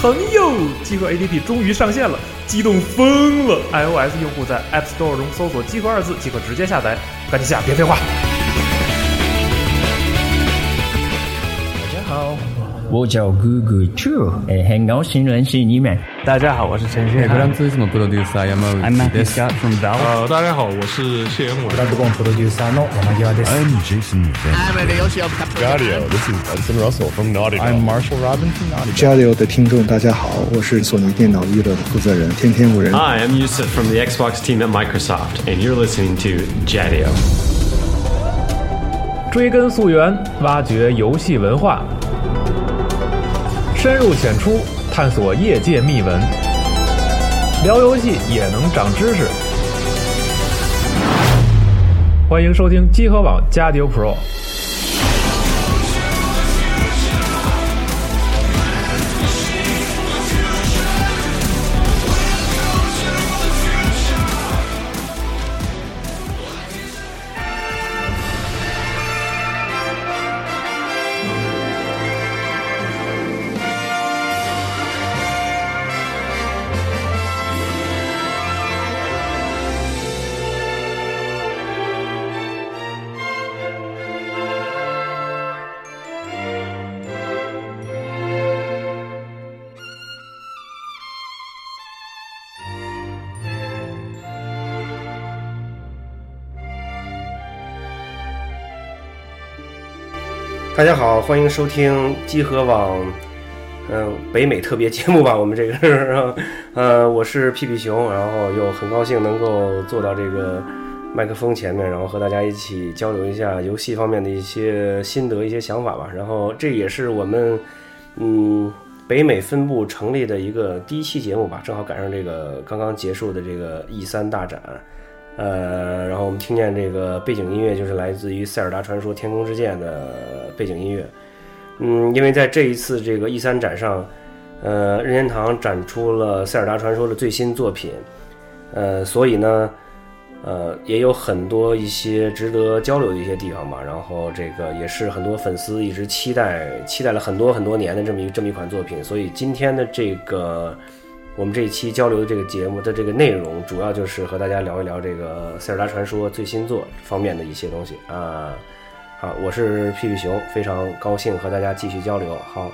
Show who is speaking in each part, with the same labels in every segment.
Speaker 1: 朋友，集合 APP 终于上线了，激动疯了！iOS 用户在 App Store 中搜索“集合”二字即可直接下载，赶紧下，别废话。
Speaker 2: 大家好，我叫 Google Two，哎，很高兴认识你们。
Speaker 3: 大家好，我是陈
Speaker 4: え
Speaker 3: 轩
Speaker 4: ーグランツーリスモプロデューサー山内
Speaker 3: I'm Matt
Speaker 4: です
Speaker 3: Scott from Valve。
Speaker 5: 呃，大家好，我是谢元伟。
Speaker 2: ドボンプロデューサーの山際です。
Speaker 6: I'm Jason Van
Speaker 7: Audio. This is Benson Russell from Naughty Dog.
Speaker 4: Marshall Robinson
Speaker 8: Jadio 的听众，大家好，我是索尼电脑娱乐的负责人天天五人。
Speaker 9: Hi, I'm Yusuf from the Xbox team at Microsoft, and you're listening to Jadio.
Speaker 1: 追根溯源，挖掘游戏文化，深入浅出探索业界秘闻，聊游戏也能长知识。欢迎收听集合网加丢 Pro。
Speaker 10: 大家好，欢迎收听集合网，嗯、北美特别节目吧，我们这个是，呃，我是屁屁熊，然后又很高兴能够坐到这个麦克风前面，然后和大家一起交流一下游戏方面的一些心得、一些想法吧。然后这也是我们，嗯，北美分部成立的一个第一期节目吧，正好赶上这个刚刚结束的这个 E 三大展。呃，然后我们听见这个背景音乐就是来自于《塞尔达传说：天空之剑》的背景音乐。嗯，因为在这一次这个 E 三展上，呃，任天堂展出了《塞尔达传说》的最新作品，呃，所以呢，呃，也有很多一些值得交流的一些地方吧。然后这个也是很多粉丝一直期待、期待了很多很多年的这么一这么一款作品，所以今天的这个。我们这一期交流的这个节目的这个内容，主要就是和大家聊一聊这个《呃塞尔达传说》最新作方面的一些东西啊。好，我是屁屁熊，非常高兴和大家继续交流。好，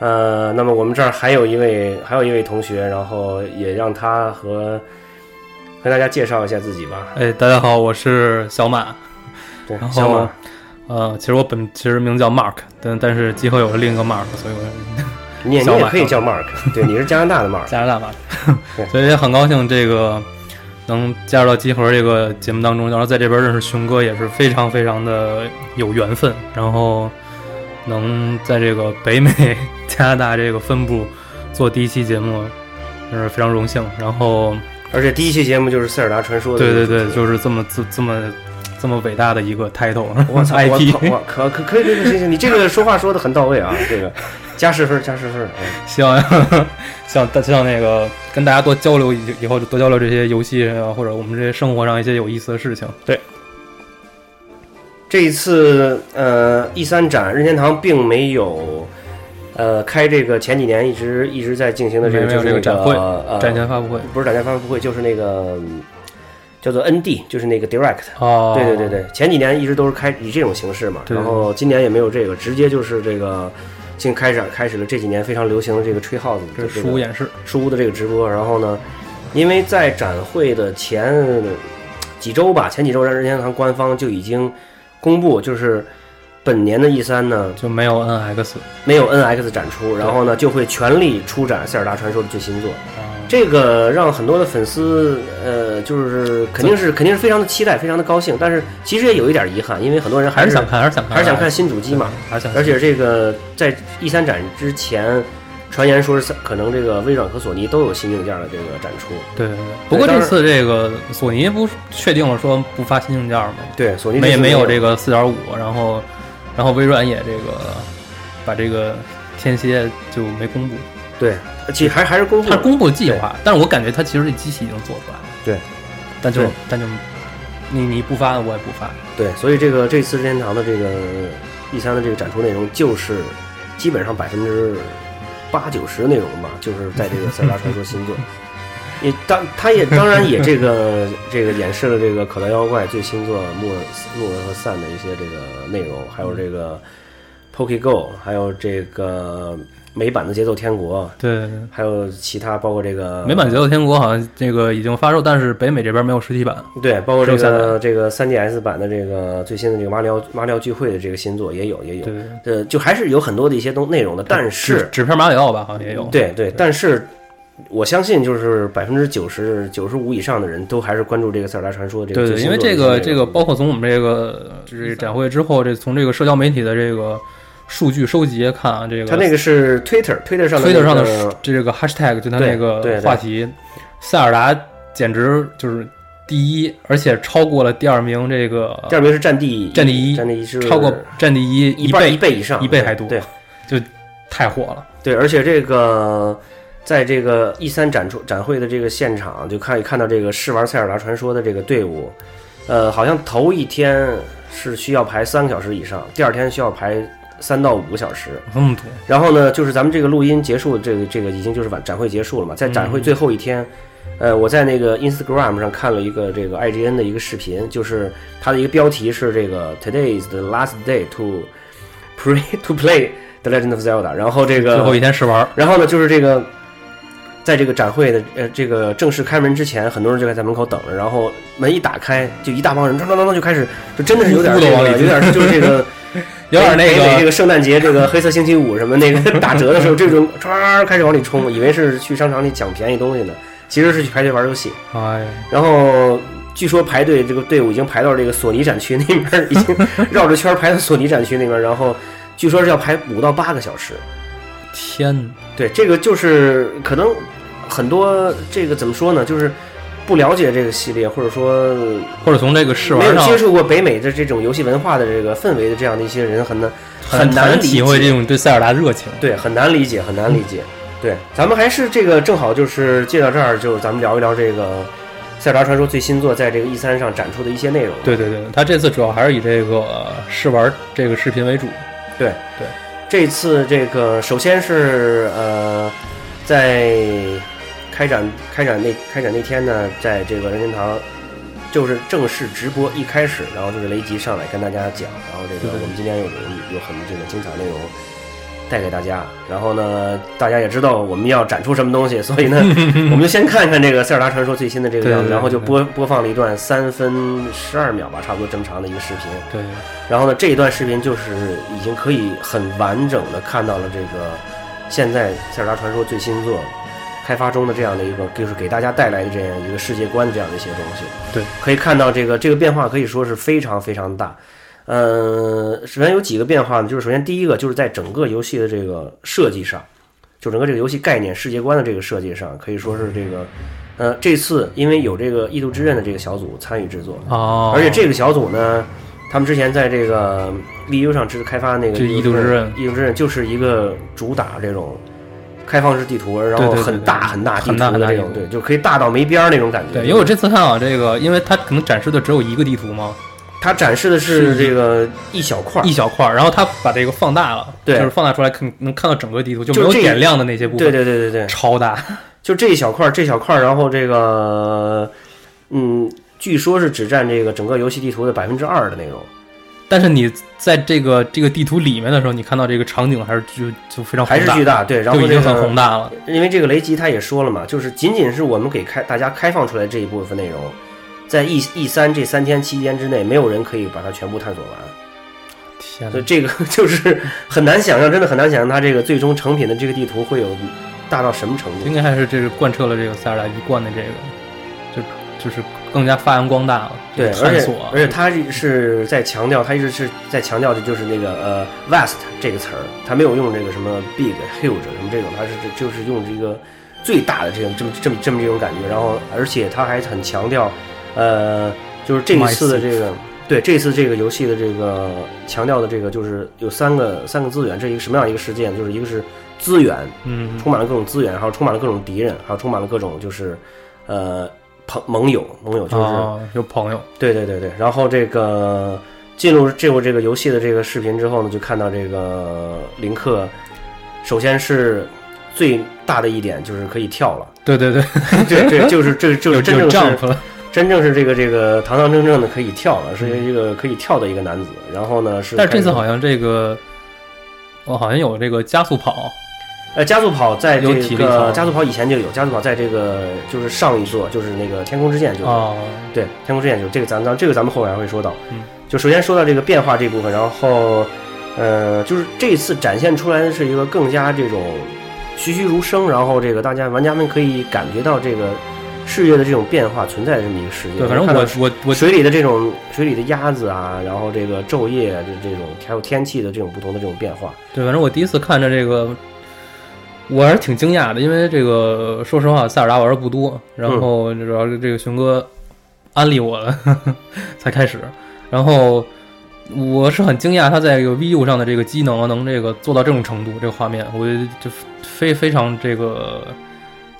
Speaker 10: 呃，那么我们这儿还有一位，还有一位同学，然后也让他和和大家介绍一下自己吧。
Speaker 11: 哎，大家好，我是小马。
Speaker 10: 对，
Speaker 11: 然
Speaker 10: 小
Speaker 11: 后
Speaker 10: 马，，
Speaker 11: 呃，其实我本其实名叫 Mark，但但是集合有了另一个 Mark，所以我
Speaker 10: 你也你
Speaker 11: 小
Speaker 10: 也
Speaker 11: 马
Speaker 10: 可以叫 Mark，对，你是加拿大的 Mark。
Speaker 11: 加拿大
Speaker 10: 对
Speaker 11: Mark。所以也很高兴这个能加入到集合这个节目当中，然后在这边认识熊哥也是非常非常的有缘分，然后能在这个北美加拿大这个分部做第一期节目，就是非常荣幸。然后
Speaker 10: 而且第一期节目就是《塞尔达传说》的
Speaker 11: 对
Speaker 10: 这个
Speaker 11: 对
Speaker 10: 主题，
Speaker 11: 对，就是这么这这么这么伟大的一个 title，
Speaker 10: 我 操！我
Speaker 11: IP
Speaker 10: 操！我可可可以可以可以，你这个说话说的很到位啊，这个加十分加十分。嗯
Speaker 11: 希望 希望大希望那个跟大家多交流，以以后就多交流这些游戏啊，或者我们这些生活上一些有意思的事情。
Speaker 10: 这一次呃 E 三展，任天堂并没有呃开这个前几年一直一直在进行的这个
Speaker 11: 没
Speaker 10: 就
Speaker 11: 有
Speaker 10: 是
Speaker 11: 没有
Speaker 10: 那个
Speaker 11: 展会
Speaker 10: 呃
Speaker 11: 展前发布会
Speaker 10: 不是展前发布会，就是那个嗯叫做 ND，就是那个 Direct。
Speaker 11: 哦
Speaker 10: 对对对，对，前几年一直都是开以这种形式嘛，
Speaker 11: 对
Speaker 10: 然后今年也没有这个，直接就是这个新开展开始了这几年非常流行的这个吹号子，
Speaker 11: 这
Speaker 10: 就是是
Speaker 11: 书演示，
Speaker 10: 书屋的这个直播，然后呢，因为在展会的前几周吧，前几周，任天堂官方就已经公布，就是本年的 E 三呢
Speaker 11: 就没有 NX，
Speaker 10: 没有 NX 展出，然后呢就会全力出展《塞尔达传说》的最新作，这个让很多的粉丝呃就是肯定是肯定是非常的期待，非常的高兴，但是其实也有一点遗憾，因为很多人
Speaker 11: 还
Speaker 10: 是
Speaker 11: 是想看，还是想看，
Speaker 10: 还是想看新主机嘛，
Speaker 11: 还是想看，
Speaker 10: 而且这个在 E 三展之前，传言说是可能这个微软和索尼都有新硬件的这个展出。
Speaker 11: 对对对。不过
Speaker 10: 当
Speaker 11: 这
Speaker 10: 然
Speaker 11: 次这个索尼不是确定了说不发新硬件吗？
Speaker 10: 对，索尼
Speaker 11: 没也没有这
Speaker 10: 个，
Speaker 11: 个四点五，然后然后微软也这个把这个天蝎就没公布，
Speaker 10: 对，其实还还是公布
Speaker 11: 它
Speaker 10: 了，
Speaker 11: 公布了计划，但是我感觉它其实这机器已经做出来了。
Speaker 10: 对，
Speaker 11: 但就
Speaker 10: 对
Speaker 11: 但就你你不发我也不发，
Speaker 10: 对，所以这个这次任天堂的这个 E 三的这个展出内容就是基本上百分之八九十内容吧，就是在这个《塞尔达传说》新作。 也当他也当然也这个这个演示了这个口袋妖怪最新作木尔木尔和散的一些这个内容，还有这个 Poke Go，还有这个美版的节奏天国，
Speaker 11: 对，
Speaker 10: 还有其他包括这个
Speaker 11: 美版《节奏天国》好像这个已经发售，但是北美这边没有实体版。
Speaker 10: 对，包括这
Speaker 11: 只有
Speaker 10: 个这个 3DS 版的这个最新的这个马里奥马里奥聚会的这个新作也有也有，
Speaker 11: 对，
Speaker 10: 呃，就还是有很多的一些东内容的，但是
Speaker 11: 纸纸片马里奥吧，好像也有。，
Speaker 10: 对对，但是我相信就是百分之九十九十五以上的人都还是关注这个《塞尔达传说》这个
Speaker 11: 对
Speaker 10: 最
Speaker 11: 对，
Speaker 10: 新
Speaker 11: 因
Speaker 10: 作
Speaker 11: 为
Speaker 10: 的内
Speaker 11: 这
Speaker 10: 容。
Speaker 11: 个这个，包括从我们这个就是展会之后，这从这个社交媒体的这个数据收集看啊，这个
Speaker 10: 他那个是 Twitter Twitter 上的
Speaker 11: Twitter 上
Speaker 10: 那
Speaker 11: 的
Speaker 10: 个
Speaker 11: 这个 hashtag 就他
Speaker 10: 对
Speaker 11: 那个
Speaker 10: 对对
Speaker 11: 话题，塞尔达简直就是第一，而且超过了第二名这个
Speaker 10: 第二名是战地
Speaker 11: 战地一
Speaker 10: 战地一是
Speaker 11: 超过战地一
Speaker 10: 一半
Speaker 11: 倍
Speaker 10: 一倍以上
Speaker 11: 一倍还多，
Speaker 10: 对
Speaker 11: 就太火了。
Speaker 10: 对，而且这个在这个 E 三展出展会的这个现场，就可以看到这个试玩《塞尔达传说》的这个队伍，呃，好像头一天是需要排三个小时以上，第二天需要排三到五个小时。
Speaker 11: 这么多，
Speaker 10: 然后呢，就是咱们这个录音结束，这个这个已经就是晚展会结束了嘛，在展
Speaker 11: 嗯
Speaker 10: 会最后一天，呃，我在那个 Instagram 上看了一个这个 IGN 的一个视频，就是它的一个标题是这个 Today is the last day to pray to play The Legend of Zelda，然后这个
Speaker 11: 最后一天试玩，
Speaker 10: 然后呢，就是这个，在这个展会的呃这个正式开门之前，很多人就在门口等着，然后门一打开，就一大帮人当当当当就开始，就真的是有点
Speaker 11: 呼
Speaker 10: 这
Speaker 11: 噜往
Speaker 10: 个，
Speaker 11: 里
Speaker 10: 有点就是这个
Speaker 11: 有点那
Speaker 10: 北
Speaker 11: 个
Speaker 10: 美这个圣诞节这个黑色星期五什么那 个打折的时候，这种唰开始往里冲，以为是去商场里抢便宜东西呢，其实是去排队玩游戏。
Speaker 11: 哎，
Speaker 10: 然后据说排队这个队伍已经排到这个索尼展区那边儿，已 经绕着圈儿排到索尼展区那边儿，然后据说是要排五到八个小时。
Speaker 11: 天哪！
Speaker 10: 对，这个就是可能很多这个怎么说呢，就是不了解这个系列，或者说
Speaker 11: 或者从这个试
Speaker 10: 没
Speaker 11: 玩
Speaker 10: 有
Speaker 11: 上
Speaker 10: 接触过北美的这种游戏文化的这个氛围的这样的一些人，很难
Speaker 11: 很
Speaker 10: 很难理解
Speaker 11: 体会这种对塞尔达热情。
Speaker 10: 对很难理解，很难理解。对，咱们还是这个正好就是借到这儿，就咱们聊一聊这个《塞尔达传说》最新作在这个 E 三上展出的一些内容。
Speaker 11: 对对对，他这次主要还是以这个呃试玩这个视频为主。
Speaker 10: 这次这个首先是呃，在开展开展那开展那天呢，在这个任天堂就是正式直播一开始，然后就是雷吉上来跟大家讲，然后这个我们今天有有有很这个精彩内容带给大家。然后呢，大家也知道我们要展出什么东西，所 以呢，我们就先看看这个《塞尔达传说》最新的这个
Speaker 11: 对
Speaker 10: 样
Speaker 11: 对
Speaker 10: 子，
Speaker 11: 对
Speaker 10: 然后就
Speaker 11: 对
Speaker 10: 播播放了一段三分十二秒吧，差不多这么长的一个视频。
Speaker 11: 对，
Speaker 10: 然后呢，这一段视频就是已经可以很完整的看到了这个现在《塞尔达传说》最新作开发中的这样的一个，就是给大家带来的这样一个世界观的这样的一些东西。
Speaker 11: 对，
Speaker 10: 可以看到这个这个变化可以说是非常非常大。呃，首先有几个变化呢，就是首先第一个就是在整个游戏的这个设计上，就整个这个游戏概念、世界观的这个设计上，可以说是这个，呃，这次因为有这个《异度之刃》的这个小组参与制作，
Speaker 11: 哦，
Speaker 10: 而且这个小组呢，他们之前在这个 VU 上只开发那个
Speaker 11: 这
Speaker 10: 异
Speaker 11: 异
Speaker 10: 度
Speaker 11: 度
Speaker 10: 之
Speaker 11: 之
Speaker 10: 刃
Speaker 11: 刃，
Speaker 10: 异度之刃就是一个主打这种开放式地图，然后
Speaker 11: 对对对
Speaker 10: 很
Speaker 11: 对
Speaker 10: 大很大地
Speaker 11: 很大
Speaker 10: 图的这
Speaker 11: 很大
Speaker 10: 种，
Speaker 11: 地
Speaker 10: 对，就可以大到没边儿那种感觉。
Speaker 11: 对，因为我这次看啊，这个因为它可能展示的只有一个地图嘛，
Speaker 10: 它展示的是
Speaker 11: 是
Speaker 10: 这个一小块儿
Speaker 11: 一。小块儿，然后它把这个放大了，
Speaker 10: 对
Speaker 11: 就是放大出来看能看到整个地图，就没
Speaker 10: 就
Speaker 11: 有
Speaker 10: 这
Speaker 11: 点亮的那些部
Speaker 10: 对
Speaker 11: 分，
Speaker 10: 对对对对，
Speaker 11: 超大，
Speaker 10: 就这一小块儿，这小块儿，然后这个，嗯，据说是只占这个整个游戏地图的百分之二的内容，
Speaker 11: 但是你在这个这个地图里面的时候，你看到这个场景还是就就非常
Speaker 10: 还是巨
Speaker 11: 宏大，
Speaker 10: 大。对，然后
Speaker 11: 就
Speaker 10: 这
Speaker 11: 已经
Speaker 10: 个
Speaker 11: 很宏大了，
Speaker 10: 因为这个雷吉他也说了嘛，就是仅仅是我们给开大家开放出来这一部分内容，在 E E 三这三天期间之内，没有人可以把它全部探索完，
Speaker 11: 天
Speaker 10: 所以
Speaker 11: 哪！
Speaker 10: 这个 就是很难想象，真的很难想象它这个最终成品的这个地图会有大到什么程
Speaker 11: 应
Speaker 10: 度。
Speaker 11: 该还是这个贯彻了这个塞尔达一贯的这个，就就是更加发扬光大了，
Speaker 10: 对，
Speaker 11: 这个
Speaker 10: 而
Speaker 11: 探
Speaker 10: 且
Speaker 11: 索啊，
Speaker 10: 而且他是在强调，他一直是在强调的就是那个呃 vast 这个词儿，他没有用这个什么 big huge 什么这种，他是就是用这个最大的这种这么这么这么这种感觉，然后而且他还很强调，呃，就是这一次的这个对这次这个游戏的这个强调的这个就是有三个三个资源，这是一个什么样一个事件？就是一个是资源，
Speaker 11: 嗯，
Speaker 10: 充满了各种资源，还有充满了各种敌人，还有充满了各种就是呃朋盟友，盟友就是。
Speaker 11: 哦，有朋友，
Speaker 10: 对对对对，然后这个进入进入这个游戏的这个视频之后呢，就看到这个林克，首先是最大的一点就是可以跳 了，
Speaker 11: 对 对对，
Speaker 10: 这这 就是这就
Speaker 11: 有
Speaker 10: 是真
Speaker 11: 有
Speaker 10: 正是
Speaker 11: jump 了，
Speaker 10: 真正是这个这个堂堂正正的可以跳了，是一个可以跳的一个男子。然后呢是开
Speaker 11: 嗯但
Speaker 10: 始，
Speaker 11: 是这次好像这个我好像有这个加速跑，
Speaker 10: 呃加速跑在
Speaker 11: 有体
Speaker 10: 这
Speaker 11: 力操
Speaker 10: 个加速跑以前就有，加速跑在这个就是上一座就是那个天空之剑就有
Speaker 11: 哦，
Speaker 10: 对，天空之眼就这个咱咱这个咱们后面还会说到。
Speaker 11: 嗯，
Speaker 10: 就首先说到这个变化这部分，然后呃，就是这次展现出来的是一个更加这种栩栩如生，然后这个大家玩家们可以感觉到这个世界的这种变化存在的这么一个世界。
Speaker 11: 对，反正
Speaker 10: 看到
Speaker 11: 我我我
Speaker 10: 水里的这种水里的鸭子啊，然后这个昼夜的这种，还有天气的这种不同的这种变化，
Speaker 11: 对，反正我第一次看着这个，我还是挺惊讶的，因为这个说实话，塞尔达玩的不多，然后主要是这个熊哥安利我了， 才开始，然后我是很惊讶他在这个 VU 上的这个机能啊能这个做到这种程度，这个画面我就非非常这个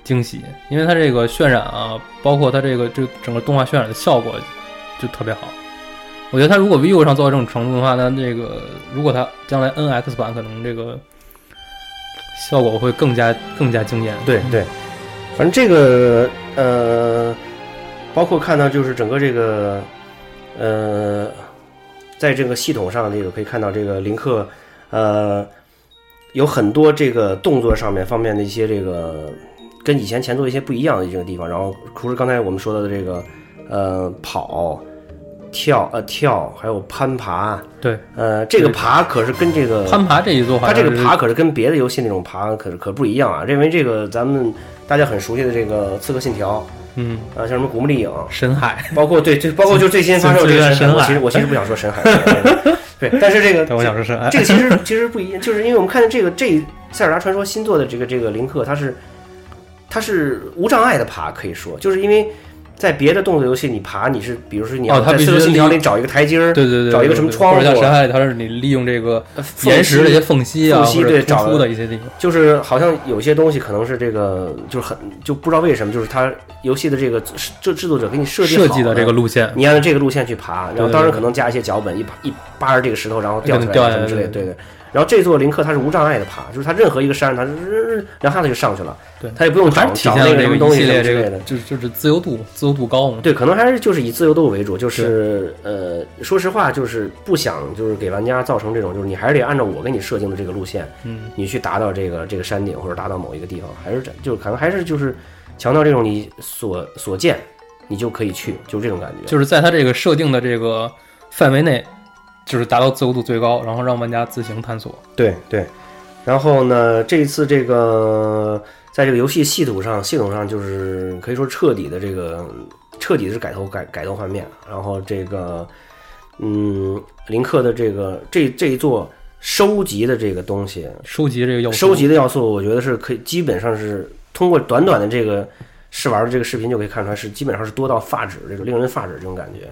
Speaker 11: 惊喜，因为它这个渲染啊，包括它这个这整个动画渲染的效果就特别好。我觉得它如果 vivo 上做到这种程度的话，那这个如果它将来 NX 版可能这个效果会更加更加惊艳。
Speaker 10: 对对，反正这个呃，包括看到就是整个这个呃，在这个系统上这个可以看到这个林克呃有很多这个动作上面方面的一些这个跟以前前作一些不一样的这个地方，然后除了刚才我们说到的这个呃跑。跳呃跳，还有攀爬，
Speaker 11: 对，
Speaker 10: 呃，这个爬可是跟这个
Speaker 11: 攀爬这一座好
Speaker 10: 它
Speaker 11: 像
Speaker 10: 这个
Speaker 11: 是
Speaker 10: 爬可是跟别的游戏那种爬可可不一样啊，因为这个咱们大家很熟悉的这个《刺客信条》
Speaker 11: 嗯
Speaker 10: 啊，像什么《古墓丽影》，
Speaker 11: 深海，
Speaker 10: 包括对这包括就最新发售这个神海，我其实我其实不想说神海， 对，对但是这
Speaker 11: 对，
Speaker 10: 个
Speaker 11: 我想说深海，
Speaker 10: 这个其实其实不一样，就是因为我们看这个这《塞尔达传说》新做的这个这个林克，他是他是无障碍的爬，可以说就是因为。在别的动作游戏，你爬你是，比如说你要
Speaker 11: 哦它
Speaker 10: 在
Speaker 11: 必
Speaker 10: 《
Speaker 11: 须
Speaker 10: 刺客信条》
Speaker 11: 利
Speaker 10: 里找一个台阶儿，
Speaker 11: 对对对，
Speaker 10: 找一个什么窗户
Speaker 11: 或者像深海里，它是你利用这个
Speaker 10: 呃缝
Speaker 11: 岩石
Speaker 10: 隙
Speaker 11: 的一些缝隙啊，
Speaker 10: 缝隙
Speaker 11: 或者
Speaker 10: 对
Speaker 11: 突
Speaker 10: 找
Speaker 11: 出
Speaker 10: 了
Speaker 11: 的一些地方。
Speaker 10: 就是好像有些东西可能是这个，就是很就不知道为什么，就是他游戏的这个制制作者给你设计好
Speaker 11: 设计的这个，路线，
Speaker 10: 你按照这个路线去爬，然
Speaker 11: 对
Speaker 10: 后
Speaker 11: 对
Speaker 10: 当然
Speaker 11: 对
Speaker 10: 可能加一些脚本，一爬一扒着这个石头，然后掉下
Speaker 11: 对掉
Speaker 10: 来
Speaker 11: 下
Speaker 10: 什
Speaker 11: 来
Speaker 10: 么之类的，
Speaker 11: 对
Speaker 10: 对对。然后这座林克它是无障碍的爬，就是它任何一个山，它是然后它就上去了，
Speaker 11: 对
Speaker 10: 它也不用
Speaker 11: 还
Speaker 10: 找
Speaker 11: 是体
Speaker 10: 找
Speaker 11: 现
Speaker 10: 那
Speaker 11: 了
Speaker 10: 个什么
Speaker 11: 这
Speaker 10: 东
Speaker 11: 一
Speaker 10: 西
Speaker 11: 系
Speaker 10: 什
Speaker 11: 列
Speaker 10: 么
Speaker 11: 这
Speaker 10: 之类
Speaker 11: 个
Speaker 10: 的。
Speaker 11: 就就是自由度，自由度高嘛。
Speaker 10: 对，可能还是就是以自由度为主，就是呃，说实话，就是不想就是给玩家造成这种，就是你还是得按照我给你设定的这个路线，
Speaker 11: 嗯，
Speaker 10: 你去达到这个这个山顶或者达到某一个地方，还是这就可能还是就是强调这种你所所见，你就可以去，就这种感觉。
Speaker 11: 就是在它这个设定的这个范围内，就是达到自由度最高，然后让玩家自行探索。
Speaker 10: 对对。然后呢，这一次这个在这个游戏系统上，系统上就是可以说彻底的这个彻底的是改头改改头换面。然后这个，嗯，林克的这个这这一座收集的这个东西，
Speaker 11: 收集这个要素，
Speaker 10: 收集的要素，我觉得是可以，基本上是通过短短的这个试玩的这个视频就可以看出来，是基本上是多到发指这种令人发指这种感觉。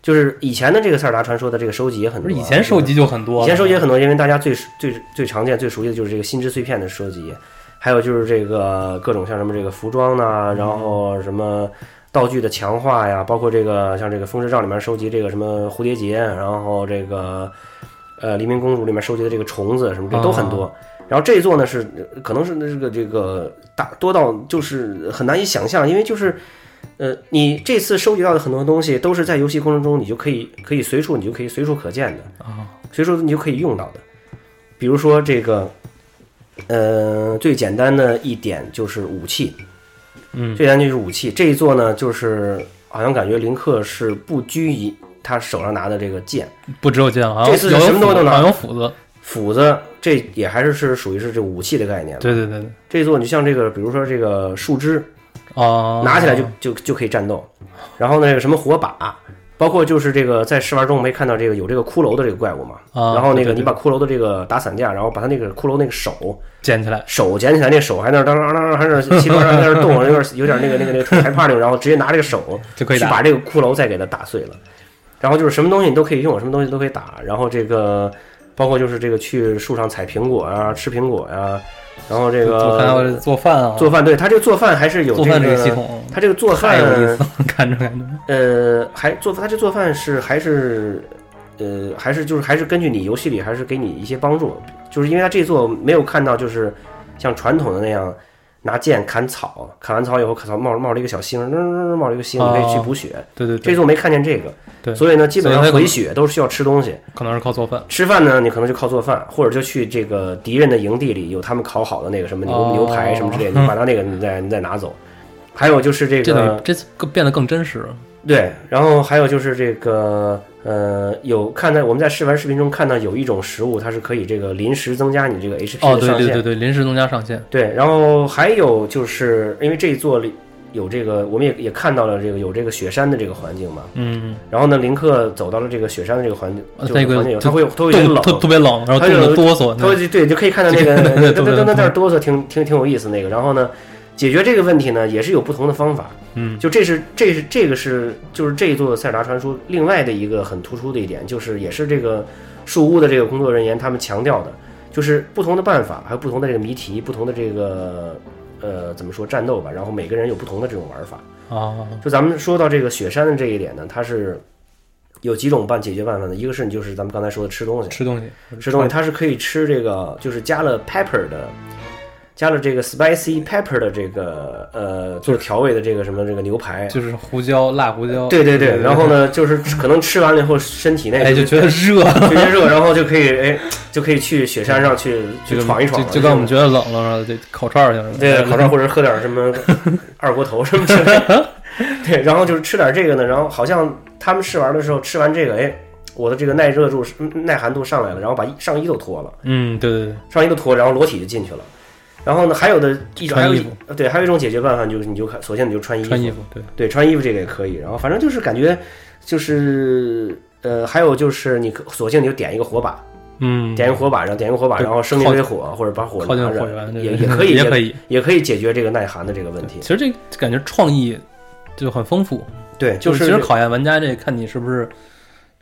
Speaker 10: 就是以前的这个塞尔达传说的这个收集也很
Speaker 11: 不
Speaker 10: 多
Speaker 11: 是
Speaker 10: 啊，
Speaker 11: 以前收集就很多，
Speaker 10: 以前收集很多，因为大家最最最常见、最熟悉的就是这个心之碎片的收集，还有就是这个各种像什么这个服装呐、然后什么道具的强化呀，包括这个像这个风之杖里面收集这个什么蝴蝶结，然后这个呃黎明公主里面收集的这个虫子什么，这都很多。然后这一座呢是可能是这个这个大多到就是很难以想象，因为就是。呃，你这次收集到的很多东西都是在游戏过程中，你就可以可以随处你就可以随处可见的。
Speaker 11: 啊，
Speaker 10: 所以说你就可以用到的。比如说这个，呃，最简单的一点就是武器，
Speaker 11: 嗯，
Speaker 10: 最简单就是武器。这一座呢，就是好像感觉林克是不拘于他手上拿的这个剑、
Speaker 11: 不只有剑，好像
Speaker 10: 这次
Speaker 11: 有
Speaker 10: 什么东西都拿
Speaker 11: 好像有斧子，
Speaker 10: 斧子，这也还是是属于是这武器的概念。，
Speaker 11: 对对对对，
Speaker 10: 这一座你像这个，比如说这个树枝，
Speaker 11: 啊，
Speaker 10: 拿起来就就就可以战斗。然后呢，这个什么火把，包括就是这个在试玩中我们也看到这个有这个骷髅的这个怪物嘛，
Speaker 11: 啊
Speaker 10: 然后那
Speaker 11: 对对
Speaker 10: 个
Speaker 11: 对
Speaker 10: 你把骷髅的这个打散架，然后把他那个骷髅那个手。
Speaker 11: 捡起来，
Speaker 10: 手捡起来，那手还在那儿当当当当，还在那儿七八在那儿动，有点有点那个那个那个害怕那种，然后直接拿这个手
Speaker 11: 就可以
Speaker 10: 去
Speaker 11: 打
Speaker 10: 把这个骷髅再给它打碎了。然后就是什么东西你都可以用，什么东西都可以打。然后这个包括就是这个去树上采苹果啊，吃苹果呀、然后这
Speaker 11: 做饭或者
Speaker 10: 个
Speaker 11: 做饭啊，
Speaker 10: 做饭，对他这个做饭还是有
Speaker 11: 做
Speaker 10: 这
Speaker 11: 饭这
Speaker 10: 个
Speaker 11: 个系，统
Speaker 10: 他这个做
Speaker 11: 太
Speaker 10: 饭
Speaker 11: 有意思 了，看着感觉，
Speaker 10: 呃，还做他这做饭是还是呃还是就是还是根据你游戏里还是给你一些帮助，就是因为他这座没有看到就是像传统的那样拿剑砍草，砍完草以后，草冒冒了一个小星，嗯冒了一个星，你可以去补血。
Speaker 11: 对对
Speaker 10: 这
Speaker 11: 哦对
Speaker 10: 次，我没看见这个，
Speaker 11: 对
Speaker 10: 所以呢，基本上
Speaker 11: 所以它可
Speaker 10: 回
Speaker 11: 能
Speaker 10: 血都是需要吃东西。
Speaker 11: 可能是靠做饭。
Speaker 10: 吃饭呢，你可能就靠做饭，或者就去这个敌人的营地里有他们烤好的那个什么牛、
Speaker 11: 哦
Speaker 10: 牛排什么之类的，你把它那个你再你再拿走。还有就是这
Speaker 11: 这等
Speaker 10: 个
Speaker 11: 于这次更变得更真实了。
Speaker 10: 对，然后还有就是这个呃，有看在我们在试玩视频中看到有一种食物，它是可以这个临时增加你这个 HP
Speaker 11: 哦，
Speaker 10: 的上
Speaker 11: 对
Speaker 10: 限。
Speaker 11: 对对对，临时增加上限。
Speaker 10: 对，然后还有就是因为这一座里有这个，我们也也看到了这个有这个雪山的这个环境嘛。
Speaker 11: 嗯，
Speaker 10: 然后呢，林克走到了这个雪山的这个环境，
Speaker 11: 呃
Speaker 10: 就
Speaker 11: 那
Speaker 10: 是
Speaker 11: 个
Speaker 10: 环境有，
Speaker 11: 就
Speaker 10: 它会有它会有点
Speaker 11: 冻
Speaker 10: 冷，
Speaker 11: 特特别冷，然后
Speaker 10: 他
Speaker 11: 冻
Speaker 10: 有
Speaker 11: 得哆嗦。
Speaker 10: 他会对，就可以看到那个
Speaker 11: 对对
Speaker 10: 噔噔噔
Speaker 11: 对对
Speaker 10: 噔那儿哆嗦，挺挺挺有意思那个。然后呢，解决这个问题呢，也是有不同的方法。
Speaker 11: 嗯，
Speaker 10: 就这是这是这个是就是这一座塞尔达传说另外的一个很突出的一点，就是也是这个树屋的这个工作人员他们强调的，就是不同的办法，还有不同的这个谜题，不同的这个呃怎么说战斗吧，然后每个人有不同的这种玩法。
Speaker 11: 啊，
Speaker 10: 就咱们说到这个雪山的这一点呢，它是有几种办解决办法呢？一个是你就是咱们刚才说的吃东西，
Speaker 11: 吃东西，
Speaker 10: 吃东西，它是可以吃这个，就是加了 pepper 的，加了这个 spicy pepper 的这个呃，就是调味的这个什么这个牛排。
Speaker 11: 就是胡椒、辣胡椒。
Speaker 10: 对对对，然后？呢，就是可能吃完了以后，身体内
Speaker 11: 哎，就觉得热，
Speaker 10: 特别热，然后就可以哎，就可以去雪山上去去
Speaker 11: 就
Speaker 10: 闯一闯了，
Speaker 11: 就就跟我们觉得冷了，然后就烤串儿哎去了。
Speaker 10: 对烤串或者喝点什 么二锅头什么之类的。对，然后就是吃点这个呢，然后好像他们试玩的时候吃完这个，哎，我的这个耐热度、耐寒度上来了，然后把上衣都脱了。
Speaker 11: 嗯，对对对，
Speaker 10: 上衣都脱，然后裸体就进去了。然后呢，还有的一种，还有
Speaker 11: 穿衣
Speaker 10: 一
Speaker 11: 服
Speaker 10: 呃对，还有一种解决办法就是，你就看，首先你就穿衣服，
Speaker 11: 穿衣服，对，
Speaker 10: 对，穿衣服这个也可以。然后反正就是感觉就是呃，还有就是你可索性你就点一个火把，
Speaker 11: 嗯，
Speaker 10: 点一个火把，然后点一个火把，
Speaker 11: 对
Speaker 10: 然后生一堆火，或者把火
Speaker 11: 靠近
Speaker 10: 拿着，
Speaker 11: 火源，
Speaker 10: 也也
Speaker 11: 对
Speaker 10: 可以，
Speaker 11: 也可以。
Speaker 10: 也可以解决这个耐寒的这个问题
Speaker 11: 其。实这个感觉创意就很丰富，
Speaker 10: 对，就
Speaker 11: 就
Speaker 10: 是
Speaker 11: 是其实考验玩家这看你是不是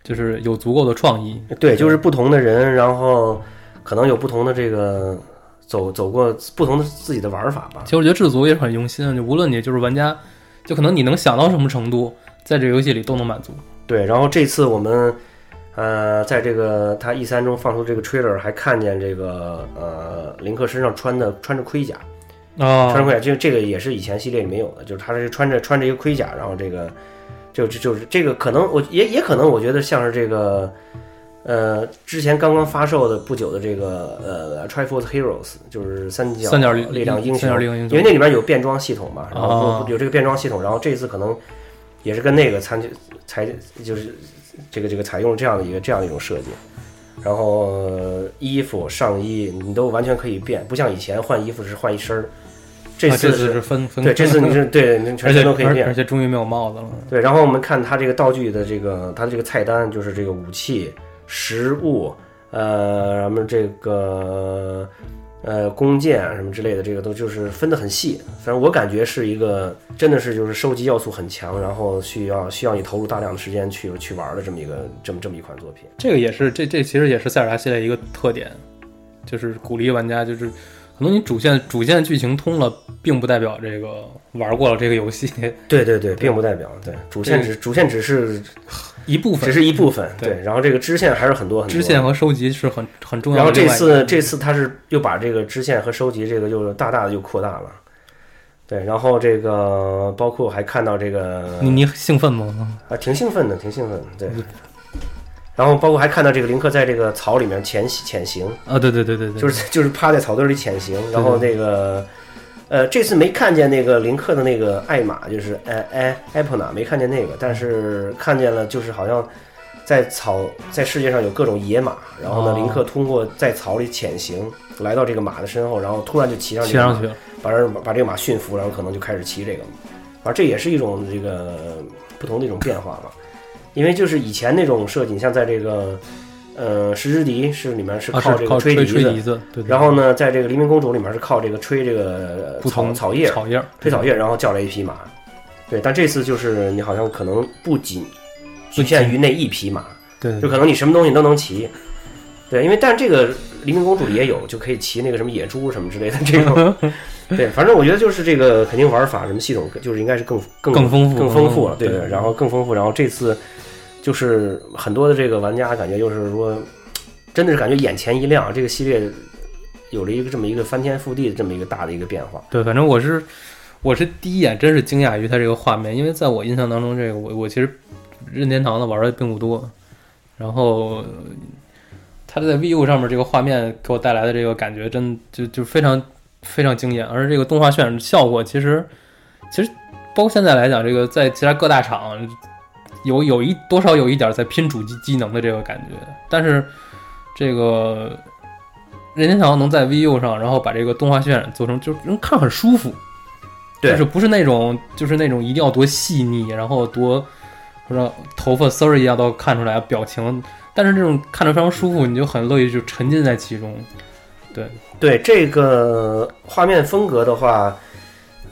Speaker 11: 就是有足够的创意。
Speaker 10: 对，就是不同的人，然后可能有不同的这个走走过不同的自己的玩法吧
Speaker 11: 其。实我觉得制作也是很用心的，就无论你就是玩家，就可能你能想到什么程度，在这个游戏里都能满足。
Speaker 10: 对，然后这次我们呃，在这个他 E 三中放出这个 trailer，还看见这个呃林克身上穿的穿着盔甲，
Speaker 11: 啊
Speaker 10: 穿着盔甲，这这个也是以前系列里没有的，就是他是穿着穿着一个盔甲，然后这个就就就是这个可能我也也可能我觉得像是这个。呃，之前刚刚发售的不久的这个呃《Triforce Heroes》就是三角
Speaker 11: 三角力
Speaker 10: 力量英雄，
Speaker 11: 三角力量英雄
Speaker 10: 因为那里面有变装系统嘛，然后
Speaker 11: 哦
Speaker 10: 有这个变装系统，然后这次可能也是跟那个参采就是这个这个采用这样的一个这样的一种设计，然后呃衣服上衣你都完全可以变，不像以前换衣服是换一身儿，这
Speaker 11: 啊
Speaker 10: 次
Speaker 11: 这次
Speaker 10: 是
Speaker 11: 是分分
Speaker 10: 对这次你是对你
Speaker 11: 而
Speaker 10: 全
Speaker 11: 且
Speaker 10: 身都可以
Speaker 11: 而
Speaker 10: 变
Speaker 11: 而，且终于没有帽子了。
Speaker 10: 对，然后我们看它这个道具的这个它的这个菜单，就是这个武器、食物，呃，咱们这个呃弓箭啊什么之类的，这个都就是分得很细。反正我感觉是一个真的是就是收集要素很强，然后需要需要你投入大量的时间去去玩的这么一个这么这么一款作品。
Speaker 11: 这个也是这这其实也是塞尔达系列一个特点，就是鼓励玩家就是。可能你主线主线剧情通了，并不代表这个玩过了这个游戏
Speaker 10: 对对对，并不代表对主线只主线只是
Speaker 11: 一部分，
Speaker 10: 只是一部分，嗯
Speaker 11: 对
Speaker 10: 对，然后这个支线还是很多很多。
Speaker 11: 支线和收集是很很重
Speaker 10: 然
Speaker 11: 要的
Speaker 10: 后这
Speaker 11: 另外一个。
Speaker 10: 次这次他是又把这个支线和收集这个又大大的又扩大了，对，然后这个包括还看到这个
Speaker 11: 你你兴奋吗？
Speaker 10: 啊挺兴奋的，挺兴奋的，对。然后包括还看到这个林克在这个草里面潜潜行，
Speaker 11: 啊，对对对对对，
Speaker 10: 就是是就是趴在草堆里潜行，然后那个呃这次没看见那个林克的那个艾玛，就是哎哎艾普娜没看见那个，但是看见了就是好像。在草，在世界上有各种野马，然后呢，
Speaker 11: 哦
Speaker 10: 林克通过在草里潜行，来到这个马的身后，然后突然就骑上
Speaker 11: 骑
Speaker 10: 这个马
Speaker 11: 上去，了。
Speaker 10: 把这把这个马驯服，然后可能就开始骑这个了。而这也是一种这个不同的一种变化吧，因为就是以前那种设计，你像在这个呃《石之笛》是里面是
Speaker 11: 啊，
Speaker 10: 靠这
Speaker 11: 是
Speaker 10: 个
Speaker 11: 靠吹
Speaker 10: 笛
Speaker 11: 吹
Speaker 10: 子，
Speaker 11: 笛子，对。对
Speaker 10: 然后呢，在这个《黎明公主》里面是靠这个吹这个
Speaker 11: 不
Speaker 10: 呃草
Speaker 11: 同
Speaker 10: 草叶，
Speaker 11: 草叶儿
Speaker 10: 吹草叶，然后叫来一匹马。对，但这次就是你好像可能不仅局限于那一匹马，
Speaker 11: 对对
Speaker 10: 就
Speaker 11: 对
Speaker 10: 可能你什么东西都能骑。对，因为但这个黎明公主也有，就可以骑那个什么野猪什么之类的这 种。 对，反正我觉得就是这个肯定玩法什么系统，就是应该是更更
Speaker 11: 更丰富
Speaker 10: 更丰富了。
Speaker 11: 嗯
Speaker 10: 对
Speaker 11: 对
Speaker 10: 然后更丰富，然后这次就是很多的这个玩家感觉就是说，真的是感觉眼前一亮，这个系列有了一个这么一个翻天覆地的这么一个大的一个变化。
Speaker 11: 对，反正我是我是第一眼真是惊讶于它这个画面，因为在我印象当中，这个我我其实任天堂的玩的并不多，然后呃它在 VU 上面这个画面给我带来的这个感觉真就就非常非常惊艳，而这个动画渲染效果其实其实包括现在来讲，这个在其他各大厂有有一多少有一点在拼主机机能的这个感觉，但是这个任天堂能在 VU 上，然后把这个动画渲染做成，就是能看很舒服，
Speaker 10: 对
Speaker 11: 就是不是那种就是那种一定要多细腻，然后多让头发丝儿一样都看出来表情，但是这种看着非常舒服，你就很乐意就沉浸在其中。
Speaker 10: 对这个画面风格的话，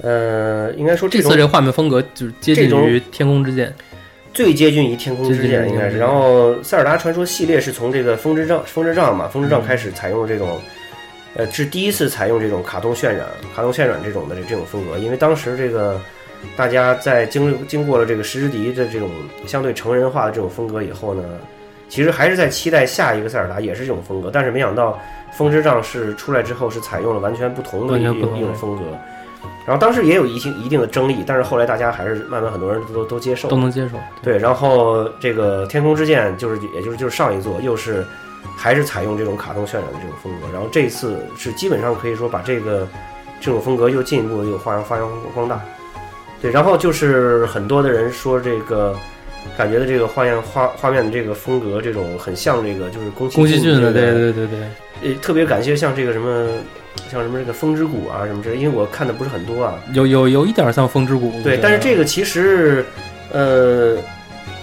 Speaker 10: 呃，应该说
Speaker 11: 这
Speaker 10: 种
Speaker 11: 次这个画面风格就是接近
Speaker 10: 这种
Speaker 11: 于《天空之剑》，
Speaker 10: 最接近于天空之剑应该是。然后《塞尔达传说》系列是从这个风之杖、风之杖嘛，风之杖开始采用这种，呃，是第一次采用这种卡通渲染、卡通渲染这种的这这种风格，因为当时这个大家在经历经过了这个石之笛的这种相对成人化的这种风格以后呢，其实还是在期待下一个塞尔达也是这种风格，但是没想到风之杖是出来之后是采用了完全不同的一
Speaker 11: 完全
Speaker 10: 种
Speaker 11: 不同
Speaker 10: 一种风格。然后当时也有一定一定的争议，但是后来大家还是慢慢很多人都都都接受了
Speaker 11: 都。能接受。
Speaker 10: 对，然后这个《天空之剑》就是，也就是就是上一座，又是还是采用这种卡通渲染的这种风格，然后这一次是基本上可以说把这个这种风格又进一步地又发扬发扬光大。对，然后就是很多的人说这个感觉的这个画面画画面的这个风格，这种很像这个就是宫崎
Speaker 11: 宫崎骏
Speaker 10: 的这
Speaker 11: 的，对
Speaker 10: 个
Speaker 11: 对对对，
Speaker 10: 呃，特别感谢像这个什么像什么这个风之谷啊什么之类，因为我看的不是很多啊。
Speaker 11: 有有有一点像《风之谷》我觉得，
Speaker 10: 对，但是这个其实呃。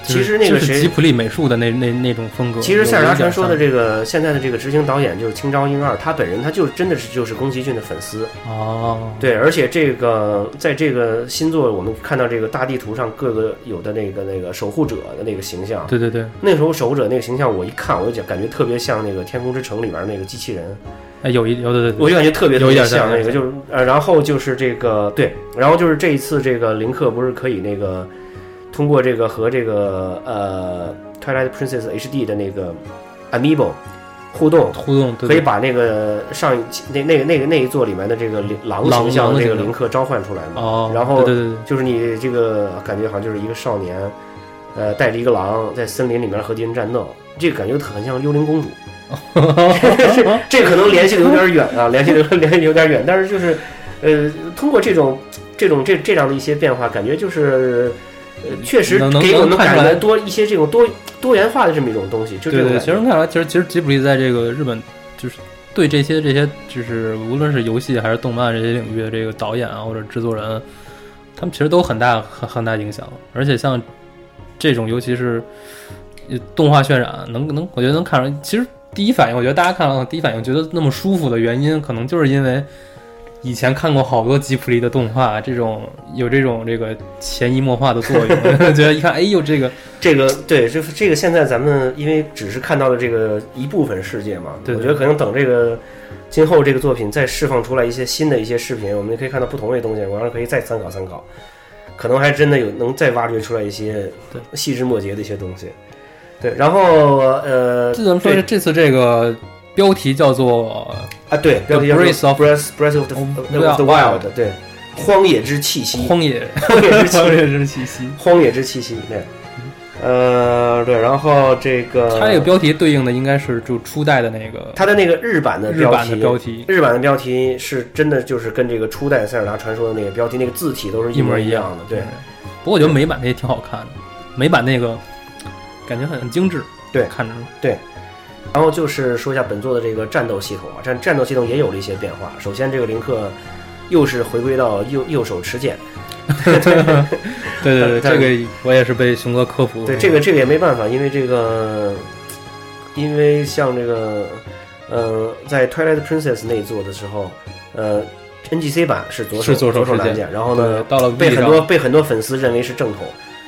Speaker 11: 就
Speaker 10: 其
Speaker 11: 是
Speaker 10: 实那个
Speaker 11: 就是
Speaker 10: 谁
Speaker 11: 吉普力美术的那那那种风格。
Speaker 10: 其实《塞尔达传说》的
Speaker 11: 有一点
Speaker 10: 这个现在的这个执行导演就是青沼英二，他本人他就真的是就是宫崎骏的粉丝，
Speaker 11: 像哦，
Speaker 10: 对，而且这个在这个新作我们看到这个大地图上各个有的那个那个守护者的那个形象，
Speaker 11: 对对对，
Speaker 10: 那时候守护者那个形象我一看我就讲感觉特别像那个《天空之城》里面那个机器人，
Speaker 11: 哎，有一有对对对，
Speaker 10: 我就感觉特别特
Speaker 11: 有一
Speaker 10: 别
Speaker 11: 点
Speaker 10: 像
Speaker 11: 像
Speaker 10: 那个，就是呃，然后就是这个对，然后就是这一次这个林克不是可以那个通过这个和这个呃《Twilight Princess HD》的那个 Amiibo 互动，
Speaker 11: 互动对
Speaker 10: 可
Speaker 11: 对
Speaker 10: 以把那个上一期那那个那个那一座里面的这个狼
Speaker 11: 狼
Speaker 10: 形象
Speaker 11: 狼
Speaker 10: 的
Speaker 11: 的
Speaker 10: 这个
Speaker 11: 形象
Speaker 10: 林克召唤出来嘛，
Speaker 11: 哦，
Speaker 10: 然后
Speaker 11: 对对对对
Speaker 10: 就是你这个感觉好像就是一个少年，呃，带着一个狼在森林里面和敌人战斗，这个感觉很像幽灵公主。 这可能联系的有点远啊，联系的联系得有 点远，但是就是，呃，通过这种这种这这样的一些变化，感觉就是，呃，确实
Speaker 11: 能能
Speaker 10: 给我们
Speaker 11: 能看出
Speaker 10: 感觉
Speaker 11: 来
Speaker 10: 多一些这种多多元化的这么一种东西，就这
Speaker 11: 对
Speaker 10: 种
Speaker 11: 对，
Speaker 10: 感
Speaker 11: 其实
Speaker 10: 觉。
Speaker 11: 看来，其实其实吉普力在这个日本就是对这些这些就是无论是游戏还是动漫这些领域的这个导演啊或者制作人，他们其实都有很大很很大影响，而且像这种尤其是呃动画渲染，能能我觉得能看出来，其实第一反应我觉得大家看到第一反应觉得那么舒服的原因，可能就是因为。以前看过好多吉普力的动画，这种有这种这个潜移默化的作用， 觉得一看，哎呦，这个
Speaker 10: 这个对，这这个现在咱们因为只是看到了这个一部分世界嘛，
Speaker 11: 对
Speaker 10: 我觉得可能等这个今后这个作品再释放出来一些新的一些视频，我们可以看到不同的东西，我们可以再参考参考，可能还真的有能再挖掘出来一些
Speaker 11: 对
Speaker 10: 细枝末节的一些东西。对，然后呃，
Speaker 11: 这怎么说？
Speaker 10: 对
Speaker 11: 这次这个标题叫做
Speaker 10: 啊，对，标
Speaker 11: The
Speaker 10: 题叫
Speaker 11: Breath of-
Speaker 10: Breath Breath of the, of the Wild，对，荒野之气息，
Speaker 11: 《荒野
Speaker 10: 荒野之气
Speaker 11: 荒
Speaker 10: 息，
Speaker 11: 野之气息》。
Speaker 10: 荒野之气息，对，呃，对，然后这个
Speaker 11: 它这个标题对应的应该是就初代的那个
Speaker 10: 呃它的那个日版的
Speaker 11: 日
Speaker 10: 标
Speaker 11: 版
Speaker 10: 题，
Speaker 11: 的标题，
Speaker 10: 日版的标题是真的就是跟这个初代《塞尔达传说》的那个标题那个字体都是
Speaker 11: 一模
Speaker 10: 模
Speaker 11: 一
Speaker 10: 样
Speaker 11: 样
Speaker 10: 的，对。。
Speaker 11: 不过我觉得美版那也挺好看的，美版那个感觉很很精致，
Speaker 10: 对
Speaker 11: 看 着
Speaker 10: 然后就是说一下本作的这个战斗系统啊，战战斗系统也有了一些变化。首先，这个林克又是回归到右右手持剑，
Speaker 11: 对对对，
Speaker 10: 但
Speaker 11: 这个我也是被熊哥科普。
Speaker 10: 对这个这个也没办法，因为这个，因为像这个，呃，在 Twilight Princess 那一座的时候，呃，NGC 版是左手
Speaker 11: 是左手
Speaker 10: 左手
Speaker 11: 持
Speaker 10: 蓝
Speaker 11: 剑
Speaker 10: 剑，然后
Speaker 11: 对
Speaker 10: 呢，
Speaker 11: 到了 V
Speaker 10: 被很
Speaker 11: 上
Speaker 10: 多被很多粉丝认为是正统，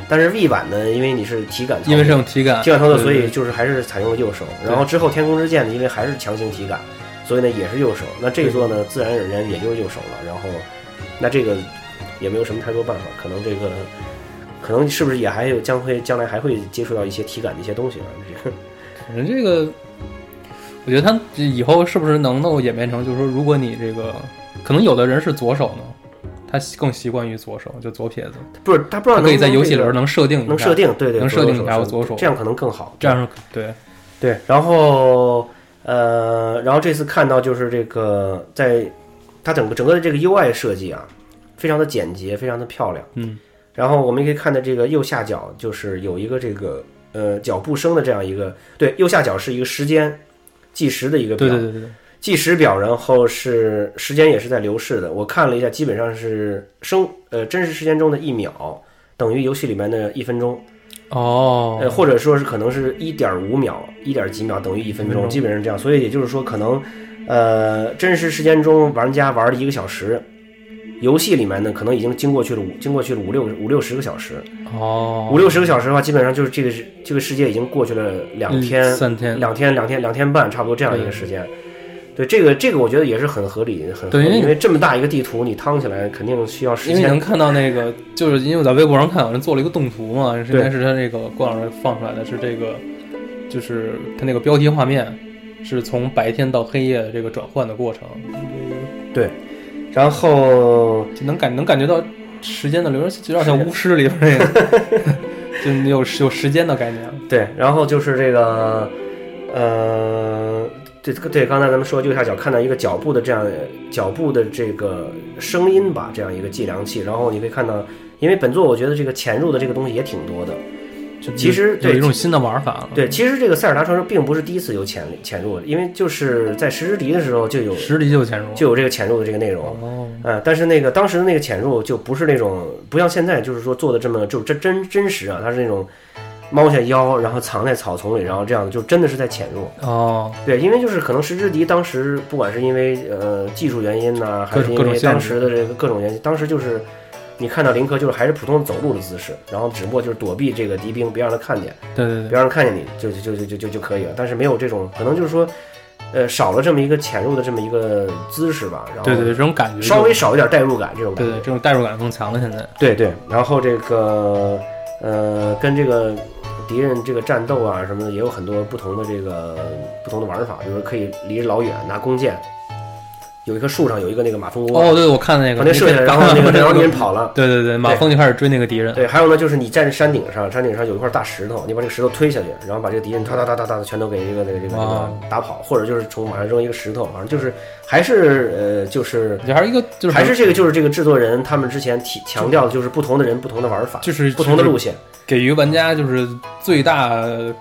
Speaker 10: 但是 V 版呢，因为你是体感操作，
Speaker 11: 因为是用体感，
Speaker 10: 体感操作，
Speaker 11: 对
Speaker 10: 所
Speaker 11: 对
Speaker 10: 以
Speaker 11: 对
Speaker 10: 就是还是采用了右手。
Speaker 11: 对
Speaker 10: 然后之后天空之剑呢，因为还是强行体感，所以呢也是右手。那这一座呢，自然而然也就是右手了。然后，那这个也没有什么太多办法，可能这个，可能是不是也还有将会将来还会接触到一些体感的一些东西啊？
Speaker 11: 反正这个我觉得他以后是不是能够演变成，就是说，如果你这个，可能有的人是左手呢，他更习惯于左手，就左撇子，
Speaker 10: 不是他不知道
Speaker 11: 他
Speaker 10: 能
Speaker 11: 可以在游戏里
Speaker 10: 能
Speaker 11: 边能设定一下
Speaker 10: 能设定，对对，
Speaker 11: 能设定一下
Speaker 10: 左
Speaker 11: 我左手，
Speaker 10: 这样可能更好。
Speaker 11: 这样对，
Speaker 10: 对，然后呃，然后这次看到就是这个，在它整个整个的这个 UI 设计啊，非常的简洁，非常的漂亮。
Speaker 11: 嗯，
Speaker 10: 然后我们也可以看到这个右下角就是有一个这个呃脚步声的这样一个，对，右下角是一个时间计时的一个表，
Speaker 11: 对对对对对，
Speaker 10: 计时表，然后是时间也是在流逝的。我看了一下，基本上是生呃真实时间中的一秒等于游戏里面的一分钟。
Speaker 11: 哦，
Speaker 10: 呃，或者说是可能是一点五秒、一点几秒等于一分
Speaker 11: 一分
Speaker 10: 钟，
Speaker 11: 钟
Speaker 10: 基本上是这样。所以也就是说，可能呃，真实时间中玩家玩了一个小时，游戏里面呢可能已经经过去了五经过去了五六五六十个小时，
Speaker 11: 哦，
Speaker 10: 五六十个小时的话，基本上就是这个世这个世界已经过去了两天、
Speaker 11: 嗯三天
Speaker 10: 两天、两天、两天半，差不多这样一个时间。对这个，这个我觉得也是很合理，很合
Speaker 11: 对因
Speaker 10: 理，
Speaker 11: 为
Speaker 10: 因为这么大一个地图，你趟起来肯定需要时
Speaker 11: 因为你能
Speaker 10: 间。
Speaker 11: 看到那个，就是因为我在微博上看，有人做了一个动图嘛，是应该
Speaker 10: 对
Speaker 11: 是他那个郭老师放出来的，是这个，就是他那个标题画面是从白天到黑夜这个转换的过程，
Speaker 10: 对，然后
Speaker 11: 就能感能感觉到时间的流逝，就有点像巫师里边那个， 就你有有时间的概念。
Speaker 10: 对，然后就是这个，呃，对对，刚才咱们说右下角看到一个脚步的这样脚步的这个声音吧，这样一个计量器，然后你可以看到，因为本作我觉得这个潜入的这个东西也挺多的，
Speaker 11: 就
Speaker 10: 其实
Speaker 11: 有
Speaker 10: 对
Speaker 11: 一种新的玩法了，
Speaker 10: 对，其实这个塞尔达传说并不是第一次有潜潜入的，因为就是在石之笛的时候就有
Speaker 11: 实力就有潜入，
Speaker 10: 就有这个潜入的这个内容，
Speaker 11: 哦，
Speaker 10: 呃，但是那个当时的那个潜入就不是那种不像现在就是说做的这么就真真真实啊，它是那种猫下腰，然后藏在草丛里，然后这样的就真的是在潜入。
Speaker 11: 哦，
Speaker 10: 对，因为就是可能石之笛当时不管是因为呃技术原因呐、还
Speaker 11: 各
Speaker 10: 是
Speaker 11: 种
Speaker 10: 因
Speaker 11: 各种
Speaker 10: 为
Speaker 11: 限
Speaker 10: 当
Speaker 11: 制
Speaker 10: 时的这个各种原因，当时就是你看到林克就是还是普通走路的姿势，然后只不过就是躲避这个敌兵，别让他看见，
Speaker 11: 对对
Speaker 10: 别
Speaker 11: 对，
Speaker 10: 让他看见你就就就就就就可以了。但是没有这种可能就是说，呃，少了这么一个潜入的这么一个姿势吧，然后
Speaker 11: 对对对，这种感觉就
Speaker 10: 稍微，少一点代入感这种感
Speaker 11: 对
Speaker 10: 觉。
Speaker 11: 对，这种代入感更强了，现在。
Speaker 10: 对对，然后这个呃，跟这个敌人这个战斗啊什么的，也有很多不同的这个不同的玩法，比如说可以离着老远拿弓箭，有一棵树上有一个那个马蜂窝，
Speaker 11: 哦，对，我看那
Speaker 10: 把
Speaker 11: 个，
Speaker 10: 那射下来，然后那个然后敌 人跑了。
Speaker 11: 对对对，马蜂就开始追那个敌人。
Speaker 10: 对，还有呢，就是你站在山顶上，山顶上有一块大石头，你把这个石头推下去，然后把这个敌人哒哒哒哒哒的全都给这个这个这个这
Speaker 11: 哇
Speaker 10: 个打跑，或者就是从马上扔一个石头，反正就是还是呃就是
Speaker 11: 我觉得还是一个就是
Speaker 10: 还是这个就是这个制作人他们之前提强调的就是不同的人不同的玩法，
Speaker 11: 就是
Speaker 10: 不同的路线。
Speaker 11: 给予玩家就是最大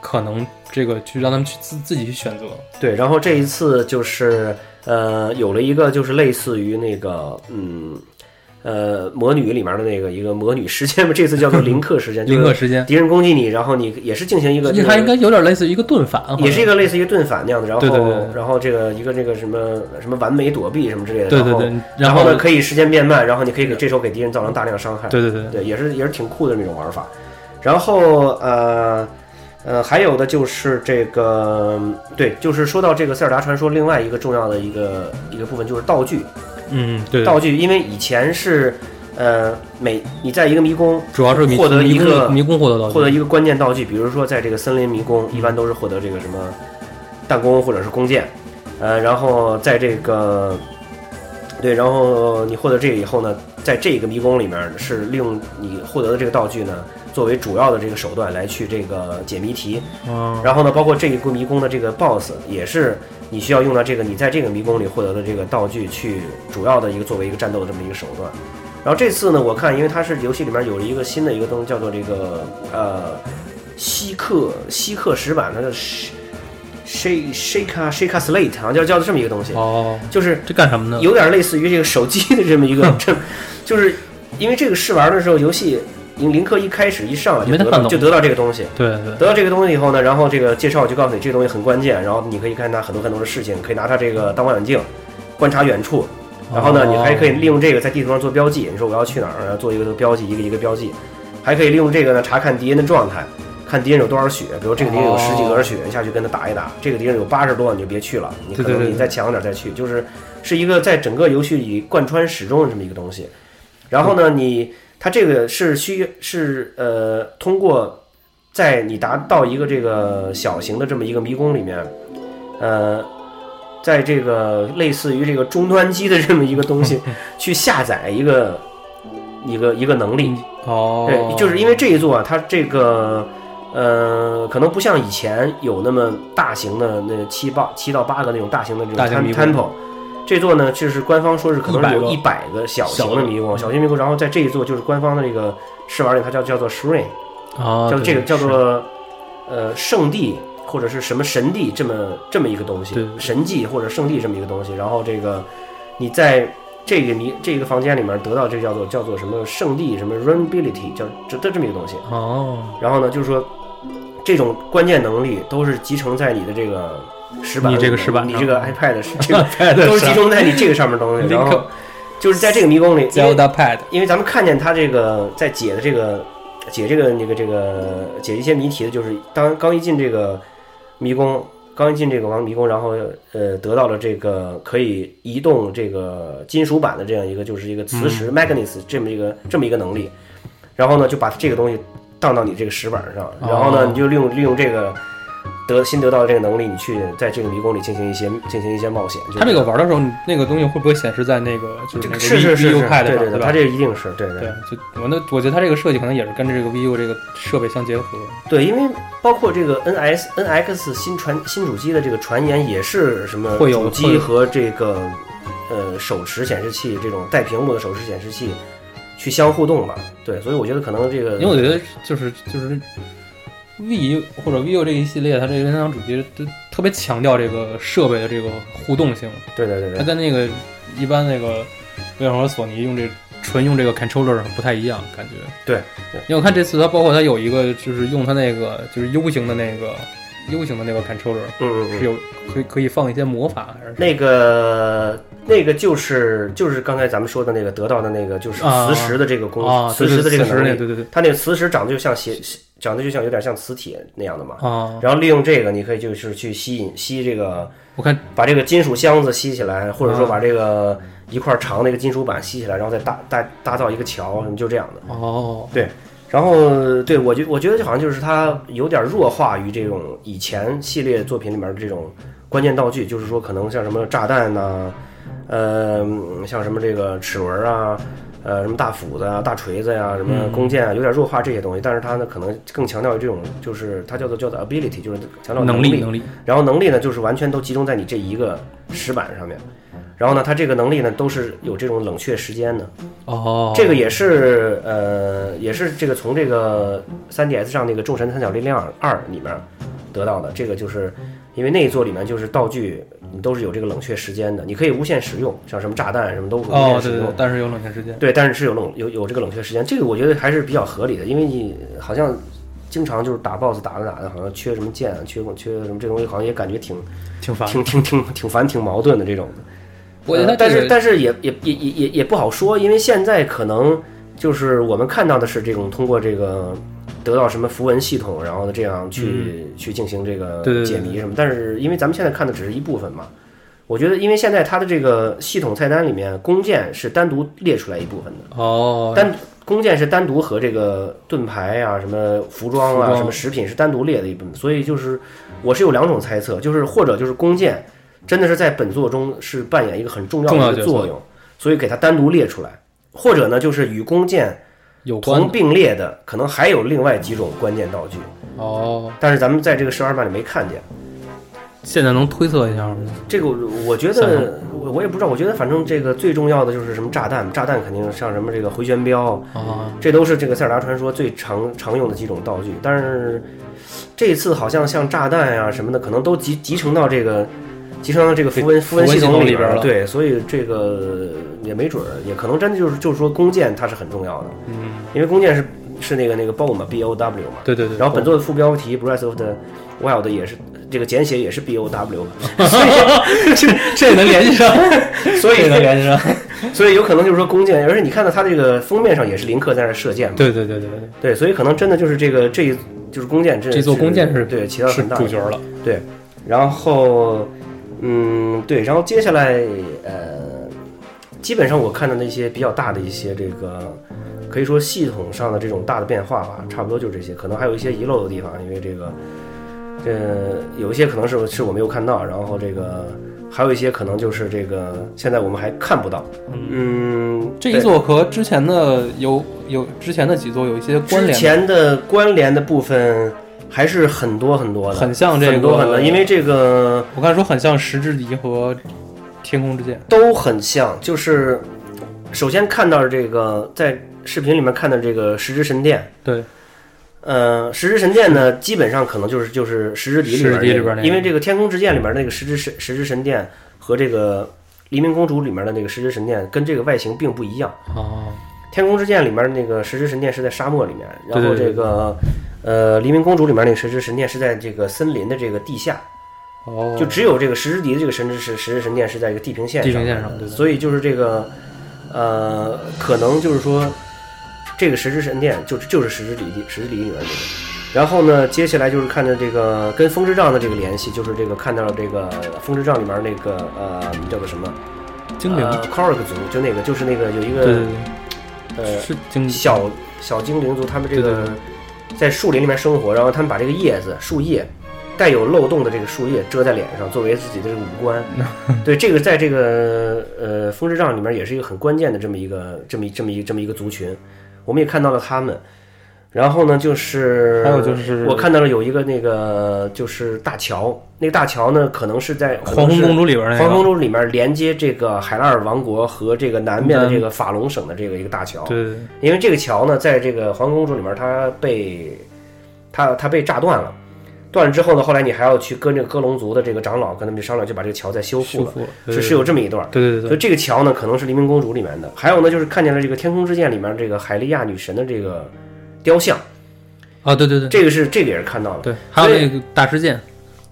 Speaker 11: 可能这个去让他们去自自己去选择。
Speaker 10: 对，然后这一次就是呃，有了一个就是类似于那个嗯呃魔女里面的那个一个魔女时间嘛，这次叫做林克时 间，
Speaker 11: 零刻时间，
Speaker 10: 敌人攻击你，然后你也是进行一个、这个，
Speaker 11: 它应该有点类似于一个盾反，
Speaker 10: 也是一个类似于盾反那样的，然后
Speaker 11: 对对对
Speaker 10: 然后这个一个这个什么什么完美躲避什么之类的，
Speaker 11: 对对对
Speaker 10: 然后
Speaker 11: 然
Speaker 10: 然
Speaker 11: 后
Speaker 10: 呢可以时间变慢，然后你可以给这时候给敌人造成大量伤害，
Speaker 11: 对对对
Speaker 10: 对，也是也是挺酷的那种玩法。然后呃呃，还有的就是这个，对，就是说到这个塞尔达传说，另外一个重要的一个一个部分就是道具，
Speaker 11: 嗯对，
Speaker 10: 道具，因为以前是呃每你在一个迷宫
Speaker 11: 主要是迷
Speaker 10: 获得
Speaker 11: 迷
Speaker 10: 一个
Speaker 11: 迷宫获得道具，
Speaker 10: 获得一个关键道具，比如说在这个森林迷宫，一般都是获得这个什么弹弓或者是弓箭，呃，然后在这个对，然后你获得这个以后呢，在这个迷宫里面是利用你获得的这个道具呢，作为主要的这个手段来去这个解谜题，
Speaker 11: 哦
Speaker 10: 然后呢，包括这一个迷宫的这个 BOSS 也是你需要用到这个你在这个迷宫里获得的这个道具去主要的一个作为一个战斗的这么一个手段。然后这次呢，我看因为它是游戏里面有了一个新的一个东西叫做这个呃稀克稀克石板，它叫 shake shake shake slate，好像叫叫做这么一个东西，
Speaker 11: 哦，
Speaker 10: 就是
Speaker 11: 这干什么呢？
Speaker 10: 有点类似于这个手机的这么一个这，就是因为这个试玩的时候，游戏林林克一开始一上来就
Speaker 11: 没太
Speaker 10: 得
Speaker 11: 看
Speaker 10: 到
Speaker 11: 懂
Speaker 10: 就得到这个东西。
Speaker 11: 对对
Speaker 10: 得到这个东西以后呢，然后这个介绍就告诉你这个东西很关键，然后你可以看它很多很多的事情，可以拿它这个当望远镜观察远处，然后呢，
Speaker 11: 哦
Speaker 10: 你还可以 利用这个在地图上做标记，你说我要去哪儿，然后做一个标记，一个一个标记，还可以利用这个呢查看敌人的状态，看敌人有多少血，比如这个敌人有十几格
Speaker 11: 哦
Speaker 10: 血，你下去跟他打一打，这个敌人有八十多，你就别去了，你可
Speaker 11: 对对
Speaker 10: 能
Speaker 11: 对
Speaker 10: 你再强点再去，就是是一个在整个游戏里贯穿始终的这么一个东西。然后呢，你它这个是需是呃通过在你达到一个这个小型的这么一个迷宫里面，呃，在这个类似于这个终端机的这么一个东西去下载一个一个一个能力。
Speaker 12: 哦，
Speaker 10: 对，就是因为这一座啊，它这个呃，可能不像以前有那么大型的那七八七到八个那种大型的这种
Speaker 12: 大型迷宫
Speaker 10: tem- temple。这座呢，就是官方说是可能
Speaker 12: 100
Speaker 10: 有
Speaker 12: 个
Speaker 10: 一百个小型
Speaker 12: 小
Speaker 10: 的
Speaker 12: 的
Speaker 10: 迷宫，小型迷宫。然后在这一座就是官方的这个试玩里，它叫叫做 shrine，
Speaker 11: 哦
Speaker 12: 啊，
Speaker 10: 叫
Speaker 12: 对
Speaker 10: 这个叫
Speaker 12: 是
Speaker 10: 做呃圣地或者是什么神地这么这么一个东西
Speaker 12: 对对，对
Speaker 10: 神迹或者圣地这么一个东西。然后这个你在这个你这个房间里面得到这个叫做叫做什么圣地什么 runability 叫这这这么一个东西。
Speaker 12: 哦，
Speaker 10: 然后呢，就是说这种关键能力都是集成在你的这个石板，
Speaker 12: 你这个石板
Speaker 10: 你
Speaker 12: 上
Speaker 10: 这个 iPad 是这个
Speaker 12: 对啊
Speaker 10: 都是集 中在你这个上面的东 西。然后就是在这个迷宫里，因为
Speaker 12: Zelda Pad
Speaker 10: 因为咱们看见他这个在解的这个解这个那个这个解一些谜题的，就是当刚一进这个迷宫，刚一进这个王迷宫，然后呃得到了这个可以移动这个金属板的这样一个就是一个磁石
Speaker 12: 嗯
Speaker 10: magnetis 这么一个这么一个能力，然后呢就把这个东西荡到你这个石板上，然后呢
Speaker 12: 哦
Speaker 10: 你就利用利用这个。得新得到的这个能力，你去在这个迷宫里进行一些进行一些冒险。就是
Speaker 12: 它这个玩的时候，你那个东西会不会显示在那个就是那个
Speaker 10: 是是是
Speaker 12: V
Speaker 10: 是
Speaker 12: U Pad
Speaker 10: 对
Speaker 12: 上，
Speaker 10: 对对，
Speaker 12: 吧？
Speaker 10: 它这个一定是对对
Speaker 12: 对，就我那我觉得它这个设计可能也是跟这个 V U 这个设备相结合。
Speaker 10: 对，因为包括这个 N S N X 新传新主机的这个传言也是什么
Speaker 12: 会有会
Speaker 10: 主机
Speaker 12: 有
Speaker 10: 和这个呃手持显示器这种带屏幕的手持显示器去相互动吧。对，所以我觉得可能这个，
Speaker 12: 因为我觉得就是就是 V 或者 V U 这一系列，它这个任天堂主机都特别强调这个设备的这个互动性。
Speaker 10: 对对对
Speaker 12: 它
Speaker 10: 对，
Speaker 12: 跟那个一般那个微软和索尼用这纯用这个 controller 不太一样，感觉。
Speaker 10: 对对
Speaker 12: 因为我看这次它包括它有一个就是用它那个就是 U 型的那个 U 型的那个 controller
Speaker 10: 嗯
Speaker 12: 是
Speaker 10: 嗯嗯，
Speaker 12: 有可以可以放一些魔法还是什么
Speaker 10: 那个那个就是就是刚才咱们说的那个得到的那个就是
Speaker 12: 啊
Speaker 10: 磁石的这个功，
Speaker 12: 啊
Speaker 10: 磁石的这个
Speaker 12: 磁石
Speaker 10: 能
Speaker 12: 那
Speaker 10: 力，
Speaker 12: 对对对
Speaker 10: 它那个磁石长得就像斜，长得就像有点像磁铁那样的嘛。
Speaker 12: 啊，
Speaker 10: 然后利用这个，你可以就是去吸引吸这个。
Speaker 12: 我看
Speaker 10: 把这个金属箱子吸起来，或者说
Speaker 12: 啊
Speaker 10: 把这个一块长的一个金属板吸起来，然后再搭搭搭造一个桥，什么就这样的。
Speaker 12: 哦
Speaker 10: 对，然后对我觉我觉得就好像就是它有点弱化于这种以前系列作品里面的这种关键道具，就是说可能像什么炸弹呐、呃，像什么这个齿轮啊，呃，什么大斧子啊、大锤子呀、什么
Speaker 12: 嗯
Speaker 10: 弓箭啊，有点弱化这些东西。但是它呢，可能更强调于这种，就是它叫做叫做 ability，就是强调
Speaker 12: 能
Speaker 10: 力
Speaker 12: 力能力
Speaker 10: 然后能力呢，就是完全都集中在你这一个石板上面。然后呢，它这个能力呢，都是有这种冷却时间的。
Speaker 12: 哦，
Speaker 10: 这个也是呃，也是这个从这个 3DS 上那个《众神三角力量二》里面得到的。这个就是因为那一座里面就是道具，你都是有这个冷却时间的，你可以无限使用，像什么炸弹什么都可以无
Speaker 12: 哦
Speaker 10: 限
Speaker 12: 对
Speaker 10: 使
Speaker 12: 对
Speaker 10: 用。
Speaker 12: 对，但是有冷却时间
Speaker 10: 对，但是是有冷有有这个冷却时间，这个我觉得还是比较合理的，因为你好像经常就是打 BOSS 打着打着，好像缺什么剑啊，缺缺什么这东西，好像也感觉挺
Speaker 12: 挺烦。
Speaker 10: 挺挺挺挺烦、挺矛盾的这种的。
Speaker 12: 我觉
Speaker 10: 呃
Speaker 12: 得它
Speaker 10: 但
Speaker 12: 这
Speaker 10: 是
Speaker 12: 个
Speaker 10: 但是也也也也也也不好说，因为现在可能就是我们看到的是这种通过这个得到什么符文系统，然后这样去、去进行这
Speaker 12: 嗯
Speaker 10: 个
Speaker 12: 对对对
Speaker 10: 解谜什么。但是因为咱们现在看的只是一部分嘛，我觉得因为现在它的这个系统菜单里面，弓箭是单独列出来一部分的。
Speaker 12: 哦
Speaker 10: 单弓箭是单独和这个盾牌啊、什么服装
Speaker 12: 服
Speaker 10: 啊、
Speaker 12: 装
Speaker 10: 什么食品是单独列的一部分，所以就是我是有两种猜测，就是或者就是弓箭真的是在本作中是扮演一个很重要
Speaker 12: 重要
Speaker 10: 的一个
Speaker 12: 角色
Speaker 10: 作用，所以给它单独列出来，或者呢就是与弓箭
Speaker 12: 有关
Speaker 10: 同并列的，可能还有另外几种关键道具，
Speaker 12: 哦，
Speaker 10: 但是咱们在这个十二版里没看见。
Speaker 12: 现在能推测一下吗？
Speaker 10: 这个我我觉
Speaker 12: 算
Speaker 10: 得，我我也不知道，我觉得反正这个最重要的就是什么炸弹，炸弹肯定像什么这个回旋镖，
Speaker 12: 啊，
Speaker 10: 这都是这个塞尔达传说最常常用的几种道具，但是这次好像像炸弹呀、什么的，可能都集集成到这个集成到这个符文符文
Speaker 12: 符文
Speaker 10: 系
Speaker 12: 系统
Speaker 10: 统里
Speaker 12: 里边
Speaker 10: 边
Speaker 12: 了
Speaker 10: 对，所以这个也没准儿，也可能真的就是就是说弓箭它是很重要的，
Speaker 12: 嗯，
Speaker 10: 因为弓箭是是那个那个 bow 嘛，b o w 嘛。
Speaker 12: 对对对。
Speaker 10: 然后本作的副标题 Breath of the Wild 也是这个简写也是 B O W，所
Speaker 12: 这能联系 上，
Speaker 10: 以所
Speaker 12: 这能
Speaker 10: 以
Speaker 12: 联系上。
Speaker 10: 所以有可能就是说弓箭，而且你看到它这个封面上也是林克在那儿射箭嘛，
Speaker 12: 对对对对对，
Speaker 10: 对，所以可能真的就是这个这一就是弓箭，这
Speaker 12: 这座弓箭是
Speaker 10: 对起到
Speaker 12: 是
Speaker 10: 很大的
Speaker 12: 主角了。
Speaker 10: 对，然后嗯对，然后接下来呃，基本上我看到那些比较大的一些这个可以说系统上的这种大的变化吧，差不多就这些，可能还有一些遗漏的地方，因为这个这有一些可能是是我没有看到，然后这个还有一些可能就是这个现在我们还看不到。嗯，
Speaker 11: 这
Speaker 10: 对
Speaker 11: 一座和之前的有有之前的几座有一些关
Speaker 10: 之
Speaker 11: 联，
Speaker 10: 前的关联的部分还是很多很多的，
Speaker 11: 很像这个
Speaker 10: 很多很多，因为这个
Speaker 11: 我刚才说很像石之笛和天空之剑，
Speaker 10: 都很像，就是首先看到这个在视频里面看到这个十之神殿，
Speaker 11: 对，
Speaker 10: 呃，十之神殿呢，基本上可能就是就是十之笛里边儿
Speaker 11: 十之笛
Speaker 10: 那个
Speaker 11: 里边儿那个
Speaker 10: 因为这个天空之剑里面那个十之神十之神殿和这个黎明公主里面的那个十之神殿跟这个外形并不一样。
Speaker 12: 啊
Speaker 11: 哦，
Speaker 10: 天空之剑里面那个十之神殿是在沙漠里面，然后
Speaker 11: 对对
Speaker 10: 这
Speaker 11: 对
Speaker 10: 个呃黎明公主里面那个十之神殿是在这个森林的这个地下，
Speaker 11: 哦，
Speaker 10: 就只有这个石之笛的这个神之石石之神殿是在一个地平线
Speaker 11: 地平线上对对
Speaker 10: 所以就是这个呃，可能就是说这个石之神殿就就是石之笛石之笛里面这个。然后呢，接下来就是看到这个跟风之杖的这个联系，就是这个看到这个风之杖里面那个呃叫做什么
Speaker 11: 精灵，
Speaker 10: 呃 c o r k 族，就那个就是那个有一个
Speaker 11: 对对
Speaker 10: 呃
Speaker 11: 对，是精灵，
Speaker 10: 小小精灵族，他们这
Speaker 11: 嗯对
Speaker 10: 个
Speaker 11: 对
Speaker 10: 在树林里面生活，然后他们把这个叶子、树叶带有漏洞的这个树叶遮在脸上，作为自己的这个五官。对，这个在这个呃风之杖里面也是一个很关键的这么一个这么一这么一这么一个族群，我们也看到了他们。然后呢，就是
Speaker 11: 还有就是
Speaker 10: 我看到了有一个那个就是大桥，那个大桥呢，可能是在
Speaker 12: 皇宫公主里边那个
Speaker 10: 皇宫公主里面连接这个海拉尔王国和这个南面的这个法隆省的这个一个大桥。
Speaker 12: 对对
Speaker 10: 因为这个桥呢，在这个皇宫公主里面，它被它它被炸断了，断了之后呢，后来你还要去跟这个歌龙族的这个长老跟他们去商量，就把这个桥再修复
Speaker 11: 束
Speaker 10: 了，
Speaker 11: 缚了，
Speaker 10: 是是有这么一段。
Speaker 12: 对对对
Speaker 10: 所以
Speaker 12: 对，
Speaker 10: 这个桥呢，可能是《黎明公主》里面的。还有呢，就是看见了这个《天空之剑》里面这个海利亚女神的这个雕像，
Speaker 11: 啊，对对对
Speaker 10: 这个是这个也是看到了。
Speaker 11: 对，还有
Speaker 10: 所以
Speaker 11: 那个大石剑，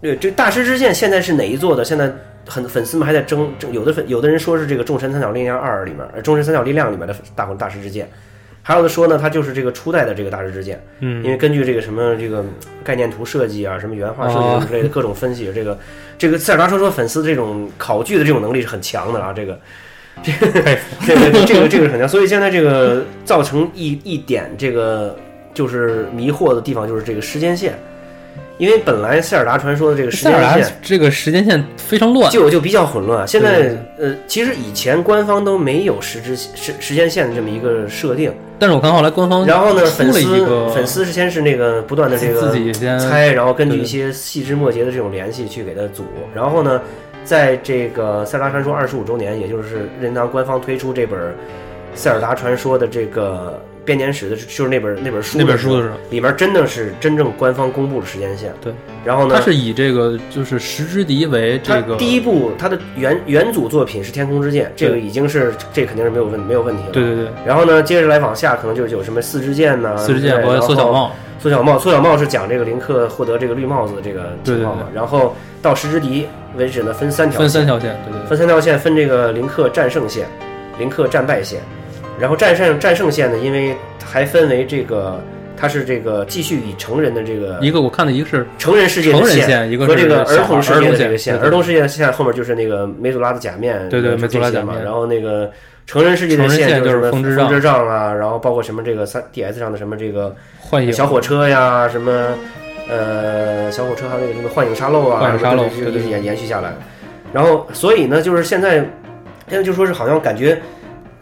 Speaker 10: 对，这大师之剑现在是哪一座的？现在很粉丝们还在争，争有的粉有的人说是这个《众神三角力量二》里面，呃《众神三角力量》里面的大大师之剑，还有的说呢，它就是这个初代的这个大师之剑，
Speaker 11: 嗯
Speaker 10: 因为根据这个什么这个概念图设计啊，什么原画设计
Speaker 11: 哦
Speaker 10: 之类的各种分析，这个这个塞尔达传说粉丝这种考据的这种能力是很强的啊，这个。这个这个这个这个是很强，所以现在这个造成一一点这个就是迷惑的地方，就是这个时间线，因为本来塞尔达传说的这个时
Speaker 11: 塞
Speaker 10: 间
Speaker 11: 尔达
Speaker 10: 线
Speaker 11: 这个时间线非常乱，
Speaker 10: 就就比较混乱。现在
Speaker 11: 对
Speaker 10: 呃，其实以前官方都没有时之时时间线的这么一个设定，
Speaker 11: 但是我看后来官方
Speaker 10: 然后呢，
Speaker 11: 哦出
Speaker 10: 粉
Speaker 11: 了一
Speaker 10: 丝
Speaker 11: 个
Speaker 10: 粉丝是先是那个不断的这个
Speaker 11: 自己先
Speaker 10: 猜，然后根据
Speaker 11: 对
Speaker 10: 一些细枝末节的这种联系去给它组，然后呢，在这个《塞尔达传说》二十五周年，也就是任天堂官方推出这本《塞尔达传说》的这个编年史的，就是那本那本书
Speaker 11: 那本
Speaker 10: 的时候
Speaker 11: 书的时候，
Speaker 10: 里面真的是真正官方公布的时间线。
Speaker 11: 对，
Speaker 10: 然后呢，
Speaker 11: 它是以这个就是石之笛为这
Speaker 10: 它
Speaker 11: 个
Speaker 10: 第一部它的原原组作品是《天空之剑》，这个
Speaker 11: 对
Speaker 10: 已经是这肯定是没有问没有问题了。
Speaker 11: 对对对，
Speaker 10: 然后呢，接着来往下，可能就是有什么四支箭呐、
Speaker 11: 四之剑
Speaker 10: 啊对
Speaker 11: 和
Speaker 10: 然后
Speaker 11: 缩小帽，
Speaker 10: 缩小帽，缩小帽是讲这个林克获得这个绿帽子的这个情况嘛。然后到十之敌为止呢，分三条
Speaker 11: 分
Speaker 10: 线，
Speaker 11: 三条线，对对对，
Speaker 10: 分三条线，分这个林克战胜线、林克战败线，然后战胜战胜线呢，因为还分为这个。它是这个继续以成人的这个
Speaker 11: 一个我看的一个是
Speaker 10: 成人世界的
Speaker 11: 成人线一个是
Speaker 10: 和这个
Speaker 11: 小孩
Speaker 10: 儿童世界的这个
Speaker 11: 儿童线对对
Speaker 10: 儿童世界的线后面就是那个梅祖拉的假面，
Speaker 11: 对对
Speaker 10: 就是这
Speaker 11: 梅祖拉
Speaker 10: 些
Speaker 11: 假
Speaker 10: 嘛
Speaker 11: 面
Speaker 10: 然后那个成人世界的
Speaker 11: 成人线
Speaker 10: 就
Speaker 11: 就是
Speaker 10: 什么
Speaker 11: 风之杖
Speaker 10: 风之杖啊，然后包括什么这个三 DS 上的什么这个
Speaker 11: 幻影
Speaker 10: 小火车呀，什么呃小火车，还有那个什么幻影沙漏啊，
Speaker 11: 幻影沙漏
Speaker 10: 这
Speaker 11: 对对
Speaker 10: 一直延延续下来。然后所以呢，就是现在现在就说是好像感觉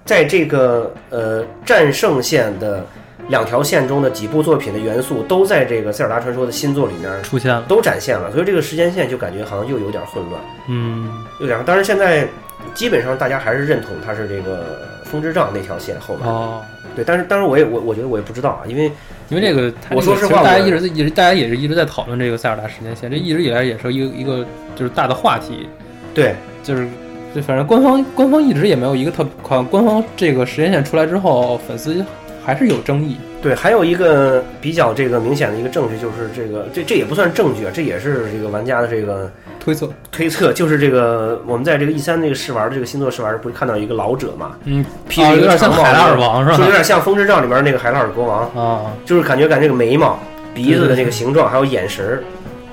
Speaker 10: 在这个呃战胜线的。两条线中的几部作品的元素都在这个《塞尔达传说》的新作里面
Speaker 11: 出现了，
Speaker 10: 都展现了，所以这个时间线就感觉好像又有点混乱，
Speaker 11: 嗯，
Speaker 10: 有点。当然现在基本上大家还是认同它是这个风之杖那条线后面，
Speaker 11: 哦，
Speaker 10: 对。但是当然我也我我觉得我也不知道啊，因为
Speaker 11: 因为这个，它这个
Speaker 10: 我说实
Speaker 11: 其实
Speaker 10: 话
Speaker 11: 大家
Speaker 10: 我
Speaker 11: 一直在一直大家也是一直在讨论这个塞尔达时间线，这一直以来也是一个一个就是大的话题，
Speaker 10: 对
Speaker 11: 就是就反正官方官方一直也没有一个特好像官方这个时间线出来之后，粉丝还是有争议，
Speaker 10: 对，还有一个比较这个明显的一个证据就是这个这这也不算证据啊，这也是这个玩家的这个
Speaker 11: 推测，
Speaker 10: 推测，就是这个我们在这个 E 三那个试玩的这个新作试玩不是看到一个老者嘛，
Speaker 11: 嗯，
Speaker 10: 披
Speaker 11: 啊，
Speaker 10: 着一
Speaker 11: 有
Speaker 10: 个
Speaker 11: 点像
Speaker 10: 长帽
Speaker 11: 海拉尔
Speaker 10: 子
Speaker 11: 王是
Speaker 10: 就有
Speaker 11: 吧？
Speaker 10: 点像风之杖里面那个海拉尔国王，
Speaker 11: 啊，
Speaker 10: 就是感觉感觉这个眉毛、鼻子的这个形状，还有眼神儿、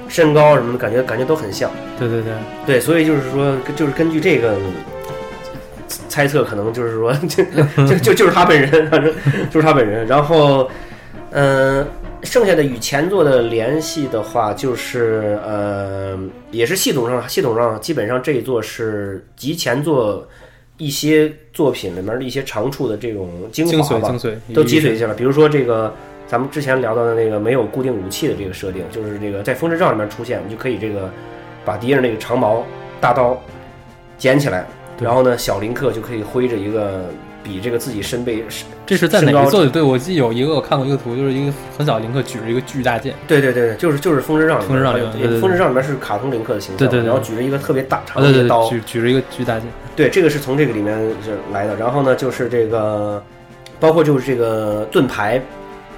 Speaker 10: 身高什么的，感觉感觉都很像。
Speaker 11: 对对对，
Speaker 10: 对，所以就是说，就是根据这个猜测，可能就是说，就就就就是他本人，反正就是他本人。然后，嗯、剩下的与前作的联系的话，就是呃，也是系统上，系统上基本上这一作是集前作一些作品里面的一些长处的这种精
Speaker 12: 精
Speaker 10: 华
Speaker 12: 髓
Speaker 10: 吧，
Speaker 12: 精髓
Speaker 10: 都集萃去了。比如说这个咱们之前聊到的那个没有固定武器的这个设定，就是这个在风之杖里面出现，你就可以这个把敌人那个长矛、大刀捡起来，然后呢，小林克就可以挥着一个比这个自己身背
Speaker 12: 这是在哪
Speaker 10: 身
Speaker 12: 个
Speaker 10: 高
Speaker 12: 作品？对我记得有一个我看过一个图，就是一个很小的林克举着一个巨大剑，
Speaker 10: 对对对，就是就是风之杖里面，
Speaker 12: 风之杖里面
Speaker 10: 对
Speaker 12: 对对对
Speaker 10: 风之杖里面是卡通林克的形象，
Speaker 12: 对对对
Speaker 10: 然后举着一个特别大
Speaker 12: 啊
Speaker 10: 长的
Speaker 12: 对
Speaker 10: 一
Speaker 12: 对
Speaker 10: 个刀，
Speaker 12: 对，举举着一个巨大剑，
Speaker 10: 对这个是从这个里面是来的。然后呢，就是这个，包括就是这个盾牌，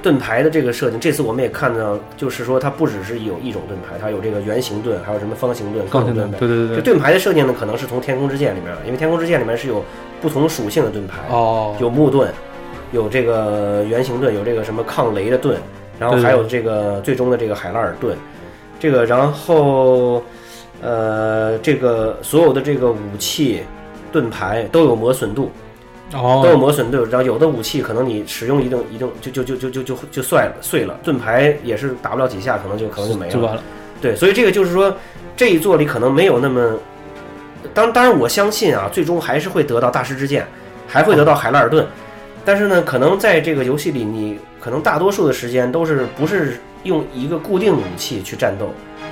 Speaker 10: 盾牌的这个设定，这次我们也看到，就是说它不只是有一种盾牌，它有这个圆形盾，还有什么方形盾、各
Speaker 12: 钢
Speaker 10: 种
Speaker 12: 琴的
Speaker 10: 盾，牌。
Speaker 12: 对对
Speaker 10: 这
Speaker 12: 对对，
Speaker 10: 盾牌的设定呢，可能是从天空之剑里面，因为天空之剑里面是有不同属性的盾牌，
Speaker 12: 哦，
Speaker 10: 有木盾，有这个圆形盾，有这个什么抗雷的盾，然后
Speaker 12: 对对
Speaker 10: 还有这个最终的这个海拉尔盾，这个然后呃，这个所有的这个武器盾牌都有磨损度，都有
Speaker 12: 哦，
Speaker 10: 磨损度，然后有的武器可能你使用一定一定就就就就就就就碎了碎了，盾牌也是打不了几下，可能就可能就没
Speaker 12: 就
Speaker 10: 了。
Speaker 12: 完了，
Speaker 10: 对，所以这个就是说这一座里可能没有那么。当当然，我相信啊，最终还是会得到大师之剑，还会得到海拉尔顿。但是呢，可能在这个游戏里，你可能大多数的时间都是不是用一个固定武器去战斗，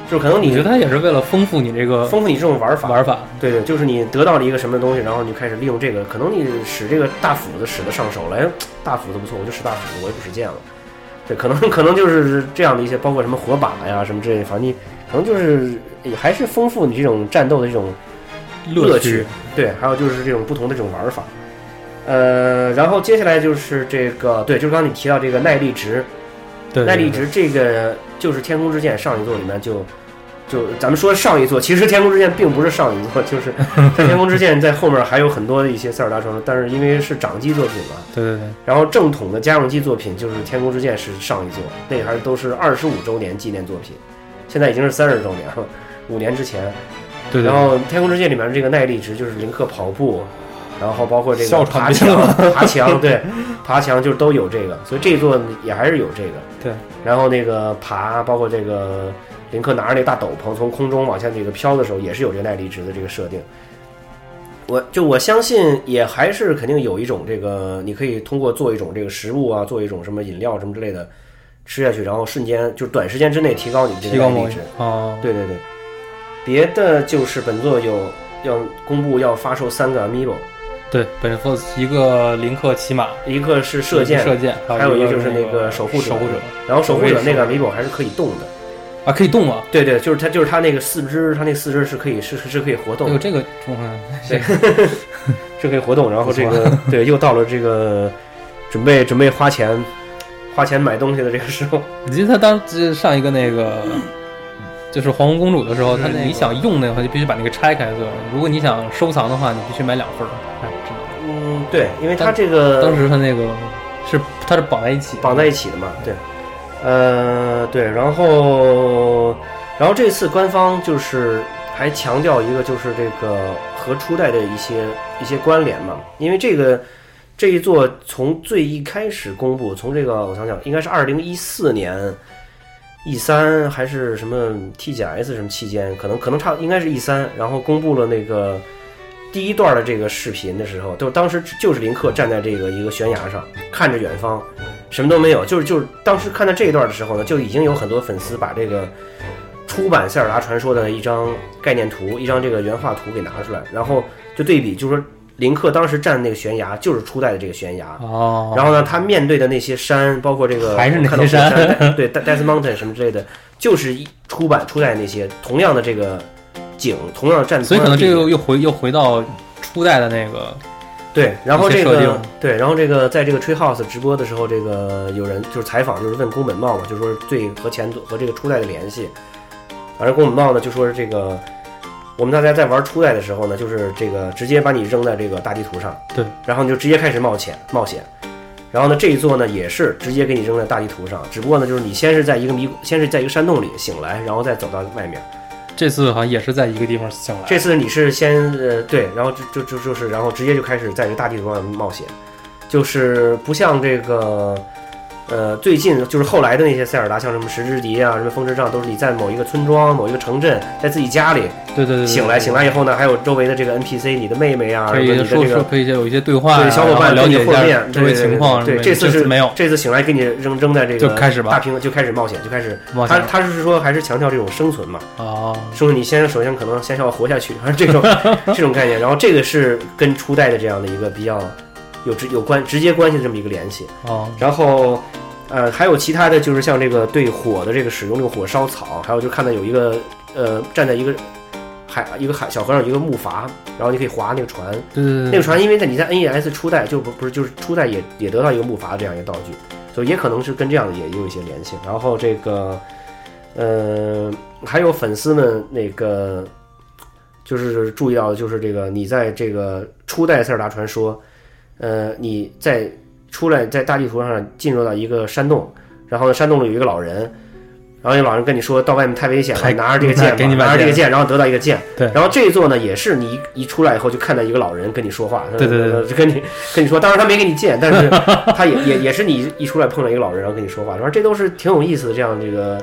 Speaker 10: 就是可能
Speaker 12: 你
Speaker 10: 你
Speaker 12: 觉得它也是为了丰富你这个
Speaker 10: 丰富你这种玩法。
Speaker 12: 玩法，
Speaker 10: 对对，就是你得到了一个什么东西，然后你就开始利用这个，可能你使这个大斧子使得上手了，哎，大斧子不错，我就使大斧子，我也不使剑了。对，可能 可能就是这样的一些，包括什么火把呀什么之类的，反正你可能就是也还是丰富你这种战斗的这种乐
Speaker 12: 趣，
Speaker 10: 对，还有就是这种不同的这种玩法。呃，然后接下来就是这个，对，就是刚刚你提到这个耐力值，
Speaker 12: 对
Speaker 10: 耐力，
Speaker 12: 对
Speaker 10: 值这个就是《天空之剑》上一座里面就就咱们说上一座，其实《天空之剑》并不是上一座， 就是在《天空之剑》在后面还有很多的一些塞尔达传说，但是因为是掌机作品嘛，
Speaker 12: 对对对，
Speaker 10: 然后正统的家用机作品就是《天空之剑》是上一座，那还都是二十五周年纪念作品，现在已经是三十周年了，五年之前。
Speaker 12: 对对，
Speaker 10: 然后《天空之剑》里面这个耐力值就是林克跑步，然后包括这
Speaker 12: 哮
Speaker 10: 个
Speaker 12: 喘
Speaker 10: 爬
Speaker 12: 病
Speaker 10: 墙、 爬 墙，对，爬墙就是都有这个，所以这一座也还是有这个。
Speaker 12: 对，
Speaker 10: 然后那个爬，包括这个林克拿着那大斗篷从空中往下这个飘的时候，也是有这个耐力值的这个设定。我就我相信，也还是肯定有一种这个，你可以通过做一种这个食物啊，做一种什么饮料什么之类的吃下去，然后瞬间就短时间之内提高你这
Speaker 12: 提
Speaker 10: 个
Speaker 12: 高
Speaker 10: 耐
Speaker 12: 某
Speaker 10: 力值。
Speaker 12: 哦，
Speaker 10: 对对对，别的就是本作有要公布要发售三个 Amiibo，
Speaker 12: 对，本后一个林克骑马，
Speaker 10: 一个是射箭，
Speaker 12: 射箭，
Speaker 10: 还有
Speaker 12: 一
Speaker 10: 一个就是
Speaker 12: 那
Speaker 10: 那个守护者
Speaker 12: 守护者
Speaker 10: 然后守护者那个
Speaker 12: 守
Speaker 10: Amiibo 还是可以动的。
Speaker 12: 啊，可以动啊，
Speaker 10: 对对，就是它就是它那个四肢，它那四肢是可以是是是可以活
Speaker 12: 哎
Speaker 10: 动
Speaker 12: 呦，
Speaker 10: 的，
Speaker 12: 这个我看
Speaker 10: 是可以活动。然后这个 对，又到了这个准备准备花钱花钱买东西的这个时候，
Speaker 12: 你记得他当时上一个那个，就是皇后公主的时
Speaker 10: 嗯
Speaker 12: 候，他那你想用那个话，就必须把那个拆开，对吧？如果你想收藏的话，你必须买两份儿。哎，真
Speaker 10: 嗯，对，因为它
Speaker 12: 但
Speaker 10: 这个
Speaker 12: 的，当时他那个是它是绑在一起的，
Speaker 10: 绑在一起的嘛，对，呃，对，然后，然后这次官方就是还强调一个，就是这个和初代的一些一些关联嘛，因为这个这一座从最一开始公布，从这个我想想，应该是二零一四年 E 三还是什么 TGS 什么期间，可能可能差应该是 E 三，然后公布了那个。第一段的这个视频的时候，就当时就是林克站在这个一个悬崖上，看着远方，什么都没有，就是就是当时看到这一段的时候呢，就已经有很多粉丝把这个出版《塞尔达传说》的一张概念图、一张这个原画图给拿出来，然后就对比，就是说林克当时站的那个悬崖就是初代的这个悬崖，
Speaker 12: 哦，
Speaker 10: 然后呢，他面对的那些山，包括这个
Speaker 12: 还是那些
Speaker 10: 看到火
Speaker 12: 山
Speaker 10: 山，对 Death Mountain 什么之类的，就是一出版初代那些同样的这个景，同样的站，
Speaker 12: 所以可
Speaker 10: 同
Speaker 12: 能
Speaker 10: 样
Speaker 12: 这
Speaker 10: 的地
Speaker 12: 个
Speaker 10: 点
Speaker 12: 又回又回到初代的那个
Speaker 10: 对，然后
Speaker 12: 一些
Speaker 10: 这
Speaker 12: 设定
Speaker 10: 个对，然后这个在这个 Tree House 直播的时候，这个有人就是采访，就是问宫本茂嘛，就说最和前作和这个初代的联系。而宫本茂呢，就说是这个我们大家在玩初代的时候呢，就是这个直接把你扔在这个大地图上，
Speaker 12: 对，
Speaker 10: 然后你就直接开始冒险冒险。然后呢，这一座呢也是直接给你扔在大地图上，只不过呢，就是你先是在一个迷，先是在一个山洞里醒来，然后再走到外面。
Speaker 12: 这次好像也是在一个地方醒来，
Speaker 10: 这次你是先呃对，然后就就就就是然后直接就开始在这个大地图上冒险，就是不像这个呃，最近就是后来的那些塞尔达，像什么石之笛啊，什么风之杖，都是你在某一个村庄、某一个城镇，在自己家里
Speaker 11: 对对对，
Speaker 10: 醒来，醒来以后呢，还有周围的这个 NPC，你的妹妹啊，
Speaker 11: 可
Speaker 10: 什么你
Speaker 11: 以
Speaker 10: 的这
Speaker 11: 说说，
Speaker 10: 个
Speaker 11: 可以有一些对话，啊
Speaker 10: 对小伙伴
Speaker 11: 然后了
Speaker 10: 跟你
Speaker 11: 解一
Speaker 10: 会
Speaker 11: 下
Speaker 10: 面，
Speaker 11: 周
Speaker 10: 对
Speaker 11: 围
Speaker 10: 对对
Speaker 11: 情况什么
Speaker 10: 对，
Speaker 11: 的。
Speaker 10: 这次是
Speaker 11: 没有，
Speaker 10: 这次醒来给你扔扔在这个
Speaker 11: 就开始吧
Speaker 10: 大屏就开始冒险，就开始
Speaker 11: 冒
Speaker 10: 他
Speaker 11: 险
Speaker 10: 他是说还是强调这种生存嘛，
Speaker 11: 哦，
Speaker 10: 说你先首先可能先要活下去， 还是这种这种概念。然后这个是跟初代的这样的一个比较有直有关直接关系的这么一个联系。
Speaker 11: 哦，
Speaker 10: 然后，呃，还有其他的就是像这个对火的这个使用，这个火烧草，还有就看到有一个呃站在一个海一个海小河上有一个木筏，然后你可以划那个船，
Speaker 11: 对对
Speaker 10: 那个
Speaker 11: 对，
Speaker 10: 船因为在你在 NES 初代就不不是就是初代也也得到一个木筏这样一个道具，所以也可能是跟这样的也有一些联系。然后这个，呃，还有粉丝们那个就是注意到的就是这个你在这个初代塞尔达传说，呃，你在出来在大地图上进入到一个山洞，然后呢山洞里有一个老人。然后有老人跟你说到外面太危险了，
Speaker 11: 还
Speaker 10: 拿着这个剑吧，
Speaker 11: 给你把
Speaker 10: 拿着这个
Speaker 11: 剑
Speaker 10: 剑，然后得到一个剑。
Speaker 11: 对
Speaker 10: 然后这一座呢，也是你一一出来以后就看到一个老人跟你说话，呃
Speaker 11: 对对对对
Speaker 10: 就跟你跟你说，当然他没给你见，但 是他也也也是你一出来碰到一个老人，然后跟你说话，反正这都是挺有意思的，这样这个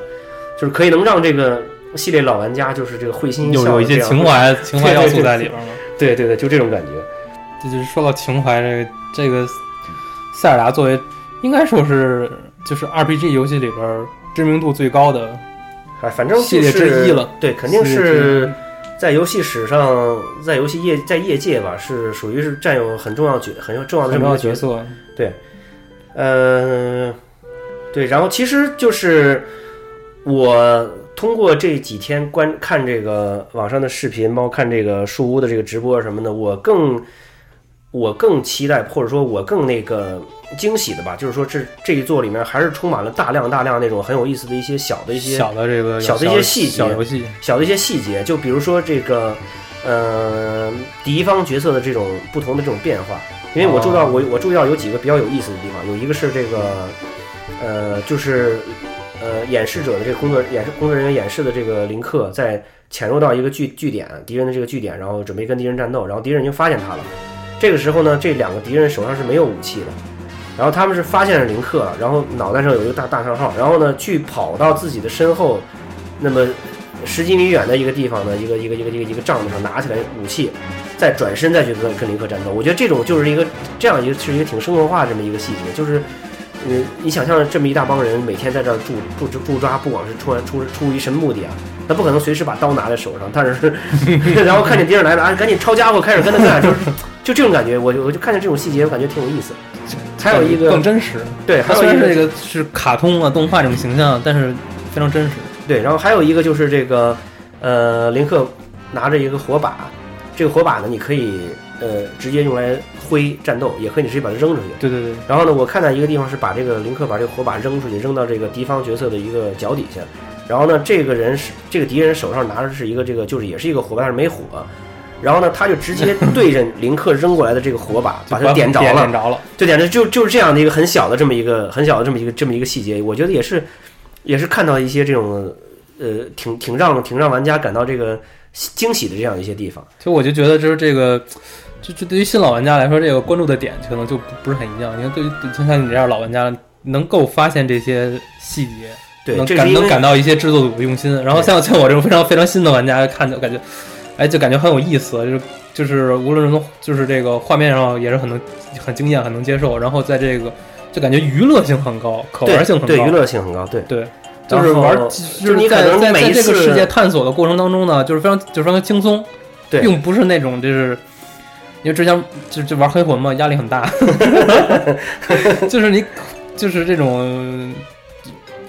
Speaker 10: 就是可以能让这个系列老玩家就是这个会心一
Speaker 11: 有
Speaker 10: 笑，
Speaker 11: 有一些情，怀情怀要素在里边嘛。
Speaker 10: 对对对，就这种感觉，
Speaker 11: 这就是说到情怀，这个这个塞尔达作为应该说是就是 RPG 游戏里边知名度最高的，
Speaker 10: 哎，反正
Speaker 11: 系
Speaker 10: 就
Speaker 11: 列
Speaker 10: 是
Speaker 11: 之一了，
Speaker 10: 对，肯定
Speaker 11: 系列之
Speaker 10: 是在游戏史上，在游戏业在业界吧，是属于是占有很重要角很重要的这
Speaker 11: 很重
Speaker 10: 么一
Speaker 11: 要
Speaker 10: 个
Speaker 11: 角
Speaker 10: 角色。
Speaker 11: 色。
Speaker 10: 呃，对，然后其实就是我通过这几天观看这个网上的视频，包括看这个树屋的这个直播什么的，我更我更期待，或者说我更那个惊喜的吧，就是说这这一座里面还是充满了大量大量那种很有意思的一些小的一些
Speaker 11: 小的这个
Speaker 10: 小的一些细节
Speaker 11: 小游戏，
Speaker 10: 小的一些细节，就比如说这个，呃，敌方角色的这种不同的这种变化，因为我注意到、
Speaker 11: 哦
Speaker 10: 我我注意到有几个比较有意思的地方，有一个是这个，呃，就是呃，演示者的这个工作演示工作人员演示的这个林克在潜入到一个据据点敌人的这个据点，然后准备跟敌人战斗，然后敌人已经发现他了，这个时候呢，这两个敌人手上是没有武器的。然后他们是发现了林克，然后脑袋上有一个大大上号，然后呢去跑到自己的身后，那么十几米远的一个地方的一个一个一个一个一个帐篷上拿起来武器，再转身再去跟跟林克战斗。我觉得这种就是一个这样一个是一个挺生活化这么一个细节，就是。嗯，你想象这么一大帮人每天在这儿驻驻驻驻扎，不管是出出出于什么目的啊，他不可能随时把刀拿在手上，但是然后看见敌人来了，啊，赶紧抄家伙，开始跟他干，就是 就这种感觉，我就我就看见这种细节，我感觉挺有意思。还有一个
Speaker 11: 更真实。
Speaker 10: 对，还
Speaker 11: 它
Speaker 10: 有
Speaker 11: 虽
Speaker 10: 一
Speaker 11: 然
Speaker 10: 个
Speaker 11: 是这个是卡通啊动画这种形象，但是非常真实。
Speaker 10: 对，然后还有一个就是这个，呃，林克拿着一个火把，这个火把呢，你可以呃直接用来挥战斗，也可以你直接把它扔出去。
Speaker 11: 对对对，
Speaker 10: 然后呢，我看到一个地方是把这个林克把这个火把扔出去，扔到这个敌方角色的一个脚底下。然后呢，这个人是这个敌人手上拿的是一个这个就是也是一个火把，但是没火。然后呢，他就直接对着林克扔过来的这个火把，把
Speaker 11: 就
Speaker 10: 它点着了
Speaker 11: 点。着了。
Speaker 10: 就简直就就是这样的一个很小的这么一个很小的这么一个这么一个细节，我觉得也是也是看到一些这种呃挺挺让挺让玩家感到这个惊喜的这样一些地方。
Speaker 11: 就我就觉得就是这个，就就对于新老玩家来说，这个关注的点可能就不不是很一样。你看，对于对就像你这样老玩家，能够发现这些细节，
Speaker 10: 对，
Speaker 11: 能
Speaker 10: 这是
Speaker 11: 感
Speaker 10: 因
Speaker 11: 能
Speaker 10: 为
Speaker 11: 感到一些制作组的用心。然后像像我这种非常非常新的玩家，看着感觉，哎，就感觉很有意思，就是就是无论是从就是这个画面上也是很能很惊艳，很能接受。然后在这个就感觉娱乐性很高，可玩性很
Speaker 10: 对对娱
Speaker 11: 高。
Speaker 10: 乐性很高，对
Speaker 11: 对，就是玩，
Speaker 10: 然后
Speaker 11: 就
Speaker 10: 你
Speaker 11: 是
Speaker 10: 可
Speaker 11: 在
Speaker 10: 能
Speaker 11: 在
Speaker 10: 每
Speaker 11: 在
Speaker 10: 一
Speaker 11: 这个
Speaker 10: 次
Speaker 11: 世界探索的过程当中呢，就是非常就是非常轻松，
Speaker 10: 对
Speaker 11: 并不是那种就是，因为之前就就玩黑魂嘛，压力 很大， 就是你就是这种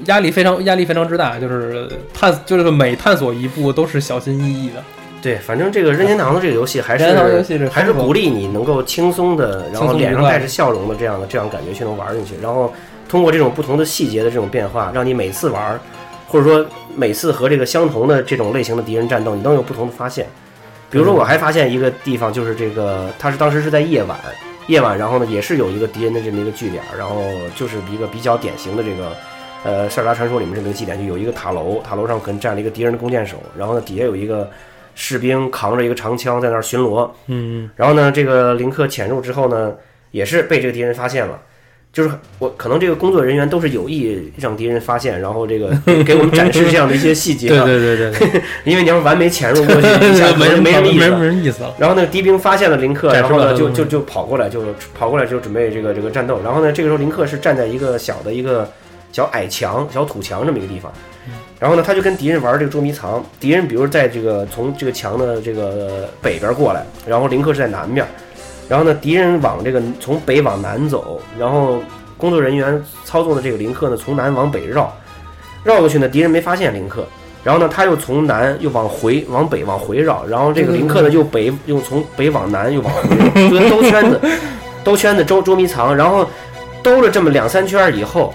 Speaker 11: 压力非常压力非常之大，就是探就是每探索一步都是小心翼翼的，
Speaker 10: 对，反正这个任天堂的这个游戏还是
Speaker 11: 任天堂游戏是
Speaker 10: 还是鼓励你能够轻松的，然
Speaker 11: 轻
Speaker 10: 后
Speaker 11: 松愉
Speaker 10: 脸上
Speaker 11: 快
Speaker 10: 带着笑容的这样的这样感觉去能玩进去，然后通过这种不同的细节的这种变化，让你每次玩，或者说每次和这个相同的这种类型的敌人战斗，你都有不同的发现。比如说，我还发现一个地方，就是这个，它是当时是在夜晚，夜晚，然后呢，也是有一个敌人的这么一个据点，然后就是一个比较典型的这个，呃，《塞尔达传说》里面这么一个祭典，就有一个塔楼，塔楼上可能站了一个敌人的弓箭手，然后呢，底下有一个士兵扛着一个长枪在那儿巡逻，
Speaker 11: 嗯，
Speaker 10: 然后呢，这个林克潜入之后呢，也是被这个敌人发现了。就是我可能这个工作人员都是有意让敌人发现，然后这个给我们展示这样的一些细 节、
Speaker 12: 对
Speaker 10: 啊。
Speaker 12: 对对对对，
Speaker 10: 因为你要是完美潜入过去，一 下
Speaker 12: 没
Speaker 10: 可能 没什么意思
Speaker 12: 没
Speaker 10: 了。
Speaker 12: 没意思了。
Speaker 10: 然后呢，敌兵发现了林克，
Speaker 12: 展
Speaker 10: 然
Speaker 12: 示
Speaker 10: 后
Speaker 12: 了
Speaker 10: 呢，
Speaker 12: 他
Speaker 10: 就
Speaker 12: 们
Speaker 10: 就就跑过来，就跑过来就准备这个这个战斗。然后呢，这个时候林克是站在一个小的一个小矮墙、小土墙这么一个地方。然后呢，他就跟敌人玩这个捉迷藏。敌人比如在这个从这个墙的这个北边过来，然后林克是在南面。然后呢，敌人往这个从北往南走，然后工作人员操纵的这个林克呢从南往北绕，绕过去呢，敌人没发现林克。然后呢，他又从南又往回往北往回绕，然后这个林克呢又北又从北往南又往回绕，就跟兜圈子，兜圈子捉捉迷藏，然后兜了这么两三圈儿以后，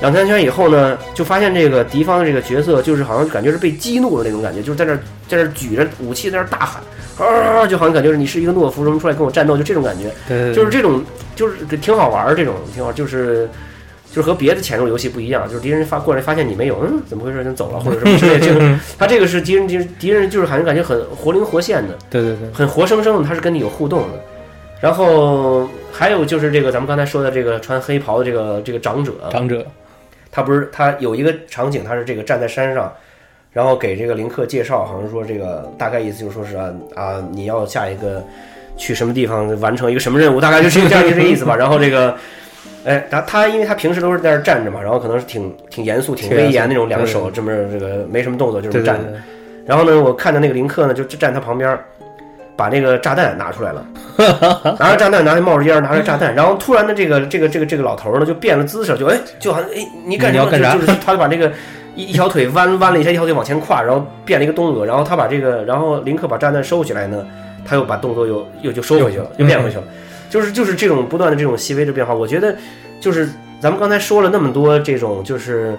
Speaker 10: 两三圈儿以后呢，就发现这个敌方的这个角色就是好像感觉是被激怒了那种感觉，就是在那儿在那儿举着武器在那儿大喊，啊，就好像感觉是你是一个懦夫，什么出来跟我战斗，就这种感觉。
Speaker 12: 对对对，
Speaker 10: 就是这种，就是挺好玩儿，这种挺好，就是就是和别的潜入游戏不一样，就是敌人发过来发现你没有，嗯，怎么回事？就走了或者什么之类的，就是他这个是敌人，敌人敌人就是好像感觉很活灵活现的，
Speaker 12: 对对对，
Speaker 10: 很活生生的，他是跟你有互动的。然后还有就是这个咱们刚才说的这个穿黑袍的这个这个长者，
Speaker 12: 长者
Speaker 10: 他不是他有一个场景，他是这个站在山上，然后给这个林克介绍，好像说这个大概意思就是说是啊啊，你要下一个去什么地方完成一个什么任务，大概就是这样一个 意思吧。然后这个，哎，他他因为他平时都是在那儿站着嘛，然后可能是挺挺严肃、挺
Speaker 12: 挺严
Speaker 10: 威
Speaker 12: 肃
Speaker 10: 严那种，两个
Speaker 12: 对
Speaker 10: 手这么这个没什么动作就
Speaker 12: 对
Speaker 10: 这么
Speaker 12: 对
Speaker 10: 站着。
Speaker 12: 对，
Speaker 10: 然后呢，我看到那个林克呢，就站他旁边儿，把那个炸弹拿出来了，拿着炸弹，拿着冒着烟儿，拿着炸弹，然后突然的这个这个这个这个老头儿呢，就变了姿势，就哎，就好像哎，你干什
Speaker 12: 你
Speaker 10: 么？
Speaker 12: 要干啥
Speaker 10: 就就是他就把这个一一条腿弯弯了一下，一条腿往前跨，然后变了一个动作，然后他把这个，然后林克把炸弹收起来呢，他又把动作又又就收回去了，又变回去了，就是就是这种不断的这种细微的变化，我觉得就是咱们刚才说了那么多这种就是。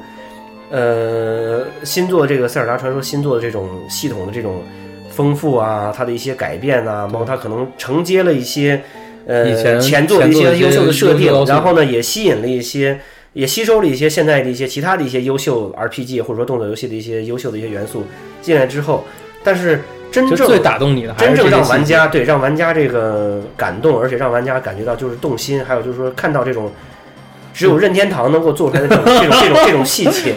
Speaker 10: 呃，新做这个《塞尔达传说》新做的这种系统的这种丰富啊，它的一些改变啊，包括它可能承接了一些呃
Speaker 12: 以前
Speaker 10: 前作的一
Speaker 12: 前作的一
Speaker 10: 些
Speaker 12: 些
Speaker 10: 优秀的设
Speaker 12: 优秀的
Speaker 10: 定，
Speaker 12: 要素
Speaker 10: 然后呢也吸引了一些，也吸收了一些现在的一些其他的一些优秀 RPG 或者说动作游戏的一些优秀的一些元素进来之后，但是真
Speaker 12: 就
Speaker 10: 正
Speaker 12: 最打动你的还
Speaker 10: 真
Speaker 12: 是
Speaker 10: 正
Speaker 12: 这
Speaker 10: 让
Speaker 12: 些
Speaker 10: 玩
Speaker 12: 细节
Speaker 10: 家对让玩家这个感动，而且让玩家感觉到就是动心，还有就是说看到这种只有任天堂能够做出来的这种这种这种这种细 节，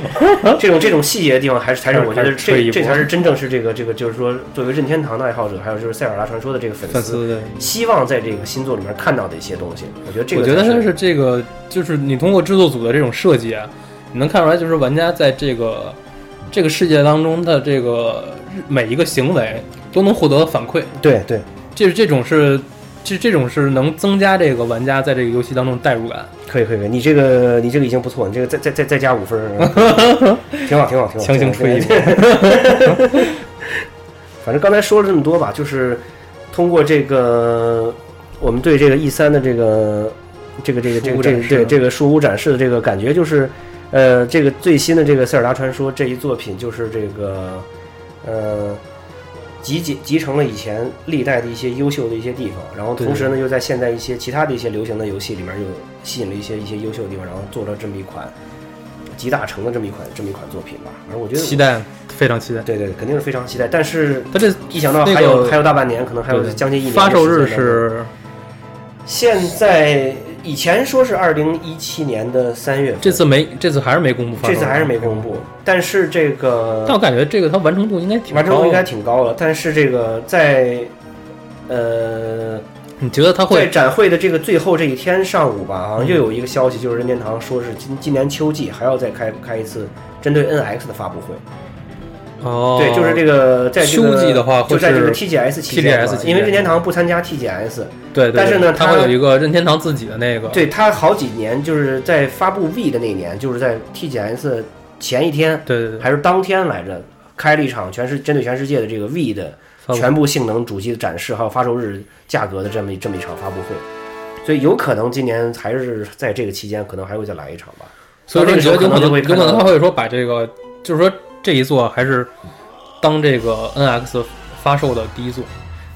Speaker 10: 这种这种细节的地方，还是才是我觉得
Speaker 12: 还是吹
Speaker 10: 这
Speaker 12: 一波
Speaker 10: 这 才是真正是这个这个就是说作为任天堂的爱好者，还有就是塞尔达传说的这个粉
Speaker 12: 粉
Speaker 10: 丝，
Speaker 12: 丝对。
Speaker 10: 希望在这个新作里面看到的一些东西。我觉得这个
Speaker 12: 我觉得
Speaker 10: 才
Speaker 12: 它
Speaker 10: 是
Speaker 12: 是这个，就是你通过制作组的这种设计啊，你能看出来，就是玩家在这个这个世界当中的这个每一个行为都能获得反馈，
Speaker 10: 对对
Speaker 12: 这这种是这这种是能增加这个玩家在这个游戏当中代入感。
Speaker 10: 可以可以，可以你这个你这个已经不错，你这个再再再再加五分儿， 挺好挺好挺好，
Speaker 12: 强行吹一波。
Speaker 10: 反正刚才说了这么多吧，就是通过这个我们对这个 E 三的这个这个这个这个这个对这个书屋展示的这个感觉，就是呃，这个最新的这个《塞尔达传说》这一作品，就是这个呃。集结集成了以前历代的一些优秀的一些地方，然后同时呢，又在现在一些其他的一些流行的游戏里面又吸引了一些一些优秀的地方，然后做了这么一款集大成的这么一款这么一款作品吧。反正我觉得我
Speaker 12: 期，待，非常期待。
Speaker 10: 对对，肯定是非常期待。但是
Speaker 12: 它这
Speaker 10: 一想到
Speaker 12: 那
Speaker 10: 还有、
Speaker 12: 个
Speaker 10: 还有大半年，可能还有
Speaker 12: 对
Speaker 10: 将近一年的
Speaker 12: 发售
Speaker 10: 时
Speaker 12: 日
Speaker 10: 间了
Speaker 12: 是
Speaker 10: 现在，以前说是二零一七年的三月份，
Speaker 12: 这次没，这次还是没公布发售
Speaker 10: 这
Speaker 12: 日，
Speaker 10: 次还是没公布，但是这
Speaker 12: 但
Speaker 10: 个
Speaker 12: 我感觉这个它完成度应该挺
Speaker 10: 完成
Speaker 12: 高
Speaker 10: 度
Speaker 12: 的
Speaker 10: 应该挺高了，但是这个在呃
Speaker 12: 你觉得它
Speaker 10: 在
Speaker 12: 会嗯
Speaker 10: 展会的这个最后这一天上午吧，好像又有一个消息，就是任天堂说是今今年秋季还要再开开一次针对 NX 的发布会。
Speaker 12: 哦？
Speaker 10: 对，就是这个在这个
Speaker 12: 秋季的话会
Speaker 10: 就在这
Speaker 12: 是
Speaker 10: 个 TGS 期间嘛
Speaker 12: TGS 期间哦
Speaker 10: 因为任天堂不参加 TGS，
Speaker 12: 对，对
Speaker 10: 但是呢
Speaker 12: 它
Speaker 10: 它
Speaker 12: 会有一个任天堂自己的那个
Speaker 10: 对他好几年就是在发布 V 的那年，就是在 TGS 前一天
Speaker 12: 对对对
Speaker 10: 还是当天来着，开了一场全是针对全世界的这个 V 的
Speaker 12: 发布
Speaker 10: 全部性能主机的展示，还有发售日价格的这么一这么一场发布会。所以有可能今年还是在这个期间，可能还会再来一场吧。
Speaker 12: 所以说，你觉得有可能有可能他
Speaker 10: 会
Speaker 12: 会说把这个，就是说这一座还是当这个 NX 发售的第一座，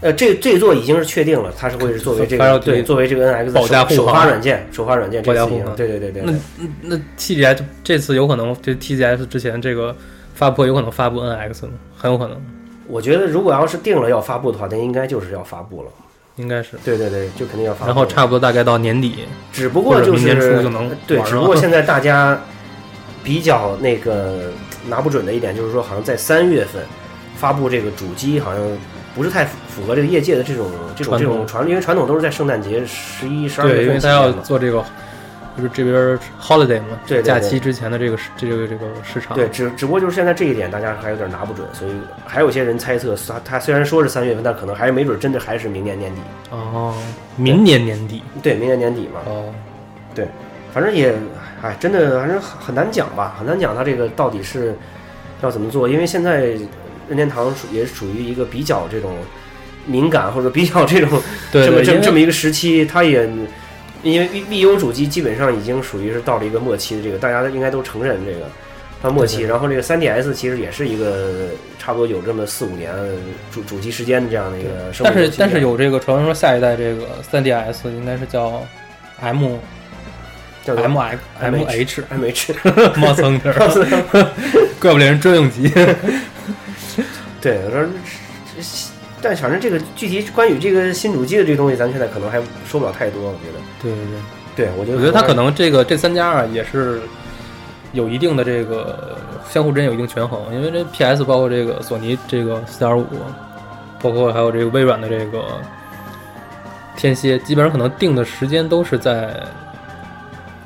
Speaker 10: 呃，这这座已经是确定了，它是会是作为这
Speaker 12: 发售
Speaker 10: 个
Speaker 12: 第一
Speaker 10: 对作为这个 NX
Speaker 12: 保驾
Speaker 10: 的
Speaker 12: 护
Speaker 10: 首首发
Speaker 12: 航
Speaker 10: 软件，首发软件
Speaker 12: 保
Speaker 10: 这
Speaker 12: 驾
Speaker 10: 次已
Speaker 12: 护
Speaker 10: 经
Speaker 12: 航
Speaker 10: 对对对对。
Speaker 12: 那
Speaker 10: 对
Speaker 12: 那 TGS 这次有可能这 TGS 之前这个发布会有可能发布 NX 呢，很有可能。
Speaker 10: 我觉得如果要是定了要发布的话，那应该就是要发布了。
Speaker 11: 应该是。
Speaker 10: 对对对，就肯定要发布。
Speaker 11: 然后差不多大概到年底，
Speaker 10: 只不过就
Speaker 11: 或者
Speaker 10: 是
Speaker 11: 明年初就能
Speaker 10: 对，
Speaker 11: 玩
Speaker 10: 只
Speaker 11: 了
Speaker 10: 不过现在大家比较那个拿不准的一点就是说，好像在三月份发布这个主机，好像不是太符符合这个业界的这种这种
Speaker 11: 传统
Speaker 10: 这种传，因为传统都是在圣诞节十一、十二
Speaker 11: 对，
Speaker 10: 月
Speaker 11: 因为
Speaker 10: 份起
Speaker 11: 他要
Speaker 10: 嘛
Speaker 11: 做这个，就是这边 holiday 嘛，
Speaker 10: 对对对
Speaker 11: 假期之前的这个市这个这个市场。
Speaker 10: 对，只只不过就是现在这一点，大家还有点拿不准，所以还有些人猜测，他他虽然说是三月份，但可能还是没准真的还是明年年底，
Speaker 11: 哦，明年年底
Speaker 10: 对，明年年底嘛，
Speaker 11: 哦，
Speaker 10: 对，反正也，哎，真的，反正很很难讲吧，很难讲它这个到底是要怎么做，因为现在任天堂属也是属于一个比较这种敏感或者比较这种
Speaker 11: 对对，
Speaker 10: 这么这么这
Speaker 11: 因
Speaker 10: 么
Speaker 11: 为
Speaker 10: 一个时期，它也因为 V U 主机基本上已经属于是到了一个末期的这个，大家应该都承认这个它末期。
Speaker 11: 对
Speaker 10: 然后这个 3DS 其实也是一个差不多有这么四五年主主机时间的这样的一个生
Speaker 11: 但
Speaker 10: 命周期的。
Speaker 11: 是但是有这个传闻说下一代这个 3DS 应该是叫 M
Speaker 10: 叫
Speaker 11: M X M
Speaker 10: MH
Speaker 11: H
Speaker 10: M H，
Speaker 11: 冒蹭点 儿，怪不得人真应急。
Speaker 10: 对，我说这但反正这个具体关于这个新主机的这个东西，咱现在可能还说不了太多，我觉得。
Speaker 11: 对对对。
Speaker 10: 对，我觉得
Speaker 11: 我觉得他可能这个这三家啊也是有一定的这个相互之间有一定权衡，因为这 PS 包括这个索尼这个四点五，包括还有这个微软的这个天蝎，基本上可能定的时间都是在，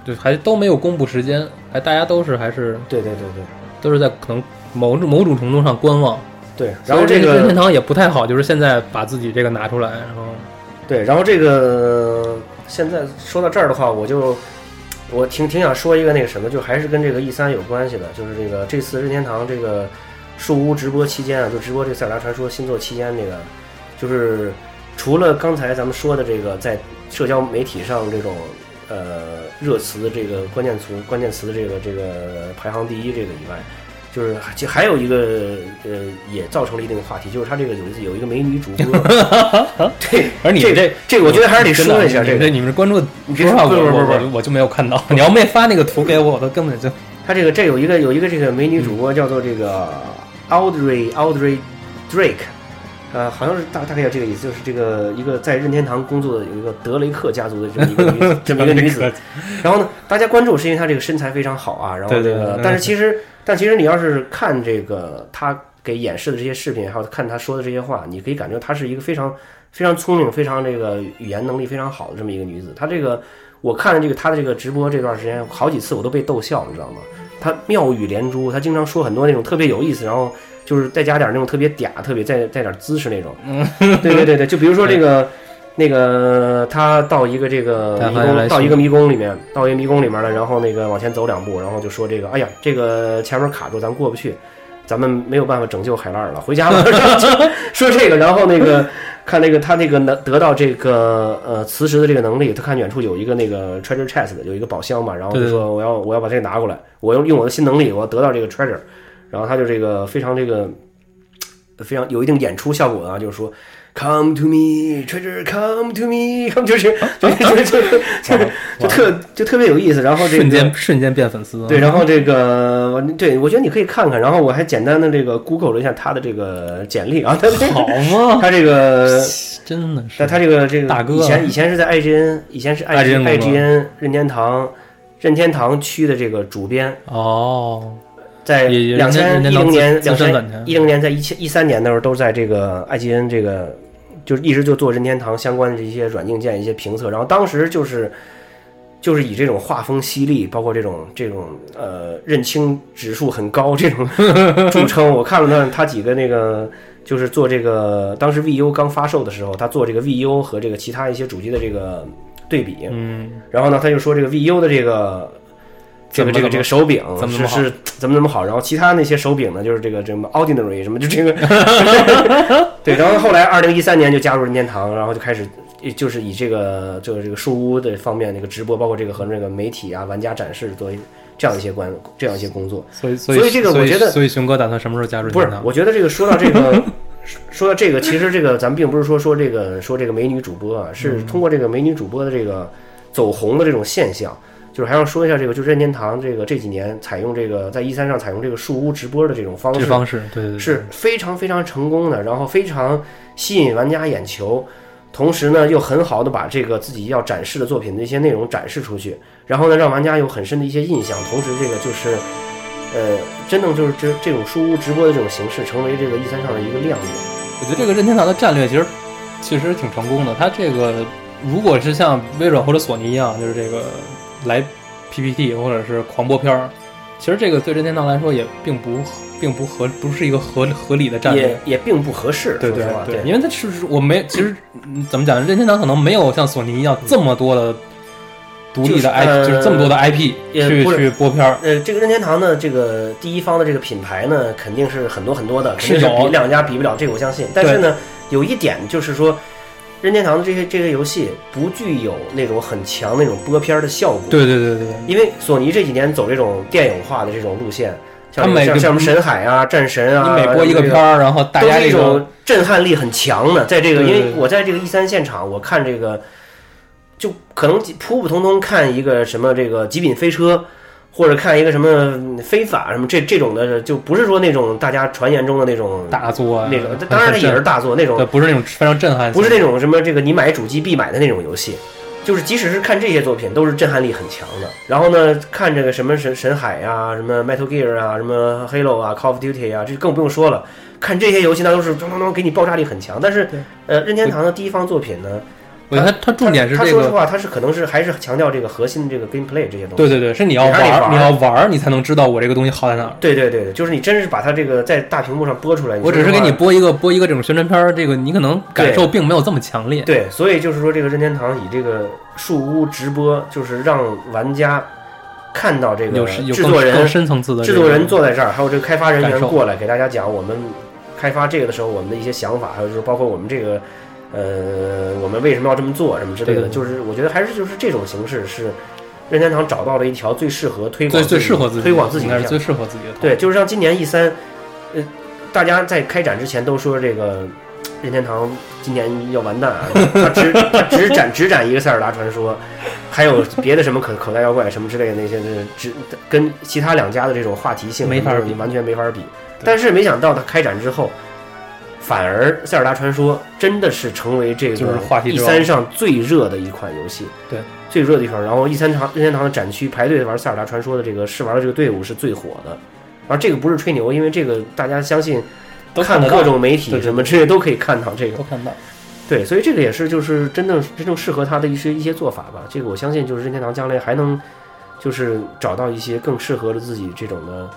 Speaker 11: 对，还都没有公布时间，还大家都是还是
Speaker 10: 对对对对
Speaker 11: 都是在可能某种某种程度上观望。
Speaker 10: 对。然后
Speaker 11: 所以
Speaker 10: 这
Speaker 11: 任
Speaker 10: 个
Speaker 11: 天堂也不太好，就是现在把自己这个拿出来，然后
Speaker 10: 对，然后这个现在说到这儿的话，我就我挺挺想说一个那个什么，就还是跟这个 E 三有关系的，就是这个这次任天堂这个树屋直播期间啊，就直播这个《塞尔达传说》新作期间，这个就是除了刚才咱们说的这个在社交媒体上这种呃热词的这个关键词关键词的这个这个排行第一这个以外。就是还，就还有一个呃，也造成了一定的话题，就是他这个有一有一个美女主播，对，
Speaker 11: 而你
Speaker 10: 这
Speaker 11: 这
Speaker 10: 这个 我觉得还是得说一下
Speaker 11: 真
Speaker 10: 这
Speaker 11: 的
Speaker 10: 个
Speaker 11: 你们这你们这关注
Speaker 10: 你别
Speaker 11: 多少
Speaker 10: 不
Speaker 11: 个？
Speaker 10: 是
Speaker 11: 我
Speaker 10: 不是不是
Speaker 11: 我我就没有 看到。你要没发那个图给我，我都根本就
Speaker 10: 他这个这有一个有一个这个美女主播叫做这个 Audrey Audrey Drake，呃，好像是大大概有这个意思，就是这个一个在任天堂工作的有一个德雷克家族的这么一个 女这么一个女子。然后呢，大家关注是因为她这个身材非常好啊，然后这
Speaker 11: 对对
Speaker 10: 个
Speaker 11: 对，
Speaker 10: 但是其实但其实你要是看这个她给演示的这些视频，还有看她说的这些话，你可以感觉她是一个非常非常聪明、非常这个语言能力非常好的这么一个女子。她这个我看了这个她的这个直播这段时间，好几次我都被逗笑，你知道吗？她妙语连珠，她经常说很多那种特别有意思，然后就是再加点那种特别嗲、特别再带点姿势那种。
Speaker 11: 嗯
Speaker 10: 对对对对，就比如说这 个。那个他到一个这个
Speaker 11: 大
Speaker 10: 迷
Speaker 11: 发原
Speaker 10: 宫，
Speaker 11: 来是
Speaker 10: 到一个迷宫里面，到一个迷宫里面了，然后那个往前走两步，然后就说这个，哎呀，这个前面卡住，咱过不去，咱们没有办法拯救海拉尔了，回家吧。 说这个，然后那个看那个他那个能得到这个呃磁石的这个能力，他看远处有一个那个 treasure chest 的有一个宝箱嘛，然后就
Speaker 11: 对对
Speaker 10: 说我要我要把这个拿过来，我用用我的新能力，我要得到这个 treasure，然后他就这个非常这个非常有一定演出效果啊，就是说。Come to me, treasure, come to me, come 就是
Speaker 11: 啊
Speaker 10: 就是就是就是就是就特就特别有意思，然后这个
Speaker 11: 瞬间瞬间变粉丝。
Speaker 10: 对，然后这个，我对我觉得你可以看看，然后我还简单的这个 Google 了一下他的这个简历啊，他
Speaker 11: 好 嘛，
Speaker 10: 他这 个，
Speaker 11: 真的是
Speaker 10: 呃他他这个这个
Speaker 11: 大哥
Speaker 10: 以前以前是在 IGN，以前是
Speaker 11: IGN 工作
Speaker 10: IGN 任天堂任天堂区的这个主编，
Speaker 11: 哦，
Speaker 10: 在
Speaker 11: 也也
Speaker 10: 两千
Speaker 11: 任
Speaker 10: 一
Speaker 11: 天
Speaker 10: 零
Speaker 11: 堂
Speaker 10: 年、
Speaker 11: 自
Speaker 10: 两
Speaker 11: 自身
Speaker 10: 千
Speaker 11: 版权
Speaker 10: 一零年在一七一三年的时候都在这个 IGN 这个，就是一直就做任天堂相关的这些软硬件一些评测，然后当时就是。就是以这种画风犀利，包括这种这种呃认清指数很高这 种著称，我看了看他几个那个，就是做这个当时 VU 刚发售的时候，他做这个 VU 和这个其他一些主机的这个对比，
Speaker 11: 嗯，
Speaker 10: 然后呢，他就说这个 VU 的这个这个
Speaker 11: 怎么
Speaker 10: 这个
Speaker 11: 怎么
Speaker 10: 这个手柄
Speaker 11: 怎么怎
Speaker 10: 是
Speaker 11: 么好
Speaker 10: 是怎么怎么好，然后其他那些手柄呢，就是这个什么 Ordinary 什么就这 个，对，然后后来二零一三年就加入任天堂，然后就开始就是以这个就是这个树屋的方面那个直播，包括这个和那个媒体啊玩家展示作为这样一些关这样一些工作，
Speaker 11: 所以所
Speaker 10: 所以这个
Speaker 11: 所
Speaker 10: 我觉得
Speaker 11: 所以熊哥打算什么时候加入
Speaker 10: 不
Speaker 11: 任
Speaker 10: 是
Speaker 11: 天，堂？
Speaker 10: 我觉得这个说到这个，说说到这个，其实这个咱们并不是说说这个说这个美女主播啊，是通过这个美女主播的这个走红的这种现象，就是还要说一下这个，就是任天堂这个这几年采用这个在一三上采用这个树屋直播的这种方
Speaker 11: 这
Speaker 10: 式，
Speaker 11: 方式对对对
Speaker 10: 是非常非常成功的，然后非常吸引玩家眼球。同时呢又很好的把这个自己要展示的作品的一些内容展示出去，然后呢让玩家有很深的一些印象，同时这个就是。呃，真正就是这这种书屋直播的这种形式，成为这个 E 三上的一个亮点。
Speaker 11: 我觉得这个任天堂的战略其实其实挺成功的。它这个如果是像微软或者索尼一样，就是这个来 PPT 或者是狂播片儿，其实这个对任天堂来说也并不并不合不是一个合合理的战略
Speaker 10: 也。也并不合适，
Speaker 11: 对
Speaker 10: 说
Speaker 11: 对
Speaker 10: 实话，
Speaker 11: 对，因为它是我没其实嗯怎么讲，任天堂可能没有像索尼一样这么多的独立
Speaker 10: 就是
Speaker 11: 的 IP，、
Speaker 10: 呃
Speaker 11: 就是这么多的 IP
Speaker 10: 也
Speaker 11: 去
Speaker 10: 不是
Speaker 11: 去播片儿。
Speaker 10: 呃，这个任天堂呢，这个第一方的这个品牌呢，肯定是很多很多的，肯定是
Speaker 11: 有
Speaker 10: 比两家比不了，这个我相信。但是呢，有一点就是说，任天堂的这些这些游戏不具有那种很强那种播片儿的效果。，
Speaker 11: 对对对对对，
Speaker 10: 因为索尼这几年走这种电影化的这种路线，像
Speaker 11: 它每
Speaker 10: 像
Speaker 11: 个嗯
Speaker 10: 像什么神海啊、战神啊，
Speaker 11: 你每播一个
Speaker 10: 这
Speaker 11: 片儿，然后大
Speaker 10: 都
Speaker 11: 家
Speaker 10: 是一
Speaker 11: 这个
Speaker 10: 种震撼力很强的，在这个，因
Speaker 11: 对
Speaker 10: 为
Speaker 11: 对
Speaker 10: 我在这个一三现场，我看这个，就可能普普通通看一个什么这个极品飞车，或者看一个什么嗯非法什么这这种的，就不是说那种大家传言中的那种
Speaker 11: 大作啊
Speaker 10: 那种，当然它
Speaker 11: 很
Speaker 10: 也
Speaker 11: 震
Speaker 10: 是大作那种
Speaker 11: 对，，呃不是那种非常震撼性，
Speaker 10: 不是那种什么这个你买主机必买的那种游戏，就是即使是看这些作品，都是震撼力很强的。然后呢，看这个什么神神海啊，什么 Metal Gear 啊，什么 Halo 啊，Call of Duty 啊，这更不用说了。看这些游戏，那都是咚咚咚给你爆炸力很强。但是
Speaker 11: 对，
Speaker 10: 呃，任天堂的第一方作品呢，
Speaker 11: 我觉得它它重点是
Speaker 10: 他
Speaker 11: 这
Speaker 10: 说实
Speaker 11: 个，
Speaker 10: 话，他是可能是还是强调这个核心这个 gameplay 这些东西。
Speaker 11: 对对对，是你要
Speaker 10: 你还得
Speaker 11: 玩
Speaker 10: 玩
Speaker 11: 儿，你要玩儿，你才能知道我这个东西好在哪儿。
Speaker 10: 对对对对就是你真是把它这个在大屏幕上播出来。
Speaker 11: 我只
Speaker 10: 说
Speaker 11: 是
Speaker 10: 实
Speaker 11: 给
Speaker 10: 话
Speaker 11: 你播一个播一个这种宣传片儿，这个你可能感受并没有这么强烈。
Speaker 10: 对，所以就是说，这个任天堂以这个树屋直播，就是让玩家看到这个
Speaker 11: 有是有
Speaker 10: 制
Speaker 11: 更
Speaker 10: 作人
Speaker 11: 更、深层次的这
Speaker 10: 制
Speaker 11: 种
Speaker 10: 作人坐在这儿，还有这个开发人
Speaker 11: 感
Speaker 10: 员
Speaker 11: 受
Speaker 10: 过来给大家讲我们开发这个的时候我们的一些想法，还有就是包括我们这个呃，我们为什么要这么做什么之类的。
Speaker 11: 对对对
Speaker 10: 就是我觉得还是就是这种形式是任天堂找到了一条最适合推广
Speaker 11: 最
Speaker 10: 自己
Speaker 11: 最适合自己
Speaker 10: 推广自己
Speaker 11: 应
Speaker 10: 的
Speaker 11: 该
Speaker 10: 项
Speaker 11: 是
Speaker 10: 目
Speaker 11: 最适合自己的。
Speaker 10: 对，，就是像今年 E 三，呃，大家在开展之前都说这个嘖任天堂今年要完蛋 啊，他只他只展只展一个塞尔达传说，还有别的什么口口袋妖怪什么之类的那些，就是只跟其他两家的这种话题性
Speaker 11: 没法
Speaker 10: 就是
Speaker 11: 比
Speaker 10: 完全没法比。但是没想到它开展之后。反而《塞尔达传说》真的是成为这个
Speaker 11: 就是话题
Speaker 10: E
Speaker 11: 之王
Speaker 10: 三上最热的一款游戏，
Speaker 11: 对，
Speaker 10: 最热的地方。然后 E 三堂任天堂的展区排队玩《塞尔达传说》的这个试玩的这个队伍是最火的，而这个不是吹牛，因为这个大家相信
Speaker 11: 都
Speaker 10: 看
Speaker 11: 看得到
Speaker 10: 各种媒体
Speaker 11: 对对
Speaker 10: 什么这些都可以看到这个
Speaker 11: 都，看到。
Speaker 10: 对，所以这个也是就是真正真正适合他的一些一些做法吧。这个我相信就是任天堂将来还能就是找到一些更适合的自己这种的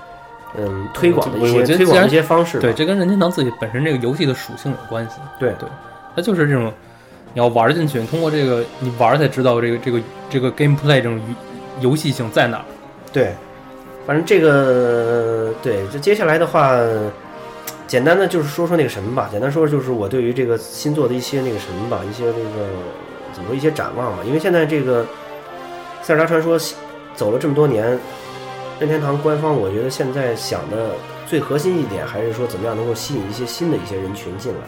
Speaker 10: 嗯推广的一
Speaker 11: 我我
Speaker 10: 些
Speaker 11: 觉
Speaker 10: 推
Speaker 11: 得既
Speaker 10: 广的
Speaker 11: 然
Speaker 10: 一些方式吧，
Speaker 11: 对，这跟任天堂自己本身这个游戏的属性有关系。
Speaker 10: 对
Speaker 11: 对，它就是这种你要玩儿进去，通过这个你玩儿才知道这个这个这个 gameplay 这种游游戏性在哪儿。
Speaker 10: 对，反正这个对，就接下来的话，简单的就是说说那个什么吧，简单说说就是我对于这个新作的一些那个什么吧，一些那个怎么说一些展望吧，因为现在这个《塞尔达传说》走了这么多年，任天堂官方我觉得现在想的最核心一点还是说怎么样能够吸引一些新的一些人群进来。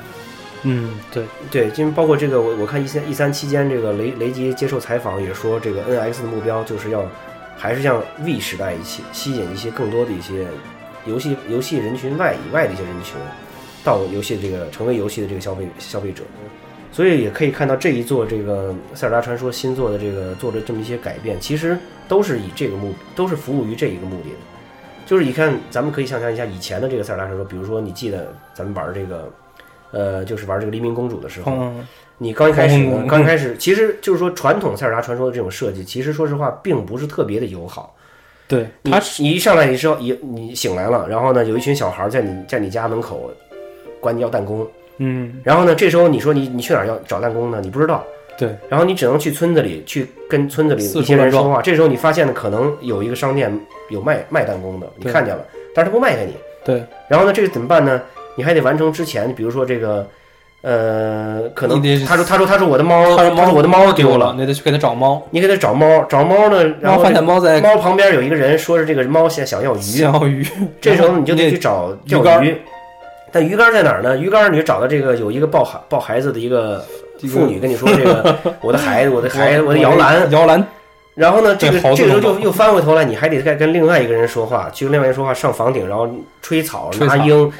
Speaker 11: 嗯，对，
Speaker 10: 对，因为包括这个，我我看一三一三期间，这个雷雷吉接受采访也说，这个 NX 的目标就是要还是像 V 时代一起吸引一些更多的一些游戏游戏人群外以外的一些人群到游戏这个成为游戏的这个消费消费者，所以也可以看到这一座这个《塞尔达传说》新作的这个做了这么一些改变，其实都是以这个目都是服务于这一个目的的。就是你看，咱们可以想象一下以前的这个塞尔达传说，比如说你记得咱们玩这个，呃，就是玩这个黎明公主的时候，
Speaker 11: 嗯，
Speaker 10: 你刚开始呢
Speaker 11: 嗯嗯嗯
Speaker 10: 刚开始，其实就是说传统塞尔达传说的这种设计，其实说实话并不是特别的友好。
Speaker 11: 对，
Speaker 10: 你
Speaker 11: 它
Speaker 10: 你一上来你是要一你醒来了，然后呢有一群小孩在你在你家门口管你要弹弓，
Speaker 11: 嗯，
Speaker 10: 然后呢这时候你说你你去哪儿要找弹弓呢？你不知道，
Speaker 11: 对，
Speaker 10: 然后你只能去村子里去跟村子里
Speaker 11: 四处
Speaker 10: 一些人
Speaker 11: 乱撞
Speaker 10: 说话。这时候你发现呢可能有一个商店有卖卖弹弓的，你
Speaker 11: 对
Speaker 10: 看见了，但是他不卖给你。
Speaker 11: 对，
Speaker 10: 然后呢，这个怎么办呢？你还得完成之前，比如说这个，呃，可能
Speaker 11: 你得
Speaker 10: 他说他说他说我的猫，他
Speaker 11: 它是猫，
Speaker 10: 说我的猫丢
Speaker 11: 了，
Speaker 10: 了，
Speaker 11: 你得去给它找猫。
Speaker 10: 你给他找猫，找猫呢，然
Speaker 11: 然后
Speaker 10: 后
Speaker 11: 发现
Speaker 10: 这
Speaker 11: 猫在
Speaker 10: 猫旁边有一个人说是这个猫想想要鱼，
Speaker 11: 钓鱼，
Speaker 10: 这时候你就得去
Speaker 11: 那
Speaker 10: 找
Speaker 11: 鱼
Speaker 10: 钓
Speaker 11: 竿
Speaker 10: 鱼。但鱼竿在哪儿呢？鱼竿你就找到这个有一个抱孩抱孩子的一个
Speaker 11: 这个
Speaker 10: 妇女跟你说这 个我的孩子，我的孩子，我的摇篮，
Speaker 11: 摇篮，
Speaker 10: 然后呢，这个
Speaker 11: 对猴
Speaker 10: 这
Speaker 11: 子
Speaker 10: 个时候
Speaker 11: 能
Speaker 10: 就又翻回头来，你还得再跟另外一个人说话，去跟另外一个人说话，上房顶，然后吹草、
Speaker 11: 吹
Speaker 10: 拿
Speaker 11: 草呃
Speaker 10: 鹰，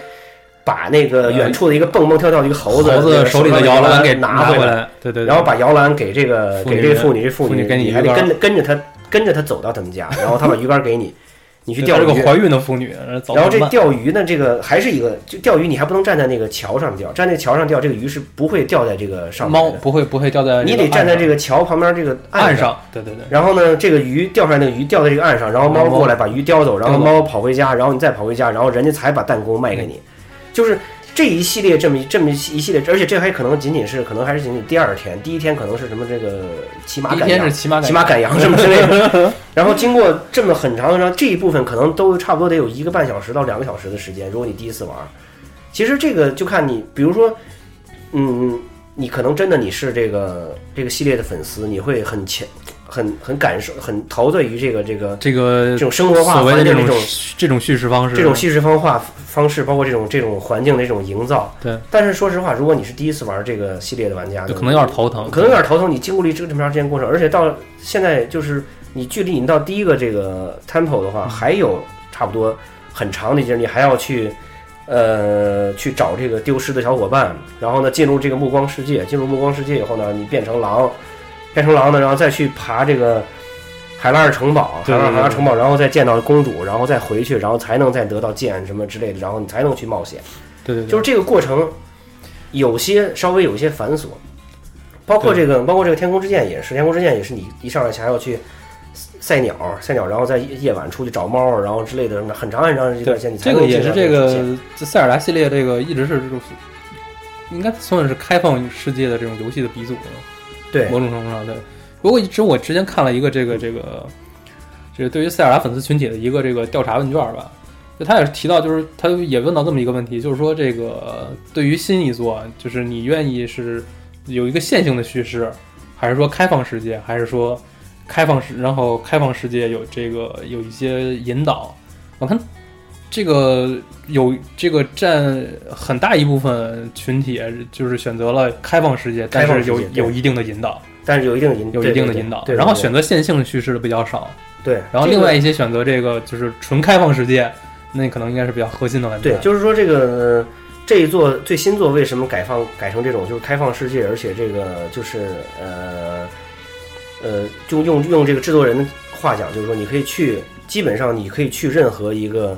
Speaker 10: 把那个远处的一个蹦蹦跳跳的一个猴子
Speaker 11: 猴
Speaker 10: 子
Speaker 11: 手里
Speaker 10: 的
Speaker 11: 的摇
Speaker 10: 篮
Speaker 11: 篮给
Speaker 10: 拿
Speaker 11: 回
Speaker 10: 来，，
Speaker 11: 对对，对
Speaker 10: 然后把摇篮给这个
Speaker 11: 妇女
Speaker 10: 给这妇女，这妇
Speaker 11: 妇女给你
Speaker 10: 还
Speaker 11: 鱼
Speaker 10: 得跟
Speaker 11: 竿
Speaker 10: 着跟着他跟着他走到他们家，然后他把鱼竿给你，你去
Speaker 11: 对
Speaker 10: 钓
Speaker 11: 她是
Speaker 10: 鱼
Speaker 11: 个。怀孕的妇女，早
Speaker 10: 然后这
Speaker 11: 晚
Speaker 10: 钓鱼呢，这个还是一个，就钓鱼你还不能站在那个桥上钓，站在桥上钓这个鱼是不会钓在这个上面
Speaker 11: 猫
Speaker 10: 的，
Speaker 11: 不会不会掉在
Speaker 10: 你得站在这
Speaker 11: 个
Speaker 10: 个桥旁边这个
Speaker 11: 岸
Speaker 10: 岸
Speaker 11: 上，对对对，
Speaker 10: 然后呢，这个鱼钓上来那个鱼掉在这个岸上，然后猫过来把鱼叼走，然后猫跑回家，然后你再跑回家，然后人家才把弹弓卖给你，就是这一系列这么一这么一系列，而且这还可能仅仅是可能还是仅仅第二天，第一天可能是什么这个骑马
Speaker 11: 第一
Speaker 10: 赶
Speaker 11: 天
Speaker 10: 羊
Speaker 11: 是，骑马赶
Speaker 10: 骑马赶羊什么之类 的，然后经过这么很长的，然后这一部分可能都差不多得有一个半小时到两个小时的时间，如果你第一次玩，其实这个就看你，比如说，嗯，你可能真的你是这个这个系列的粉丝，你会很前很很感受很陶醉于这个这个
Speaker 11: 这个
Speaker 10: 这种生活化
Speaker 11: 所谓的
Speaker 10: 环境
Speaker 11: 种
Speaker 10: 这种
Speaker 11: 这种叙事方式，
Speaker 10: 这种叙事方化方式，包括这种这种环境的这种营造。
Speaker 11: 对，
Speaker 10: 但是说实话，如果你是第一次玩这个系列的玩家，
Speaker 11: 就可能有点头疼，
Speaker 10: 可能有点头疼。你经过了这这么长时间过程，而且到现在就是你距离你到第一个这个 temple 的话，
Speaker 11: 嗯
Speaker 10: 还有差不多很长的一截，你还要去呃去找这个丢失的小伙伴，然后呢进入这个目光世界，进入目光世界以后呢，你变成狼，变成狼呢，然后再去爬这个。海拉尔城堡，海
Speaker 11: 对
Speaker 10: 拉尔
Speaker 11: 对
Speaker 10: 海拉尔
Speaker 11: 对
Speaker 10: 城堡，然后再见到公主，然后再回去，然后才能再得到剑什么之类的，然后你才能去冒险。
Speaker 11: 对对，对
Speaker 10: 就是这个过程有些稍微有些繁琐，包括这个包括这个天空之剑也是，天空之剑也是你一上来还要去赛鸟，赛鸟，然后在夜夜晚出去找猫，然后之类的什么的，很长很长一段
Speaker 11: 对
Speaker 10: 时间，你才
Speaker 11: 这个
Speaker 10: 能
Speaker 11: 也
Speaker 10: 进
Speaker 11: 是
Speaker 10: 到
Speaker 11: 这
Speaker 10: 主线
Speaker 11: 个这塞尔达系列这个一直是这种，应该算是开放世界的这种游戏的鼻祖了。
Speaker 10: 对
Speaker 11: 某种程度上对。不过，其实我之前看了一个这个这个，这个对于塞尔达粉丝群体的一个这个调查问卷吧，就他也是提到，就是他也问到这么一个问题，就是说这个对于新一作，就是你愿意是有一个线性的叙事，还是说开放世界，还是说开放世，然后开放世界有这个有一些引导。我看这个有这个占很大一部分群体，就是选择了开放世界，但
Speaker 10: 开放
Speaker 11: 是
Speaker 10: 世界
Speaker 11: 有
Speaker 10: 对
Speaker 11: 有一定的引导。
Speaker 10: 但是有一定的引
Speaker 11: 有
Speaker 10: 对
Speaker 11: 一定的
Speaker 10: 对对
Speaker 11: 引导，
Speaker 10: 对，
Speaker 11: 然后
Speaker 10: 对
Speaker 11: 选择线性叙事的比较少，
Speaker 10: 对，
Speaker 11: 然
Speaker 10: 这
Speaker 11: 后
Speaker 10: 个
Speaker 11: 另外一些选择这个就是纯开放世界，那可能应该是比较核心的玩家。
Speaker 10: 对，就是说这个呃这一座最新作为什么改放改成这种就是开放世界，而且这个就是呃呃，就用用这个制作人的话讲，就是说你可以去，基本上你可以去任何一个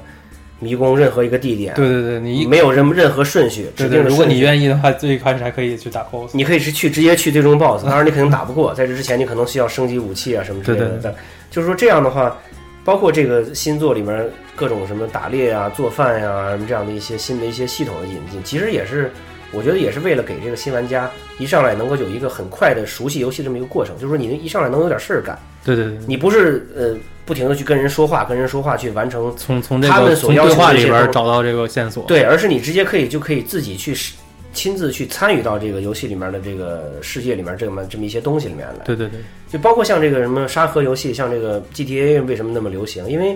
Speaker 10: 迷宫，任何一个地点，
Speaker 11: 对对对，你一
Speaker 10: 没有任任何顺序，
Speaker 11: 对
Speaker 10: 指
Speaker 11: 对，
Speaker 10: 定的
Speaker 11: 如果
Speaker 10: 顺
Speaker 11: 你
Speaker 10: 序。
Speaker 11: 愿意的话，最开始还可以去打 BOSS。
Speaker 10: 你可以是去直接去最终
Speaker 11: 嗯
Speaker 10: BOSS，当然你肯定打不过，在这之前你可能需要升级武器啊什么之类的
Speaker 11: 对。对
Speaker 10: 但就是说这样的话，包括这个新作里面各种什么打猎啊、做饭呀、什么这样的一些新的一些系统的引进，其实也是我觉得也是为了给这个新玩家一上来能够有一个很快的熟悉游戏这么一个过程，就是说你一上来能有点事儿干，
Speaker 11: 对对对，
Speaker 10: 你不是呃不停的去跟人说话、跟人说话去完成
Speaker 11: 从从这
Speaker 10: 他
Speaker 11: 个
Speaker 10: 们所
Speaker 11: 从
Speaker 10: 要求
Speaker 11: 对话
Speaker 10: 的一
Speaker 11: 里
Speaker 10: 些
Speaker 11: 边
Speaker 10: 东
Speaker 11: 找到这个线索。
Speaker 10: 对，而是你直接可以就可以自己去实亲自去参与到这个游戏里面的这个世界里面这么这么一些东西里面来。
Speaker 11: 对对对，
Speaker 10: 就包括像这个什么沙盒游戏，像这个 GTA 为什么那么流行？因为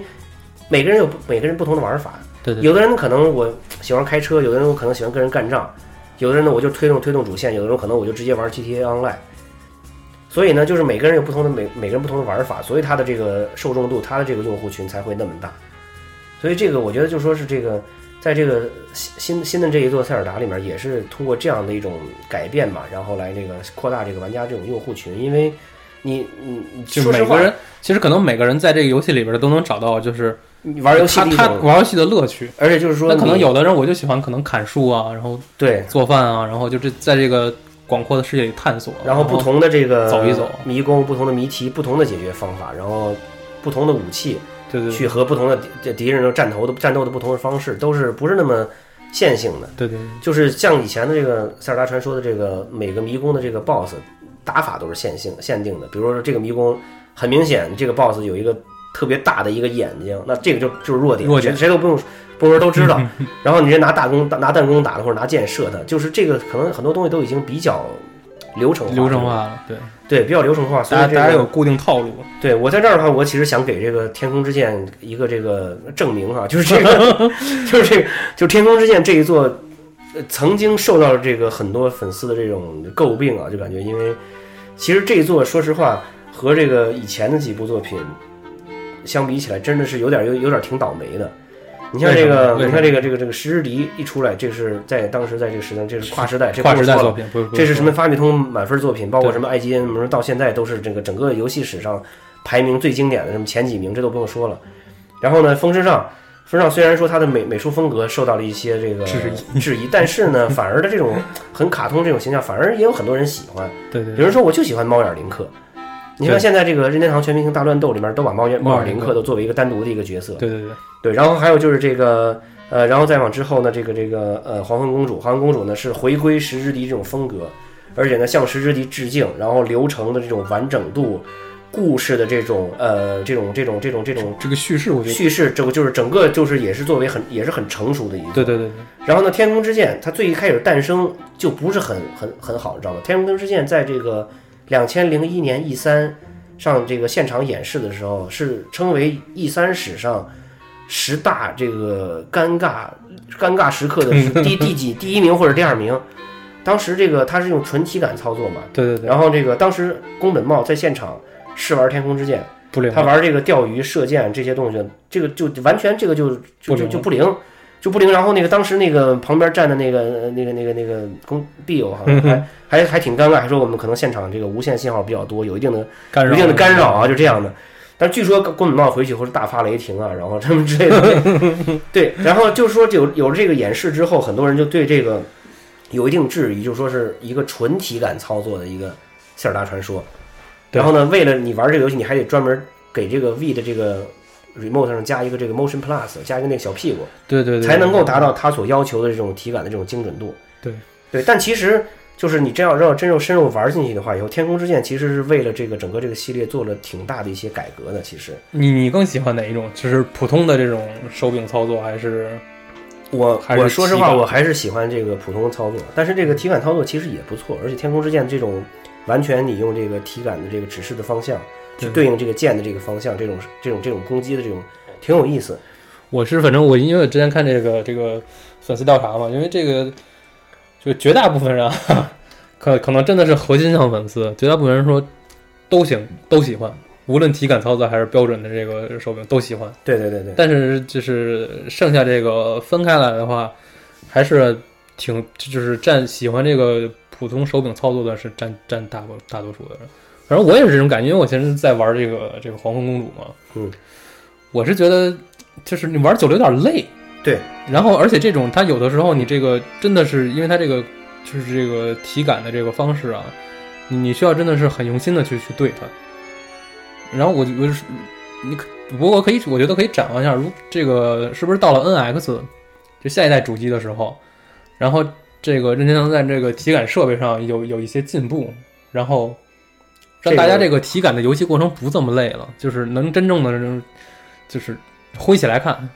Speaker 10: 每个人有不每个人不同的玩法，
Speaker 11: 对对对
Speaker 10: 有的人可能我喜欢开车，有的人我可能喜欢跟人干仗，有的人呢我就推动推动主线，有的人可能我就直接玩 GTA Online。所以呢，就是每个人有不同的每每个人不同的玩法，所以它的这个受众度，它的这个用户群才会那么大。所以这个我觉得就说是这个，在这个新新新的这一座塞尔达里面，也是通过这样的一种改变吧，然后来这个扩大这个玩家这种用户群，因为你你你
Speaker 11: 就
Speaker 10: 说实
Speaker 11: 每
Speaker 10: 话
Speaker 11: 个人其实可能每个人在这个游戏里边都能找到，就是
Speaker 10: 你玩游戏
Speaker 11: 他
Speaker 10: 的一
Speaker 11: 他
Speaker 10: 种，
Speaker 11: 玩游戏的乐趣。
Speaker 10: 而且就是说
Speaker 11: 那可能
Speaker 10: 你
Speaker 11: 有的人我就喜欢可能砍树啊，然后
Speaker 10: 对
Speaker 11: 做饭啊，然后就这在这个广阔的世界里探索，啊
Speaker 10: 然后不同的这个
Speaker 11: 哦走一走
Speaker 10: 迷宫、不同的谜题、不同的解决方法，然后不同的武器
Speaker 11: 对对对
Speaker 10: 去和不同的敌敌人的战斗的战斗的不同的方式，都是不是那么线性的。
Speaker 11: 对对对
Speaker 10: 就是像以前的这个塞尔达传说的这个每个迷宫的这个 BOSS 打法都是线性限定的，比如说这个迷宫很明显这个 BOSS 有一个特别大的一个眼睛，那这个就就是弱点，
Speaker 11: 弱点
Speaker 10: 谁谁都不用不用说都知 道。然后你直接拿大弓拿弹弓打他或者拿箭射他，就是这个可能很多东西都已经比较流程化，
Speaker 11: 流程，化了，对。
Speaker 10: 对，比较流程化。所以
Speaker 11: 大家
Speaker 10: 这个
Speaker 11: 大家有固定套路，
Speaker 10: 对我在这儿的话，我其实想给这个《天空之剑》一个这个证明哈、就是这 个，就是这个，就《天空之剑》这一座，呃曾经受到这个很多粉丝的这种诟病啊，就感觉因为其实这一座，说实话和这个以前的几部作品相比起来，真的是有点有有点挺倒霉的。你像这个，
Speaker 11: 为什么
Speaker 10: 你看这个这个这个《石之笛》一出来，这是在当时在这个时代，这是跨时代，哎这
Speaker 11: 跨时代
Speaker 10: 不是
Speaker 11: 作
Speaker 10: 说
Speaker 11: 品，不是不
Speaker 10: 这是什
Speaker 11: 说
Speaker 10: 么发米通满分作品，包括
Speaker 11: 嗯对
Speaker 10: 什么 IGN，我们说到现在都是这个整个游戏史上排名最经典的什么前几名，这都不用说了。然后呢，风之上，风之上虽然说它的美美术风格受到了一些这个
Speaker 11: 质
Speaker 10: 疑，质疑，但是呢，反而的这种很卡通这种形象，反而也有很多人喜欢。
Speaker 11: 对对
Speaker 10: 有人说我就喜欢猫眼林克，你看
Speaker 11: 嗯对嗯
Speaker 10: 现在这个任天堂全明星大乱斗里面都把猫眼
Speaker 11: 猫
Speaker 10: 猫眼
Speaker 11: 眼
Speaker 10: 林
Speaker 11: 林
Speaker 10: 克
Speaker 11: 克
Speaker 10: 都作为一个单独的一个角色，
Speaker 11: 对对对，
Speaker 10: 对，然后还有就是这个呃，然后再往之后呢，这个这个呃，黄昏公主，黄昏公主呢是回归石之笛这种风格，而且呢向石之笛致敬，然后流程的这种完整度，故事的这种呃这种这种这种这种
Speaker 11: 这个叙事我觉得
Speaker 10: 叙事，这个就是整个就是也是作为很也是很成熟的一个。
Speaker 11: 对对对对
Speaker 10: 然后呢，天空之剑它最一开始诞生就不是很很很好，你知道吗？天空之剑在这个两千零一年 E 三上这个现场演示的时候，是称为 E 三史上十大这个尴尬尴尬时刻的第第几第一名或者第二名。当时这个它是用纯体感操作嘛，
Speaker 11: 对对对，
Speaker 10: 然后这个当时宫本茂在现场试玩天空之剑，
Speaker 11: 不灵了，
Speaker 10: 他玩这个钓鱼、射箭这些东西，这个就完全这个就就
Speaker 11: 不灵
Speaker 10: 就
Speaker 11: 了
Speaker 10: 就不灵，就不灵。然后那个当时那个旁边站的那个那个那个那个工必友好像还还还挺尴尬，还说我们可能现场这个无线信号比较多，有一定的
Speaker 11: 干扰
Speaker 10: 有一定的干扰啊，就这样的。但据说宫本茂回去以后是大发雷霆啊，然后他们之类 的，对，然后就是说有有了这个演示之后，很多人就对这个有一定质疑，就说是一个纯体感操作的一个塞尔达传说。
Speaker 11: 对
Speaker 10: 然后呢，为了你玩这个游戏，你还得专门给这个 V 的这个 remote 上加一个这个 Motion Plus，加一个那个小屁股，
Speaker 11: 对对对，
Speaker 10: 才能够达到它所要求的这种体感的这种精准度。
Speaker 11: 对
Speaker 10: 对，但其实就是你这样让真正深入玩进去的话，以后《天空之剑》其实是为了这个整个这个系列做了挺大的一些改革的。其实
Speaker 11: 你你更喜欢哪一种？就是普通的这种手柄操作，还是
Speaker 10: 我
Speaker 11: 还是
Speaker 10: 我说实
Speaker 11: 体
Speaker 10: 话，
Speaker 11: 感
Speaker 10: 我还是喜欢这个普通操作，但是这个体感操作其实也不错，而且《天空之剑》这种完全你用这个体感的这个指示的方向去对应这个剑的这个方向，这种这种这种攻击的这种挺有意思。
Speaker 11: 我是反正我因为我之前看这个这个粉丝调查嘛，因为这个就绝大部分人啊，可可能真的是核心向粉丝，绝大部分人说都行，都喜欢，无论体感操作还是标准的这个手柄都喜欢。
Speaker 10: 对对对对。
Speaker 11: 但是就是剩下这个分开来的话，还是挺就是占喜欢这个普通手柄操作的是占占大多大多数的人。反正我也是这种感觉，因为我前阵在玩这个这个黄昏公主嘛，
Speaker 10: 嗯，
Speaker 11: 我是觉得就是你玩久了有点累，
Speaker 10: 对。
Speaker 11: 然后而且这种它有的时候你这个真的是因为它这个就是这个体感的这个方式啊，你你需要真的是很用心的去去对它。然后我就我就是你可不过可以，我觉得可以展望一下，如这个是不是到了 NX 就下一代主机的时候，然后这个任天堂在这个体感设备上有有一些进步，然后让大家
Speaker 10: 这个
Speaker 11: 这个体感的游戏过程不这么累了，就是能真正的就是挥起来看，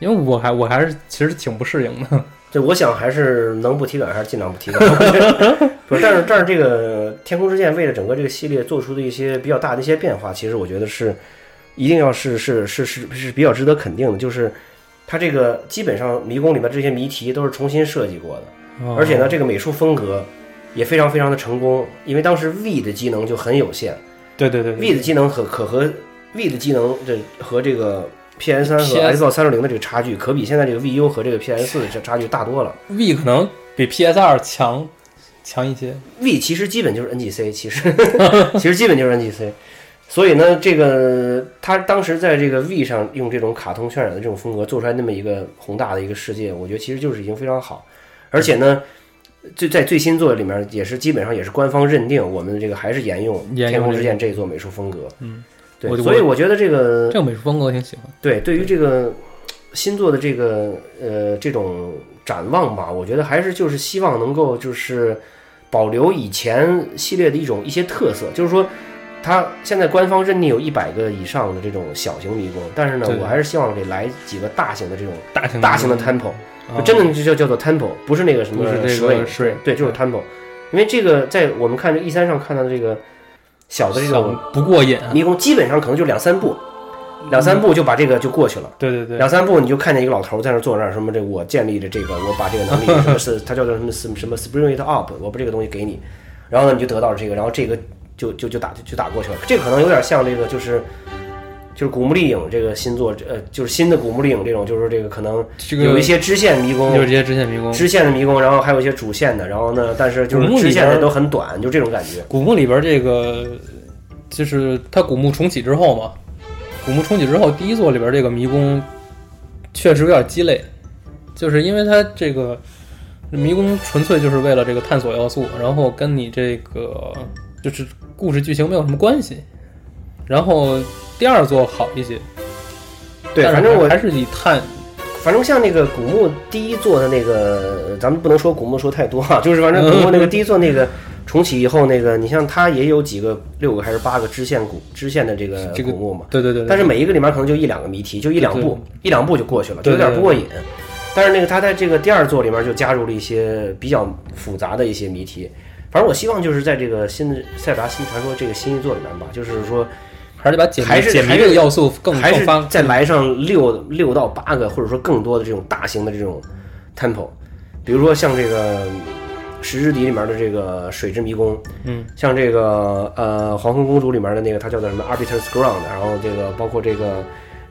Speaker 11: 因为我还我还是其实挺不适应的。
Speaker 10: 这我想还是能不体感还是尽量不体感。 不是，但是但是这个《天空之剑》为了整个这个系列做出的一些比较大的一些变化，其实我觉得是一定要是是是是是比较值得肯定的，就是它这个基本上迷宫里面这些谜题都是重新设计过的，
Speaker 11: 哦
Speaker 10: 而且呢，这个美术风格也非常非常的成功，因为当时 V 的机能就很有限
Speaker 11: 对对对对
Speaker 10: ，V 的机能可可和 V 的机能这和这个 PS 三和
Speaker 11: PS
Speaker 10: Xbox 三六零的这个差距，可比现在这个 VU 和这个 PS 四这差距大多了。
Speaker 11: V 可能比 PS 二强强一些，
Speaker 10: V 其实基本就是 NGC，其实 其实基本就是 NGC。所以呢，这个他当时在这个 V 上用这种卡通渲染的这种风格做出来那么一个宏大的一个世界，我觉得其实就是已经非常好。而且呢，最在最新作里面也是基本上也是官方认定我们这个还是沿用《
Speaker 11: 沿用
Speaker 10: 天空
Speaker 11: 这
Speaker 10: 之
Speaker 11: 个
Speaker 10: 剑》这一座美术风格。
Speaker 11: 嗯，
Speaker 10: 对
Speaker 11: 我，
Speaker 10: 所以我觉得这个
Speaker 11: 这个美术风格我挺喜欢。
Speaker 10: 对，对于这个新做的这个呃这种展望吧，我觉得还是就是希望能够就是保留以前系列的一种一些特色，就是说它现在官方认定有一百个以上的这种小型迷宫，但是呢
Speaker 11: 对，
Speaker 10: 我还是希望给来几个大型的这种
Speaker 11: 大型
Speaker 10: 大型的
Speaker 11: 那种
Speaker 10: temple，、
Speaker 11: 啊
Speaker 10: 就真的就叫叫做 temple，不是那个什么
Speaker 11: 不是这个
Speaker 10: 石位，嗯
Speaker 11: 水
Speaker 10: 对，就是 temple，因为这个在我们看这 E 三上看到的这个小的这种
Speaker 11: 很不过瘾。啊
Speaker 10: 迷宫，基本上可能就两三步，两三步就把这个就过去了。
Speaker 11: 对对对，
Speaker 10: 两三步你就看见一个老头在那坐那儿，什么这我建立的这个，我把这个能力什么是 他叫做什么什么什么 spring it up，我把这个东西给你，然后呢你就得到了这个，然后这个就就就打就打过去了。这个可能有点像这个就是就是古墓丽影这个新作，呃，就是新的古墓丽影这种，就是这个可能
Speaker 11: 这个
Speaker 10: 有一些支线迷宫，
Speaker 11: 有一些支线迷宫
Speaker 10: 支线的迷宫，然后还有一些主线的，然后呢，但是就是
Speaker 11: 古墓里
Speaker 10: 支线的
Speaker 11: 边
Speaker 10: 都很短，就这种感觉。
Speaker 11: 古墓里边这个，就是它古墓重启之后嘛，古墓重启之后，第一座里边这个迷宫确实有点鸡肋，就是因为它这个迷宫纯粹就是为了这个探索要素，然后跟你这个就是故事剧情没有什么关系。然后第二座好一些，
Speaker 10: 对，
Speaker 11: 但是
Speaker 10: 反正我
Speaker 11: 还是以探
Speaker 10: 反正像那个古墓第一座的那个，呃咱们不能说古墓说太多啊， 就是反正古墓那个第一座那个重启以后，那个你像它也有几个六个还是八个支线古支线的这个
Speaker 11: 这个
Speaker 10: 呃古墓嘛，
Speaker 11: 对对对对
Speaker 10: 但是每一个里面可能就一两个谜题，就一两
Speaker 11: 对
Speaker 10: 步，一两步就过去了，就
Speaker 11: 对
Speaker 10: 有
Speaker 11: 对
Speaker 10: 点不过瘾。但是那个它在这个第二座里面就加入了一些比较复杂的一些谜题。反正我希望就是在这个新的《塞尔达新传说》这个新一座里面吧，就是说
Speaker 11: 还是把解
Speaker 10: 还
Speaker 11: 谜
Speaker 10: 是
Speaker 11: 解谜
Speaker 10: 还是
Speaker 11: 这个要素更
Speaker 10: 还
Speaker 11: 更嗯
Speaker 10: 是
Speaker 11: 发
Speaker 10: 再来上六六到八个，或者说更多的这种大型的这种 temple，比如说像这个《石之笛》里面的这个水之迷宫，
Speaker 11: 嗯，
Speaker 10: 像这个呃《黄昏公主》里面的那个，它叫做什么 Arbiter's Ground，然后这个包括这个《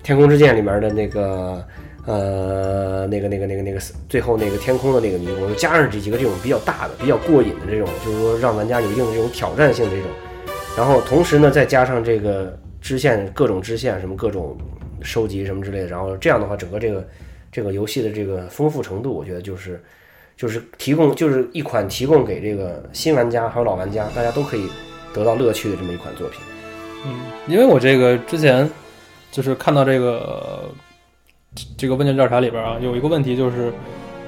Speaker 10: 天空之剑》里面的那个呃那个那个那个那个最后那个天空的那个迷宫，就加上这几个这种比较大的、比较过瘾的这种，就是说让玩家有一定的这种挑战性的这种。然后同时呢，再加上这个支线各种支线什么各种收集什么之类的，然后这样的话，整个这个这个游戏的这个丰富程度，我觉得就是就是提供就是一款提供给这个新玩家还有老玩家，大家都可以得到乐趣的这么一款作品。
Speaker 11: 因为我这个之前就是看到这个呃这个问卷调查里边啊，有一个问题就是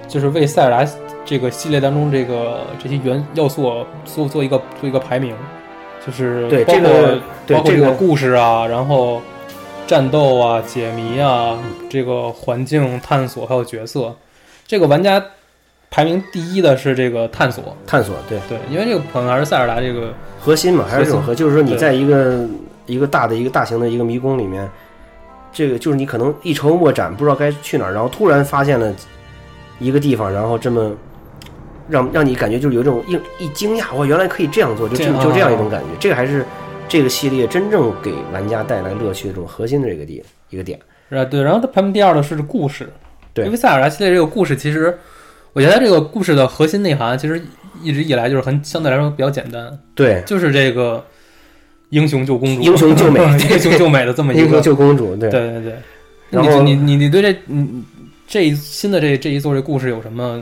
Speaker 11: 就是为塞尔达这个系列当中这个这些元要素啊做做一个做一个排名，就是
Speaker 10: 对
Speaker 11: 包括、
Speaker 10: 这个对
Speaker 11: 包括
Speaker 10: 这
Speaker 11: 这
Speaker 10: 个
Speaker 11: 个故事啊，然后战斗啊、解谜啊、这个环境探索还有角色，这个玩家排名第一的是这个探索，
Speaker 10: 探索对
Speaker 11: 对，因为这个可能还是塞尔达这个。
Speaker 10: 核心嘛，还是这种
Speaker 11: 核
Speaker 10: 核，
Speaker 11: 心
Speaker 10: 就是说你
Speaker 11: 对
Speaker 10: 在一个一个大的一个大型的一个迷宫里面，这个就是你可能一筹莫展，不知道该去哪儿，然后突然发现了一个地方，然后这么让让你感觉就是有一种一一惊讶，哇，原来可以这样做，就
Speaker 11: 这
Speaker 10: 就
Speaker 11: 样啊
Speaker 10: 就这样一种感觉。这个还是这个系列真正给玩家带来乐趣的这种核心的这个地一个点。
Speaker 11: 啊，对，然后它排名第二的是故事，
Speaker 10: 对
Speaker 11: 因为塞尔达系列这个故事，其实我觉得它这个故事的核心内涵，其实一直以来就是很相对来说比较简单，
Speaker 10: 对，
Speaker 11: 就是这个英雄救公主，
Speaker 10: 英雄救美
Speaker 11: 英雄救美的这么一
Speaker 10: 英
Speaker 11: 个
Speaker 10: 雄，救公主，对
Speaker 11: 对对对。
Speaker 10: 然后
Speaker 11: 你你你你对这你这一新的这这一座这故事有什么？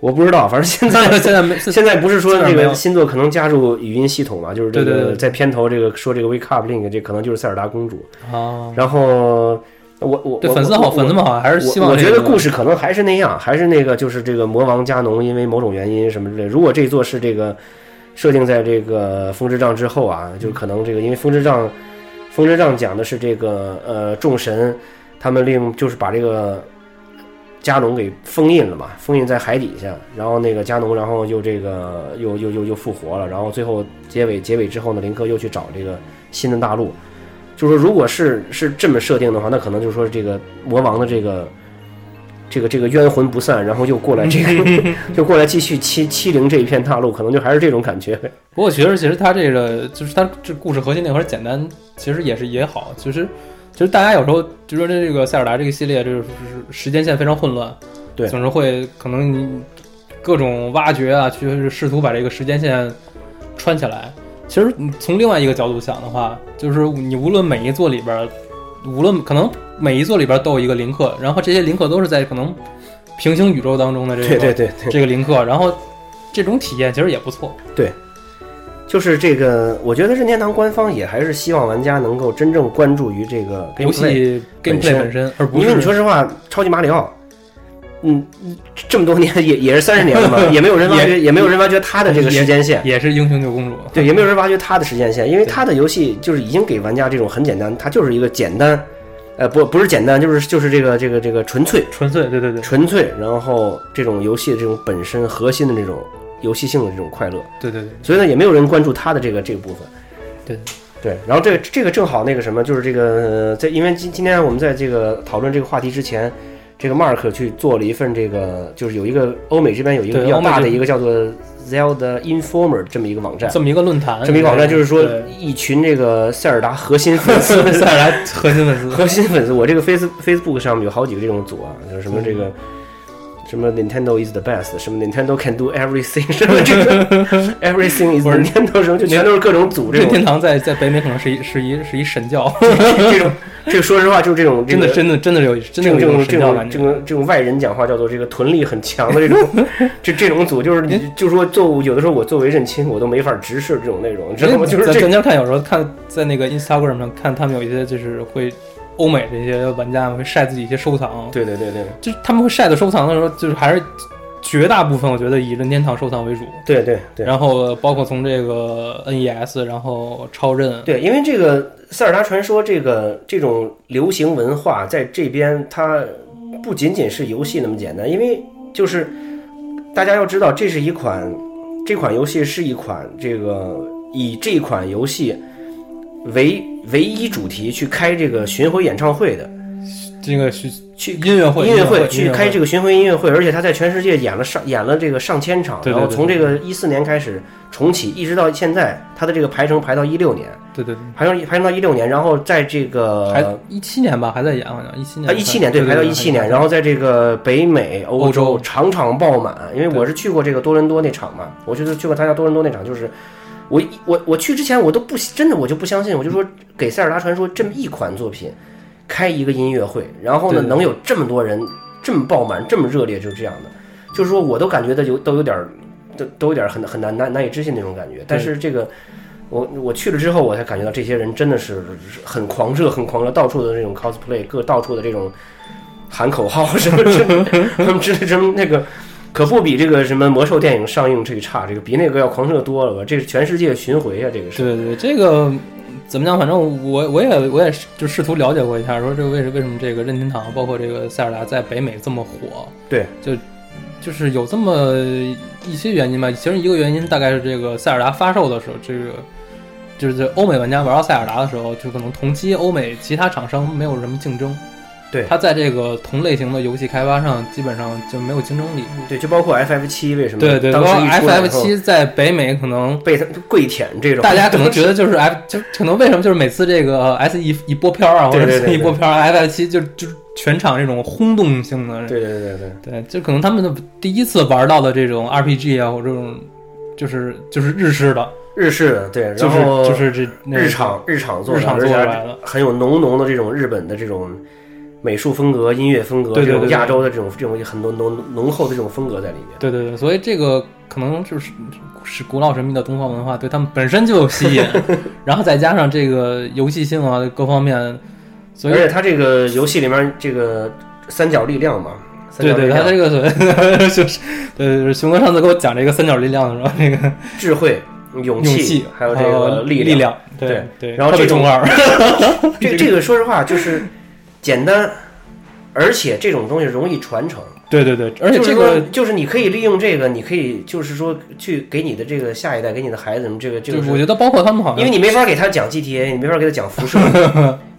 Speaker 10: 我不知道，反正现 在
Speaker 11: 现在没
Speaker 10: 现在不是说
Speaker 11: 现在
Speaker 10: 这
Speaker 11: 没
Speaker 10: 个
Speaker 11: 有
Speaker 10: 新作可能加入语音系统嘛？就是这
Speaker 11: 对对
Speaker 10: 个
Speaker 11: 对
Speaker 10: 在片头这个说这个 Wake Up Link，这可能就是塞尔达公主。
Speaker 11: 啊，
Speaker 10: 然后我我
Speaker 11: 对
Speaker 10: 我
Speaker 11: 粉丝好，
Speaker 10: 我
Speaker 11: 粉丝们好像还是希
Speaker 10: 我
Speaker 11: 望
Speaker 10: 我觉
Speaker 11: 这
Speaker 10: 得
Speaker 11: 个
Speaker 10: 故事可能还是那样，还是那个就是这个魔王加农因为某种原因什么之类。如果这一座是这个设定在这个风之杖之后啊，就可能这个因为风之杖，风之杖讲的是这个呃众神他们利用就是把这个加农给封印了嘛，封印在海底下，然后那个加农然后又这个又又又又复活了，然后最后结尾结尾之后呢，林克又去找这个新的大陆。就是说，如果是是这么设定的话，那可能就是说这个魔王的这个这个这个冤魂不散，然后又过来这 个又过来继续欺欺凌这一片大陆，可能就还是这种感觉。
Speaker 11: 不过其实其实它这个就是它这故事核心那块儿简单，其实也是也好，其实其实大家有时候就说这这个塞尔达这个系列就是就是时间线非常混乱，
Speaker 10: 对
Speaker 11: 总是会可能你各种挖掘啊，去试图把这个时间线穿起来。其实你从另外一个角度想的话，就是你无论每一座里边儿，无论可能每一座里边儿都有一个林克，然后这些林克都是在可能平行宇宙当中的这个
Speaker 10: 对对对对，
Speaker 11: 这个林克，然后这种体验其实也不错。
Speaker 10: 就是这个，我觉得任天堂官方也还是希望玩家能够真正关注于这个
Speaker 11: 游
Speaker 10: gameplay。
Speaker 11: 戏
Speaker 10: 本
Speaker 11: gameplay
Speaker 10: 身
Speaker 11: 本身，而不
Speaker 10: 因
Speaker 11: 是
Speaker 10: 为你说实话，超级马里奥，嗯，这么多年 也也是三十年了嘛，也没有人挖掘，也没有人挖掘他的这个时间线。
Speaker 11: 也是英雄救公主，
Speaker 10: 对，也没有人挖掘他的时间线，因为他的游戏就是已经给玩家这种很简单，它就是一个简单，呃，不不是简单，就是就是这个这个这个纯粹
Speaker 11: 纯粹对对对
Speaker 10: 纯粹，然后这种游戏的这种本身核心的这种游戏性的这种快乐，
Speaker 11: 对对对
Speaker 10: 所以呢，也没有人关注他的这个这个部分。
Speaker 11: 对
Speaker 10: 对，然后这个这个正好那个什么，就是这个呃在因为今今天我们在这个讨论这个话题之前，这个 Mark 去做了一份这个，就是有一个欧美这边有一个
Speaker 11: 对
Speaker 10: 比较
Speaker 11: 欧美
Speaker 10: 大
Speaker 11: 这
Speaker 10: 的一个叫做 Zelda Informer 这么一个网站，
Speaker 11: 这么一个论坛，
Speaker 10: 这么一个网站，就是说
Speaker 11: 哎对，
Speaker 10: 一群这个塞尔达核心粉丝
Speaker 11: 塞尔达核心粉丝
Speaker 10: 核心粉丝，我这个 Face Facebook 上面有好几个这种组啊，就是什么这
Speaker 11: 嗯
Speaker 10: 个。什么 Nintendo is the best，什么 Nintendo can do everything，什么这 个 everything is Nintendo，什么就全都是各种组这
Speaker 11: 任
Speaker 10: 种
Speaker 11: 天堂在在北美可能是一是一是一神教，
Speaker 10: 这种这个说实话就是这种 这
Speaker 11: 真
Speaker 10: 个
Speaker 11: 的真的真的有真的
Speaker 10: 这
Speaker 11: 有
Speaker 10: 种这种
Speaker 11: 一
Speaker 10: 这
Speaker 11: 神教
Speaker 10: 种
Speaker 11: 感
Speaker 10: 这
Speaker 11: 觉。
Speaker 10: 种这种外人讲话叫做这个屯力很强的这 种这这种组，就是
Speaker 11: 哎
Speaker 10: 你就说做有的时候我作为认亲，我都没法直视这种内容，你知道吗？就是
Speaker 11: 哎在
Speaker 10: 这
Speaker 11: 咱家看，有时候看在那个 Instagram 上看，他们有一些就是会欧美这些玩家会晒自己一些收藏，
Speaker 10: 对对对对
Speaker 11: 就是他们会晒的收藏的时候，就是还是绝大部分我觉得以任天堂收藏为主，
Speaker 10: 对对对
Speaker 11: 然后包括从这个 NES，然后超任，
Speaker 10: 对，因为这个《塞尔达传说》这个这种流行文化在这边，它不仅仅是游戏那么简单，因为就是大家要知道，这是一款这款游戏是一款这个以这款游戏为唯一主题去开这个巡回演唱会的。
Speaker 11: 这个去
Speaker 10: 去
Speaker 11: 音乐会
Speaker 10: 音乐
Speaker 11: 会
Speaker 10: 会去开这
Speaker 11: 个
Speaker 10: 个巡回音乐会，而且他在全世界演了上演了这个上千场，
Speaker 11: 对对
Speaker 10: 然后
Speaker 11: 对
Speaker 10: 从
Speaker 11: 对
Speaker 10: 这个一四年开始重启，一直到现在，他的这个排程排到一六年，
Speaker 11: 对对对，
Speaker 10: 排到排到一六年，然后在这个
Speaker 11: 还一七年吧，还在演好像一七
Speaker 10: 呃啊
Speaker 11: 年，
Speaker 10: 一七年对排到一七年，然后在这个北美、欧
Speaker 11: 欧洲
Speaker 10: 洲场场爆满，因为
Speaker 11: 对
Speaker 10: 我是去过这个多伦多那场嘛，我就是去过参加多伦多那场，就是。我一我我去之前我都不真的我就不相信，我就说给《塞尔达传说》这么一款作品开一个音乐会，然后呢
Speaker 11: 对对
Speaker 10: 能有这么多人这么爆满这么热烈，就是这样的，就是说我都感觉到有都有点儿都都有点儿很很难难难以置信那种感觉。但是这个我我去了之后，我才感觉到这些人真的是很狂热，很狂热，到处的这种 cosplay，各到处的这种喊口号什么什么什么之类什么那个。可不比这个什么魔兽电影上映这个差，这个比那个要狂热多了吧？这是全世界巡回啊，这个是。
Speaker 11: 对对对，这个怎么讲？反正我我也我也是就试图了解过一下，说这个为什为什么这个任天堂包括这个塞尔达在北美这么火？
Speaker 10: 对，
Speaker 11: 就就是有这么一些原因吧。其实一个原因大概是这个塞尔达发售的时候，这个就是在欧美玩家玩到塞尔达的时候，就可能同期欧美其他厂商没有什么竞争。
Speaker 10: 对
Speaker 11: 它在这个同类型的游戏开发上，基本上就没有竞争力。
Speaker 10: 对，就包括 FF 七为什么
Speaker 11: 对对，
Speaker 10: 当
Speaker 11: 包括
Speaker 10: 时一出来以
Speaker 11: FF
Speaker 10: 后
Speaker 11: 七在北美可能
Speaker 10: 被他跪舔这种，
Speaker 11: 大家可能觉得就是 F，就可能为什么就是每次这个 S 一一波飘啊，或
Speaker 10: 对
Speaker 11: 者
Speaker 10: 对对
Speaker 11: S 一波飘 F 七就就是全场这种轰动性的，
Speaker 10: 对对对对
Speaker 11: 对就可能他们的第一次玩到的这种 RPG 啊，或者这种就是就是日式的，
Speaker 10: 日式的对，然
Speaker 11: 就是
Speaker 10: 后
Speaker 11: 就是这那
Speaker 10: 日常日常做的
Speaker 11: 日常做出来的
Speaker 10: 而且很有浓浓的这种日本的这种美术风格、音乐风格，
Speaker 11: 对对
Speaker 10: 这种
Speaker 11: 对对
Speaker 10: 亚洲的这种这种很多浓浓厚的这种风格在里面。
Speaker 11: 对对对，所以这个可能就是是古老神秘的东方文化对他们本身就 有吸引，然后再加上这个游戏性啊各方面，所以
Speaker 10: 而且它这个游戏里面这个三角力量嘛，三
Speaker 11: 对
Speaker 10: 角力
Speaker 11: 对，
Speaker 10: 量
Speaker 11: 他这个所谓 就是对对对，熊哥上次给我讲这个三角力量的时候，那个。
Speaker 10: 智慧、勇
Speaker 11: 勇
Speaker 10: 气，还有这个
Speaker 11: 力
Speaker 10: 量。
Speaker 11: 量，
Speaker 10: 对
Speaker 11: 对，
Speaker 10: 然后
Speaker 11: 特别
Speaker 10: 这种
Speaker 11: 中二，
Speaker 10: 这这个说实话就是简单，而且这种东西容易传承。
Speaker 11: 对对对，而且
Speaker 10: 就是
Speaker 11: 这
Speaker 10: 说
Speaker 11: 个
Speaker 10: 就是你可以利用这个，你可以就是说去给你的这个下一代，给你的孩子什么这个这
Speaker 11: 就
Speaker 10: 个
Speaker 11: 是
Speaker 10: 是，
Speaker 11: 我觉得包括他们好像，
Speaker 10: 因为你没法给他讲 GTA，你没法给他讲辐 射，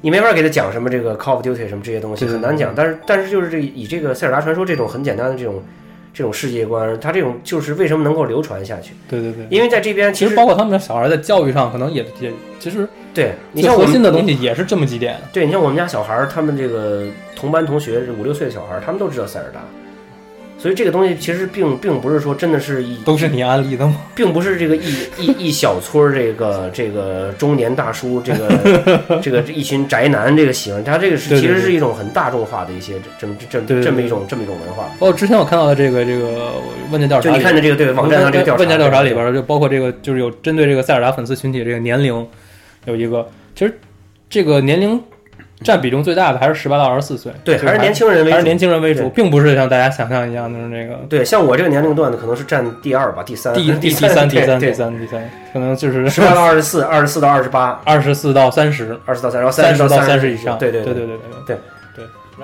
Speaker 10: 你没法给他讲什么这个 Call of Duty 什么这些东西
Speaker 11: 对对
Speaker 10: 很难讲。但是但是就是这以这个塞尔达传说这种很简单的这种这种世界观，它这种就是为什么能够流传下去，
Speaker 11: 对对对，
Speaker 10: 因为在这边
Speaker 11: 其
Speaker 10: 实
Speaker 11: 实包括他们的小孩在教育上可能也也其实
Speaker 10: 对你
Speaker 11: 最
Speaker 10: 像我
Speaker 11: 核
Speaker 10: 们
Speaker 11: 心的东西也是这么几点，
Speaker 10: 对你像我们家小孩儿，他们这个同班同学五六岁的小孩儿，他们都知道塞尔达，所以这个东西其实并并不是说真的是一，
Speaker 11: 都是你安利的吗？
Speaker 10: 并不是这个一一一小撮儿这个这个中年大叔这 个这个一群宅男这个喜欢，他这个是
Speaker 11: 对对
Speaker 10: 其实
Speaker 11: 对
Speaker 10: 是一种很大众化的一些这这
Speaker 11: 对
Speaker 10: 这
Speaker 11: 对
Speaker 10: 这么
Speaker 11: 对
Speaker 10: 一种这么一种文化。
Speaker 11: 包括哦之前我看到的这个这个问卷调查
Speaker 10: 就
Speaker 11: 里，
Speaker 10: 你看的这个对网站上这个调查，
Speaker 11: 问卷调查里边儿就包括这个，就是有针对这个塞尔达粉丝群体这个年龄有一个，其实这个年龄占比重最大的还是十八到二十四岁，
Speaker 10: 对
Speaker 11: 就是
Speaker 10: 还是年轻人为主
Speaker 11: 还是年轻人为主，
Speaker 10: 对
Speaker 11: 并不是像大家想象一样就是那个
Speaker 10: 对，像我这个年龄段的可能是占第二吧， 第三，
Speaker 11: 第一第
Speaker 10: 三，
Speaker 11: 三第三第
Speaker 10: 对，
Speaker 11: 三第三，可能就是
Speaker 10: 十八到二十四，二十四到二十八，
Speaker 11: 二十四到三十，
Speaker 10: 二十到三，然后
Speaker 11: 三
Speaker 10: 十到
Speaker 11: 到三
Speaker 10: 十
Speaker 11: 以上，
Speaker 10: 对
Speaker 11: 对
Speaker 10: 对
Speaker 11: 对对
Speaker 10: 对
Speaker 11: 对对。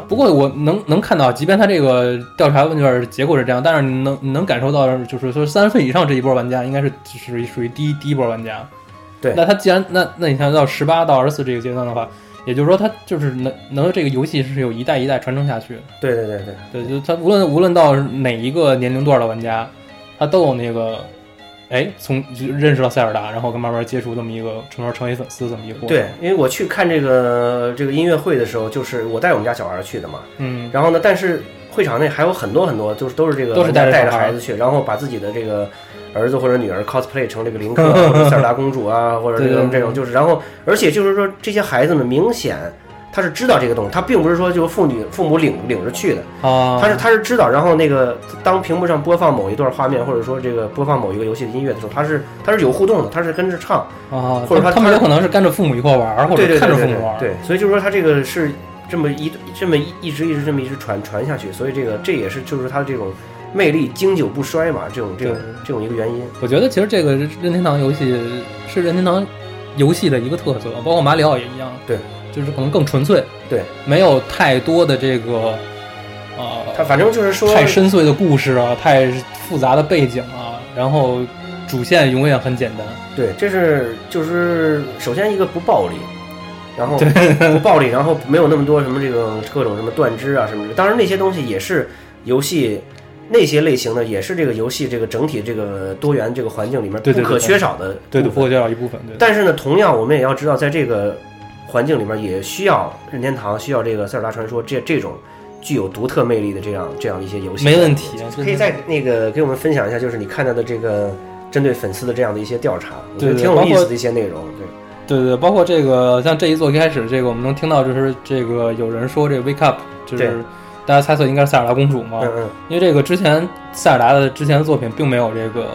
Speaker 11: 不过我能能看到，即便他这个调查问卷结果是这样，但是你能你能感受到，就是说三十岁以上这一波玩家应该是属于属于第一第一波玩家。
Speaker 10: 对
Speaker 11: 那他既然那那你想到十八到二十四这个阶段的话，也就是说他就是能能这个游戏是有一代一代传承下去的。
Speaker 10: 对对对对。
Speaker 11: 对，就是他无论无论到哪一个年龄段的玩家，他都有那个哎从认识到塞尔达，然后跟慢慢接触这么一个从而成为粉丝这么一个过程。
Speaker 10: 对，因为我去看这个这个音乐会的时候，就是我带我们家小孩去的嘛，
Speaker 11: 嗯，
Speaker 10: 然后呢，但是会场内还有很多很多，就是都是这个
Speaker 11: 都是
Speaker 10: 玩家
Speaker 11: 带着
Speaker 10: 带着
Speaker 11: 小孩
Speaker 10: 孩子去，然后把自己的这个儿子或者女儿 cosplay 成这个林克啊或者塞尔达公主啊，或者这
Speaker 11: 对对
Speaker 10: 种
Speaker 11: 对
Speaker 10: 这种，就是然后而且就是说这些孩子们明显他是知道这个东西，他并不是说就是父女父母领领着去的，
Speaker 11: 啊，
Speaker 10: 他是他是知道，然后那个当屏幕上播放某一段画面，或者说这个播放某一个游戏的音乐的时候，他是他是有互动的，他是跟着唱，
Speaker 11: 啊，
Speaker 10: 或者他
Speaker 11: 他们
Speaker 10: 他
Speaker 11: 有可能是跟着父母一块玩儿，或
Speaker 10: 对
Speaker 11: 者
Speaker 10: 对
Speaker 11: 看
Speaker 10: 对
Speaker 11: 着
Speaker 10: 对
Speaker 11: 父
Speaker 10: 对
Speaker 11: 母玩儿。
Speaker 10: 对，所以就是说他这个是这么一这么一一直一直这么一直传传下去，所以这个这也是就是他这种魅力经久不衰嘛，这种这种
Speaker 11: 对
Speaker 10: 这种一个原因。
Speaker 11: 我觉得其实这个任天堂游戏是任天堂游戏的一个特色，包括马里奥也一样。
Speaker 10: 对，
Speaker 11: 就是可能更纯粹，
Speaker 10: 对，
Speaker 11: 没有太多的这个呃，
Speaker 10: 他反正就是说，
Speaker 11: 太深邃的故事啊，太复杂的背景啊，然后主线永远很简单。
Speaker 10: 对，这是就是首先一个不暴力，然后不暴力，然后没有那么多什么这个各种什么断肢啊什么的。当然那些东西也是游戏那些类型的，也是这个游戏这个整体这个多元这个环境里面
Speaker 11: 对
Speaker 10: 不
Speaker 11: 对
Speaker 10: 可
Speaker 11: 对
Speaker 10: 缺少的
Speaker 11: 对对，
Speaker 10: 部
Speaker 11: 不
Speaker 10: 分
Speaker 11: 过就要一部分。对，
Speaker 10: 但是呢，同样我们也要知道，在这个环境里面，也需要任天堂，需要这个《塞尔达传说》这这种具有独特魅力的这样这样一些游戏。
Speaker 11: 没问题
Speaker 10: 可以在那个给我们分享一下，就是你看到的这个针对粉丝的这样的一些调查，我觉得
Speaker 11: 对对
Speaker 10: 挺有
Speaker 11: 包
Speaker 10: 意
Speaker 11: 括
Speaker 10: 思的一些内容。对，
Speaker 11: 对对，包括这个，像这一座一开始，这个我们能听到，就是这个有人说这个 Wake Up，就
Speaker 10: 对
Speaker 11: 是大家猜测应该是塞尔达公主嘛，
Speaker 10: 嗯嗯，
Speaker 11: 因为这个之前塞尔达的之前的作品并没有这个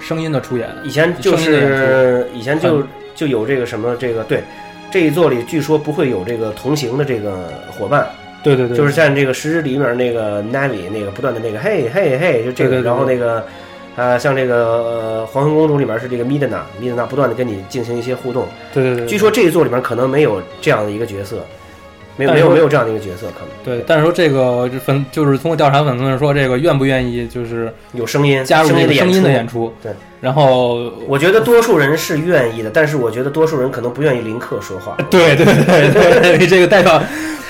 Speaker 11: 声音的出演，
Speaker 10: 以前就
Speaker 11: 声音的演出
Speaker 10: 是以前
Speaker 11: 嗯
Speaker 10: 就就有这个什么这个对。这一座里据说不会有这个同行的这个伙伴，
Speaker 11: 对对对，
Speaker 10: 就是像这个《石之里面那个 Navi 那个不断的那个嘿嘿嘿，就这个，
Speaker 11: 对对对
Speaker 10: 然后那个呃，像这个呃《黄昏公主》里面是这个 Midna Midna 不断的跟你进行一些互动。
Speaker 11: 对对对，
Speaker 10: 据说这一座里面可能没有这样的一个角色，没有
Speaker 11: 但
Speaker 10: 没
Speaker 11: 是
Speaker 10: 有
Speaker 11: 说
Speaker 10: 没有这样的一个角色，可能
Speaker 11: 对，但是说这个这粉就是通过调查粉丝们说这个愿不愿意就是
Speaker 10: 有声音
Speaker 11: 加入这
Speaker 10: 音
Speaker 11: 个
Speaker 10: 的
Speaker 11: 声音
Speaker 10: 出
Speaker 11: 的演出，
Speaker 10: 对，
Speaker 11: 然后
Speaker 10: 我觉得多数人是愿意的，但是我觉得多数人可能不愿意林克说话。
Speaker 11: 对对对对，对这个代表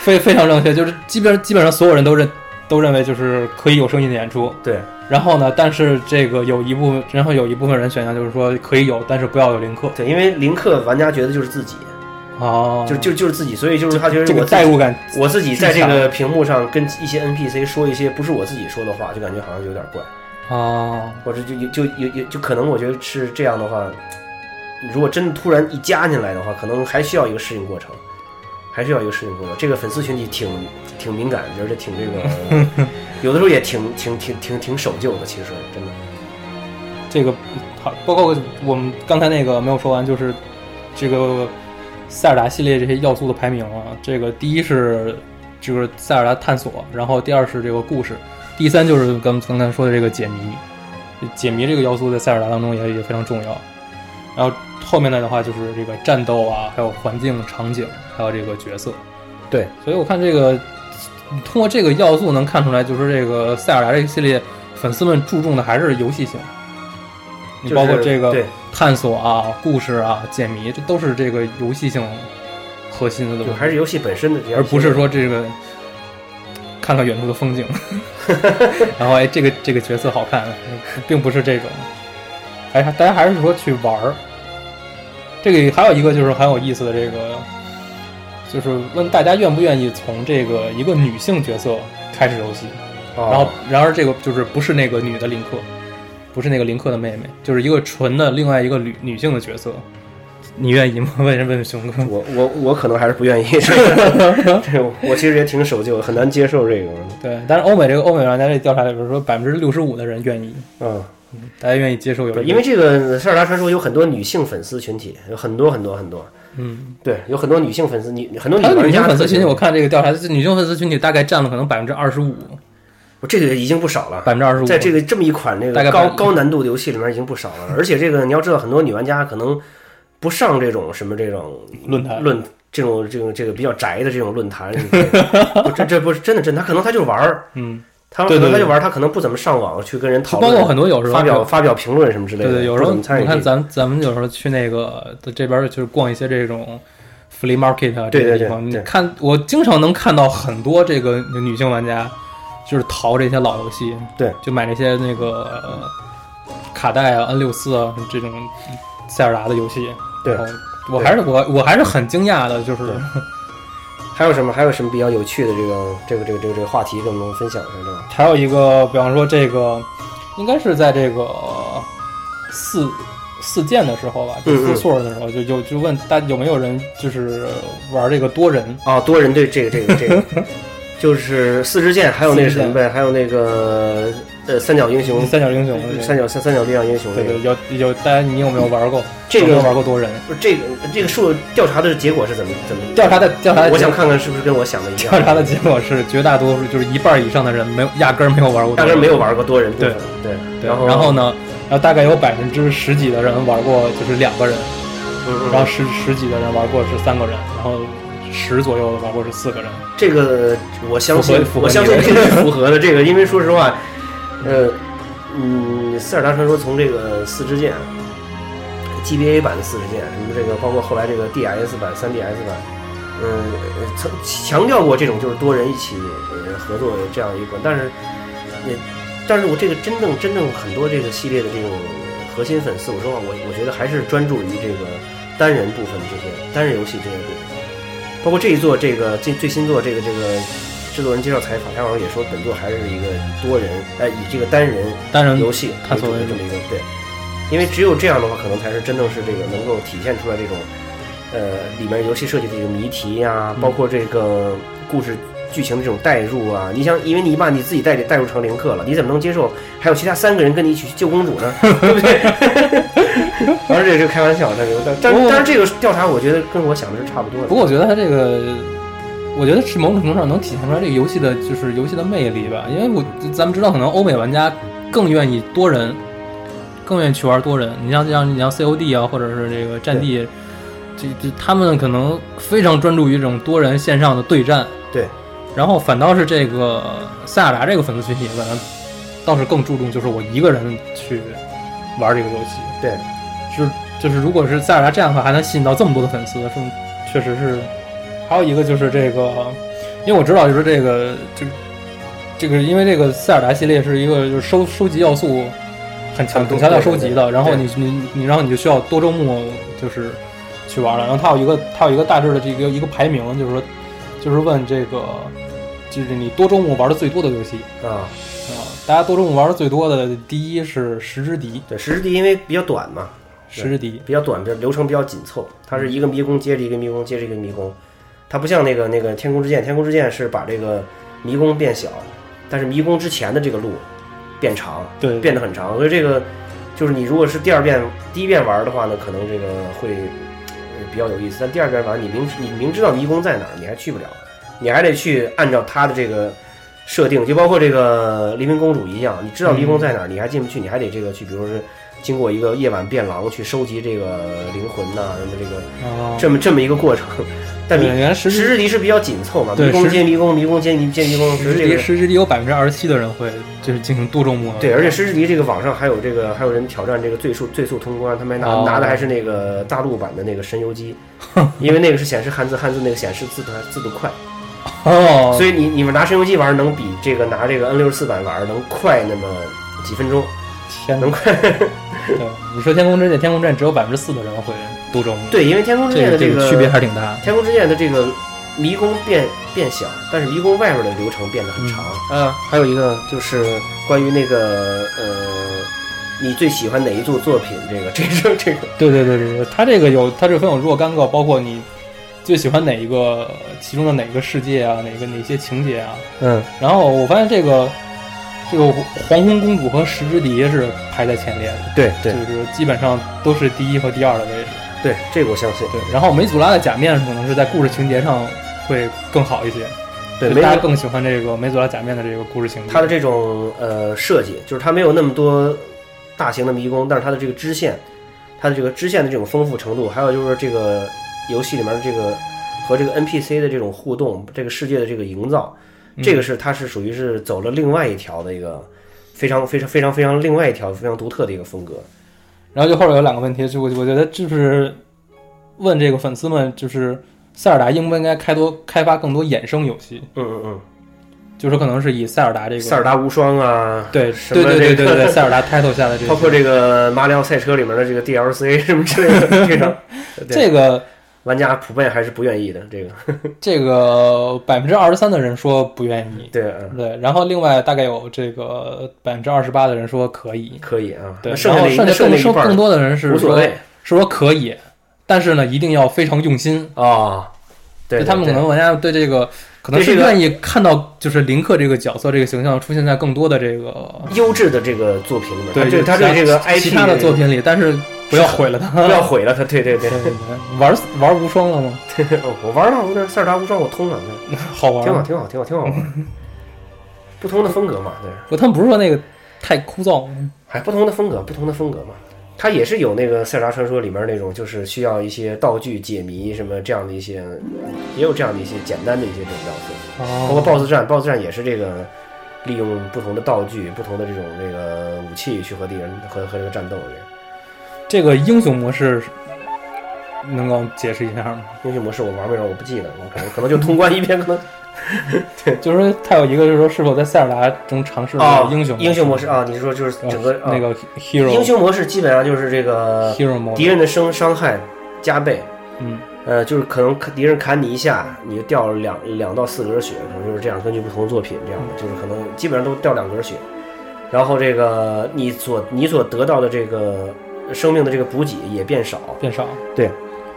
Speaker 11: 非非常正确，就是基本基本上所有人都认都认为就是可以有声音的演出，
Speaker 10: 对，
Speaker 11: 然后呢，但是这个有一部分，然后有一部分人选项就是说可以有，但是不要有林克
Speaker 10: 对，因为林克玩家觉得就是自己，
Speaker 11: 哦，
Speaker 10: 就就就是自己，所以就是他觉得
Speaker 11: 这
Speaker 10: 我
Speaker 11: 个
Speaker 10: 自己
Speaker 11: 代入感，
Speaker 10: 我自己在这个屏幕上跟一些 NPC 说一些不是我自己说的话，就感觉好像有点怪，
Speaker 11: 哦，
Speaker 10: 或者就有就有有就可能我觉得是这样的话，如果真的突然一加进来的话，可能还需要一个适应过程，还需要一个适应过程。这个粉丝群体挺挺敏感，而且挺这 个，有的时候也挺挺挺挺挺守旧的，其实真的。
Speaker 11: 这个好，包括我们刚才那个没有说完，就是这个塞尔达系列这些要素的排名啊，这个第一是这个塞尔达探索，然后第二是这个故事，第三就是刚刚才说的这个解谜，解谜这个要素在塞尔达当中也也非常重要。然后后面的话就是这个战斗啊，还有环境、场景，还有这个角色。
Speaker 10: 对，
Speaker 11: 所以我看这个通过这个要素能看出来，就是这个塞尔达这个系列粉丝们注重的还是游戏性。你
Speaker 10: 就是
Speaker 11: 包括这个
Speaker 10: 对
Speaker 11: 探索啊、故事啊、解谜，这都是这个游戏性核心的东
Speaker 10: 就
Speaker 11: 西，
Speaker 10: 还是游戏本身的这样，
Speaker 11: 而不是说这个看看远处的 风景，然后哎，这个这个角色好看，并不是这种，还是大家还是说去玩儿。这个还有一个就是很有意思的这个，就是问大家愿不愿意从这个一个女性角色开始游戏，
Speaker 10: 哦，
Speaker 11: 然后然而这个就是不是那个女的林克，不是那个林克的妹妹，就是一个纯的另外一个女女性的角色，你愿意吗？ 问人问熊哥，
Speaker 10: 我我我可能还是不愿意， 这个这个我其实也挺守旧，很难接受这个，
Speaker 11: 对，但是欧美这个欧美玩家这调查里边说百分之六十五的人愿意，
Speaker 10: 嗯。
Speaker 11: 大家愿意接受有一
Speaker 10: 对，
Speaker 11: 个
Speaker 10: 因为这个《塞尔达传说》有很多女性粉丝群体，有很多很多很多。嗯，对，有很多女性粉丝，女很多女
Speaker 11: 他的
Speaker 10: 玩
Speaker 11: 女性
Speaker 10: 家
Speaker 11: 粉丝群体，
Speaker 10: 特别
Speaker 11: 我看这个调查，这女性粉丝群体大概占了可能百分之二十五，
Speaker 10: 我这个已经不少了，
Speaker 11: 百分之二十五，
Speaker 10: 在这个这么一款这
Speaker 11: 大概
Speaker 10: 个高
Speaker 11: 百
Speaker 10: 高难度的游戏里面已经不少了，而且这个你要知道，很多女玩家可能不上这种什么这种
Speaker 11: 论坛
Speaker 10: 论这种这种这个比较宅的这种论坛，不这这不是真的真的，他可能他就玩儿，
Speaker 11: 嗯，
Speaker 10: 他
Speaker 11: 对
Speaker 10: 可
Speaker 11: 对
Speaker 10: 能他
Speaker 11: 对
Speaker 10: 就玩儿，他可能不怎么上网去跟人讨
Speaker 11: 包
Speaker 10: 论，
Speaker 11: 括很多有时候
Speaker 10: 发表发表评论什么之类
Speaker 11: 对
Speaker 10: 的，
Speaker 11: 对，有时候
Speaker 10: 不怎
Speaker 11: 你
Speaker 10: 么参与这
Speaker 11: 看
Speaker 10: 个
Speaker 11: 咱咱们有时候去那个这边儿就是逛一些这种 flea market 啊，
Speaker 10: 对
Speaker 11: 这
Speaker 10: 对对
Speaker 11: 个地方，你
Speaker 10: 对
Speaker 11: 看我经常能看到很多这个女性玩家就是淘这些老游戏，
Speaker 10: 对
Speaker 11: 就买那些那个呃卡带啊、N 六四啊这种塞尔达的游戏。
Speaker 10: 对
Speaker 11: 然后我还是我我还是很惊讶的，就是
Speaker 10: 对还有什么还有什么比较有趣的这个这个这个这个这个话题跟我们分享一下这个？
Speaker 11: 还有一个，比方说这个应该是在这个呃四四剑的时候吧，就
Speaker 10: 嗯嗯
Speaker 11: 四错的时候，就就就问大家有没有人就是玩这个多人。
Speaker 10: 哦，多人对这个这个这个， 就是四支箭，还有那个什么呗，还有那个呃三角英雄，
Speaker 11: 三角英雄的这个
Speaker 10: 三角三三角力量英雄
Speaker 11: 对
Speaker 10: 这个
Speaker 11: 对，，有有，大家你有没有玩过？
Speaker 10: 这个
Speaker 11: 有没有玩过多人？
Speaker 10: 不是这个这个数调查的结果是怎么怎么
Speaker 11: 调查的调查的结果
Speaker 10: 我想看看是不是跟我想的一样。
Speaker 11: 调查的结果是，绝大多数就是一半以上的人没有压根儿没有玩过，
Speaker 10: 压根儿没有。玩过多人部分，对
Speaker 11: 对，
Speaker 10: 然后
Speaker 11: 然后？呢，然后大概有百分之十几的人玩过就是两个人，
Speaker 10: 嗯嗯
Speaker 11: 然后十十几的人玩过是三个人，然后十左右的玩过是四个人。
Speaker 10: 这个我相信
Speaker 11: 符合，符合
Speaker 10: 我相信
Speaker 11: 你的
Speaker 10: 这个是符合的。这个，因为说实话，呃，嗯，《塞尔达传说》从这个四支箭，GBA 版的四支箭，什么这个，包括后来这个 DS 版、3DS 版，嗯，呃曾强调过这种就是多人一起呃合作这样一个，但是，也，但是我这个真正真正很多这个系列的这种核心粉丝，我说话我我觉得还是专注于这个单人部分这些单人游戏这些部分。包括这一座这个最最新作这个这个制作人接受采访，他好像也说本作还是一个多人，呃，以这个单人
Speaker 11: 单人
Speaker 10: 游戏
Speaker 11: 探索
Speaker 10: 为
Speaker 11: 为
Speaker 10: 主的
Speaker 11: 主
Speaker 10: 这么一个对，因为只有这样的话，可能才是真正是这个能够体现出来这种呃里面游戏设计的这个谜题呀、
Speaker 11: 嗯
Speaker 10: 包括这个故事。剧情这种代入啊，你想，因为你把你自己代代入成林克了，你怎么能接受还有其他三个人跟你一起去救公主 呢？对不对？ 当然这是开玩笑，但是但
Speaker 11: 不
Speaker 10: 是
Speaker 11: 过
Speaker 10: 但是这个调查，我觉得跟我想的是差不多的。
Speaker 11: 不过我觉得它这个，我觉得是某种程度上能体现出来这个游戏的就是游戏的魅力吧。因为我咱们知道，可能欧美玩家更愿意多人，更愿意去玩多人。你像像你像 COD 啊，或者是这个战地，这这他们可能非常专注于这种多人线上的对战。
Speaker 10: 对。
Speaker 11: 然后反倒是这个塞尔达这个粉丝群体，可能倒是更注重就是我一个人去玩这个游戏。
Speaker 10: 对，
Speaker 11: 就是就是，如果是塞尔达这样的话，还能吸引到这么多的粉丝，是确实是。还有一个就是这个，因为我知道就是这个就这个，因为这个塞尔达系列是一个就是收收集要素很强
Speaker 10: 很多
Speaker 11: 很强调收集
Speaker 10: 对对
Speaker 11: 的，
Speaker 10: 对
Speaker 11: 然后你你你然后你就需要多周目就是去玩了，然后它有一个它有一个大致的这个一个排名，就是说就是问这个就是你多周目玩的最多的游戏
Speaker 10: 啊，
Speaker 11: 啊、大家多周目玩的最多的第一是十之敌，
Speaker 10: 对，十之敌因为比较短嘛，
Speaker 11: 十之敌，
Speaker 10: 比较短，比较流程比较紧凑，它是一个迷宫接着一个迷宫接着一个迷宫，它不像那个那个天空之剑，天空之剑是把这个迷宫变小，但是迷宫之前的这个路变长，
Speaker 11: 对
Speaker 10: 变得很长，所以这个就是你如果是第二遍第一遍玩的话呢，可能这个会呃比较有意思，但第二遍玩你明你明知道迷宫在哪儿，你还去不了，你还得去按照它的这个。设定就包括这个黎明公主一样，你知道迷宫在哪儿，你还进不去，你还得这个去，比如说是经过一个夜晚变狼去收集这个灵魂呐、什么这个
Speaker 11: 啊
Speaker 10: 这么这么一个过程。但
Speaker 11: 对
Speaker 10: 迷
Speaker 11: 原来十
Speaker 10: 十
Speaker 11: 之
Speaker 10: 之敌是比较紧凑嘛，
Speaker 11: 对
Speaker 10: 迷宫
Speaker 11: 十
Speaker 10: 接迷宫，迷宫接迷接迷宫，
Speaker 11: 十
Speaker 10: 是
Speaker 11: 之
Speaker 10: 这
Speaker 11: 敌
Speaker 10: 个
Speaker 11: 十之敌有百分之二十七的人会就是进行多周目，
Speaker 10: 对，而且十之敌这个网上还有这个还有人挑战这个最速最速通关，他们还拿、
Speaker 11: 哦
Speaker 10: 拿的还是那个大陆版的那个神游 机，因为那个是显示汉字，汉字那个显示字的字的快，
Speaker 11: 哦，
Speaker 10: 所以你你们拿神游机玩儿能比这个拿这个 N 六十四版玩儿能快那么几分钟，
Speaker 11: 天哪
Speaker 10: 能！快。
Speaker 11: 对你说天空之剑，天空之剑只有百分之四的人会读中，
Speaker 10: 对，因为天空之
Speaker 11: 这
Speaker 10: 剑
Speaker 11: 个
Speaker 10: 的
Speaker 11: 这
Speaker 10: 个
Speaker 11: 个区别还是挺大。
Speaker 10: 天空之剑的这个迷宫变变小，但是迷宫外面的流程变得很长。嗯、啊，还有一个就是关于那个呃，你最喜欢哪一部作品？这个这个这个，
Speaker 11: 对对对对对，它这个有它这个分有若干个，包括你最喜欢哪一个其中的哪个世界啊，哪个哪些情节啊。
Speaker 10: 嗯，
Speaker 11: 然后我发现这个这个黄昏公主和十之敌是排在前列的，
Speaker 10: 对
Speaker 11: 就是基本上都是第一和第二的位置。
Speaker 10: 嗯对，这个我相信。
Speaker 11: 对，然后梅祖拉的假面可能是在故事情节上会更好一些，
Speaker 10: 对
Speaker 11: 就
Speaker 10: 梅
Speaker 11: 大家
Speaker 10: 祖
Speaker 11: 更喜欢这个梅祖拉假面的这个故事情节。
Speaker 10: 它的这种呃设计，就是它没有那么多大型的迷宫，但是它的这个支线，它的这个支线的这种丰富程度，还有就是这个游戏里面的这个和这个 NPC 的这种互动，这个世界的这个营造，
Speaker 11: 嗯
Speaker 10: 这个是它是属于是走了另外一条的一个非常非常非常非常另外一条非常独特的一个风格。
Speaker 11: 然后就后边有两个问题，就我我觉得就是问这个粉丝们，就是塞尔达应不应该开多开发更多衍生游戏？
Speaker 10: 嗯嗯嗯，嗯
Speaker 11: 就是可能是以塞尔达这个
Speaker 10: 塞尔达无双啊，
Speaker 11: 对
Speaker 10: 什
Speaker 11: 对
Speaker 10: 么
Speaker 11: 对
Speaker 10: 这
Speaker 11: 对
Speaker 10: 个
Speaker 11: 对对，塞尔达 title 下的这
Speaker 10: 包括这个马里奥赛车里面的这个 DLC 什么之类 的，这个
Speaker 11: 这个
Speaker 10: 玩家普遍还是不愿意的。这个
Speaker 11: 这个百分之二十三的人说不愿意，
Speaker 10: 对嗯
Speaker 11: 对，然后另外大概有这个百分之二十八的人说可以，
Speaker 10: 可以啊，
Speaker 11: 对，
Speaker 10: 那剩下
Speaker 11: 然后
Speaker 10: 那
Speaker 11: 剩
Speaker 10: 那剩
Speaker 11: 下
Speaker 10: 那
Speaker 11: 说
Speaker 10: 一半
Speaker 11: 更多的人是
Speaker 10: 无所
Speaker 11: 说
Speaker 10: 谓
Speaker 11: 是说可以，但是呢，一定要非常用心。
Speaker 10: 啊，对
Speaker 11: 就
Speaker 10: 对
Speaker 11: 他们可
Speaker 10: 对
Speaker 11: 能玩家对这个可能
Speaker 10: 对
Speaker 11: 是
Speaker 10: 这个
Speaker 11: 愿意看到就是林克这个角色这个形象出现在更多的这个
Speaker 10: 优质的这个作品里面，
Speaker 11: 对
Speaker 10: 他对他对这个
Speaker 11: 其
Speaker 10: IP
Speaker 11: 其他的作品里，但是不要毁了它。
Speaker 10: 不要毁了他，对对对 哦
Speaker 11: 对，对玩玩无双了吗？
Speaker 10: 我玩了，我这塞尔达无双我通了，
Speaker 11: 好玩
Speaker 10: 挺好，
Speaker 11: 吗。
Speaker 10: 挺好，挺好，挺好 玩。不同的风格嘛，对，
Speaker 11: 不，他们不是说那个太枯燥吗？
Speaker 10: 还不同的风格，不同的风格嘛。它也是有那个《塞尔达传说》里面那种，就是需要一些道具解谜什么这样的一些，也有这样的一些简单的一些这种要素。包括
Speaker 11: 哦，
Speaker 10: BOSS 战，BOSS 战也是这个利用不同的道具、不同的这种这个武器去和敌人和和这个战斗这样。
Speaker 11: 这个英雄模式能够解释一下吗？
Speaker 10: 英雄模式我玩没玩我不记得，我可能可能就通关一遍，可能
Speaker 11: 就是说，它有一个就是说是否在塞尔达中尝 试了哦英雄
Speaker 10: 哦英雄模式啊，你是说就是
Speaker 11: 呃
Speaker 10: 整个、啊
Speaker 11: 那个 hero
Speaker 10: 英雄模式基本上就是这个
Speaker 11: hero 模
Speaker 10: 敌人的伤伤害加倍，
Speaker 11: 嗯
Speaker 10: 呃，就是可能砍敌人砍你一下，你就掉两两到四格血，可能就是这样。根据不同作品这样的，就是可能基本上都掉两格血。然后这个你所你所得到的这个生命的这个补给也变少，
Speaker 11: 变少。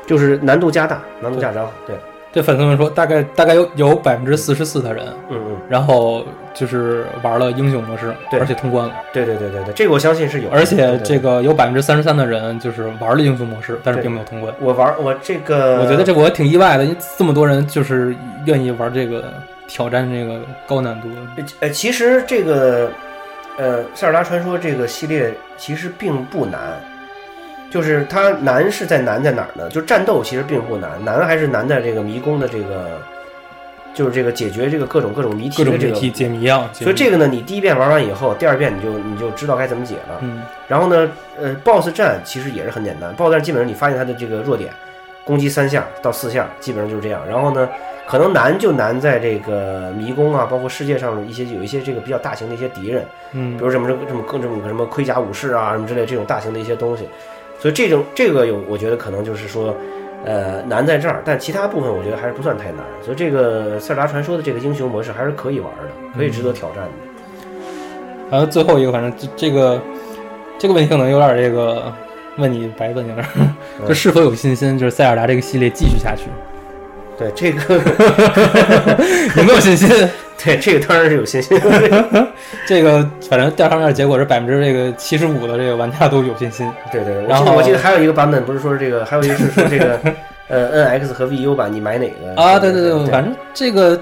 Speaker 10: 就是难度加大，难度加大。对，
Speaker 11: 对粉丝们说，大概大概有有百分之四十四的人，
Speaker 10: 嗯嗯，
Speaker 11: 然后就是玩了英雄模式，
Speaker 10: 对
Speaker 11: 而且通关了。
Speaker 10: 对对对对对，这个我相信是有的。
Speaker 11: 而且这
Speaker 10: 个
Speaker 11: 个有百分之三十三的人就是玩了英雄模式，但是并没有通关。
Speaker 10: 我玩我这个，
Speaker 11: 我觉得这我挺意外的，因为这么多人就是愿意玩这个挑战这个高难度。
Speaker 10: 呃，其实这个呃《塞尔达传说》这个系列其实并不难，就是它难是在难在哪儿呢？就战斗其实并不难，难还是难在这个迷宫的这个，就是这个解决这个各种各种谜题
Speaker 11: 各
Speaker 10: 的
Speaker 11: 种
Speaker 10: 这
Speaker 11: 谜
Speaker 10: 个。
Speaker 11: 题解谜啊，
Speaker 10: 所以这个呢，你第一遍玩完以后，第二遍你就你就知道该怎么解了。
Speaker 11: 嗯，
Speaker 10: 然后呢，呃，BOSS 战其实也是很简单，BOSS 战基本上你发现它的这个弱点，攻击三下到四下，基本上就是这样。然后呢，可能难就难在这个迷宫啊，包括世界上一些有一些这个比较大型的一些敌人，
Speaker 11: 嗯
Speaker 10: 比如什么这么各种什么盔甲武士啊什么之类这种大型的一些东西。所以这种这个有，我觉得可能就是说，呃，难在这儿，但其他部分我觉得还是不算太难。所以这个塞尔达传说的这个英雄模式还是可以玩的，可以值得挑战的。
Speaker 11: 然后最后一个，反正这这个这个问题可能有点这个问你白问有点，
Speaker 10: 嗯
Speaker 11: 就是否有信心，就是塞尔达这个系列继续 下去？
Speaker 10: 对这个，
Speaker 11: 有没有信心？
Speaker 10: 对这个当然是有信心。
Speaker 11: 这个反正调查面结果是百分之这个七十五的这个玩家都有信心。
Speaker 10: 对对，我
Speaker 11: 然
Speaker 10: 记
Speaker 11: 后
Speaker 10: 得我记得还有一个版本，不是说这个，还有一个是说这个，呃，NX 和 VU 版，你买哪个
Speaker 11: 啊，对对对，
Speaker 10: 嗯对，
Speaker 11: 反正这个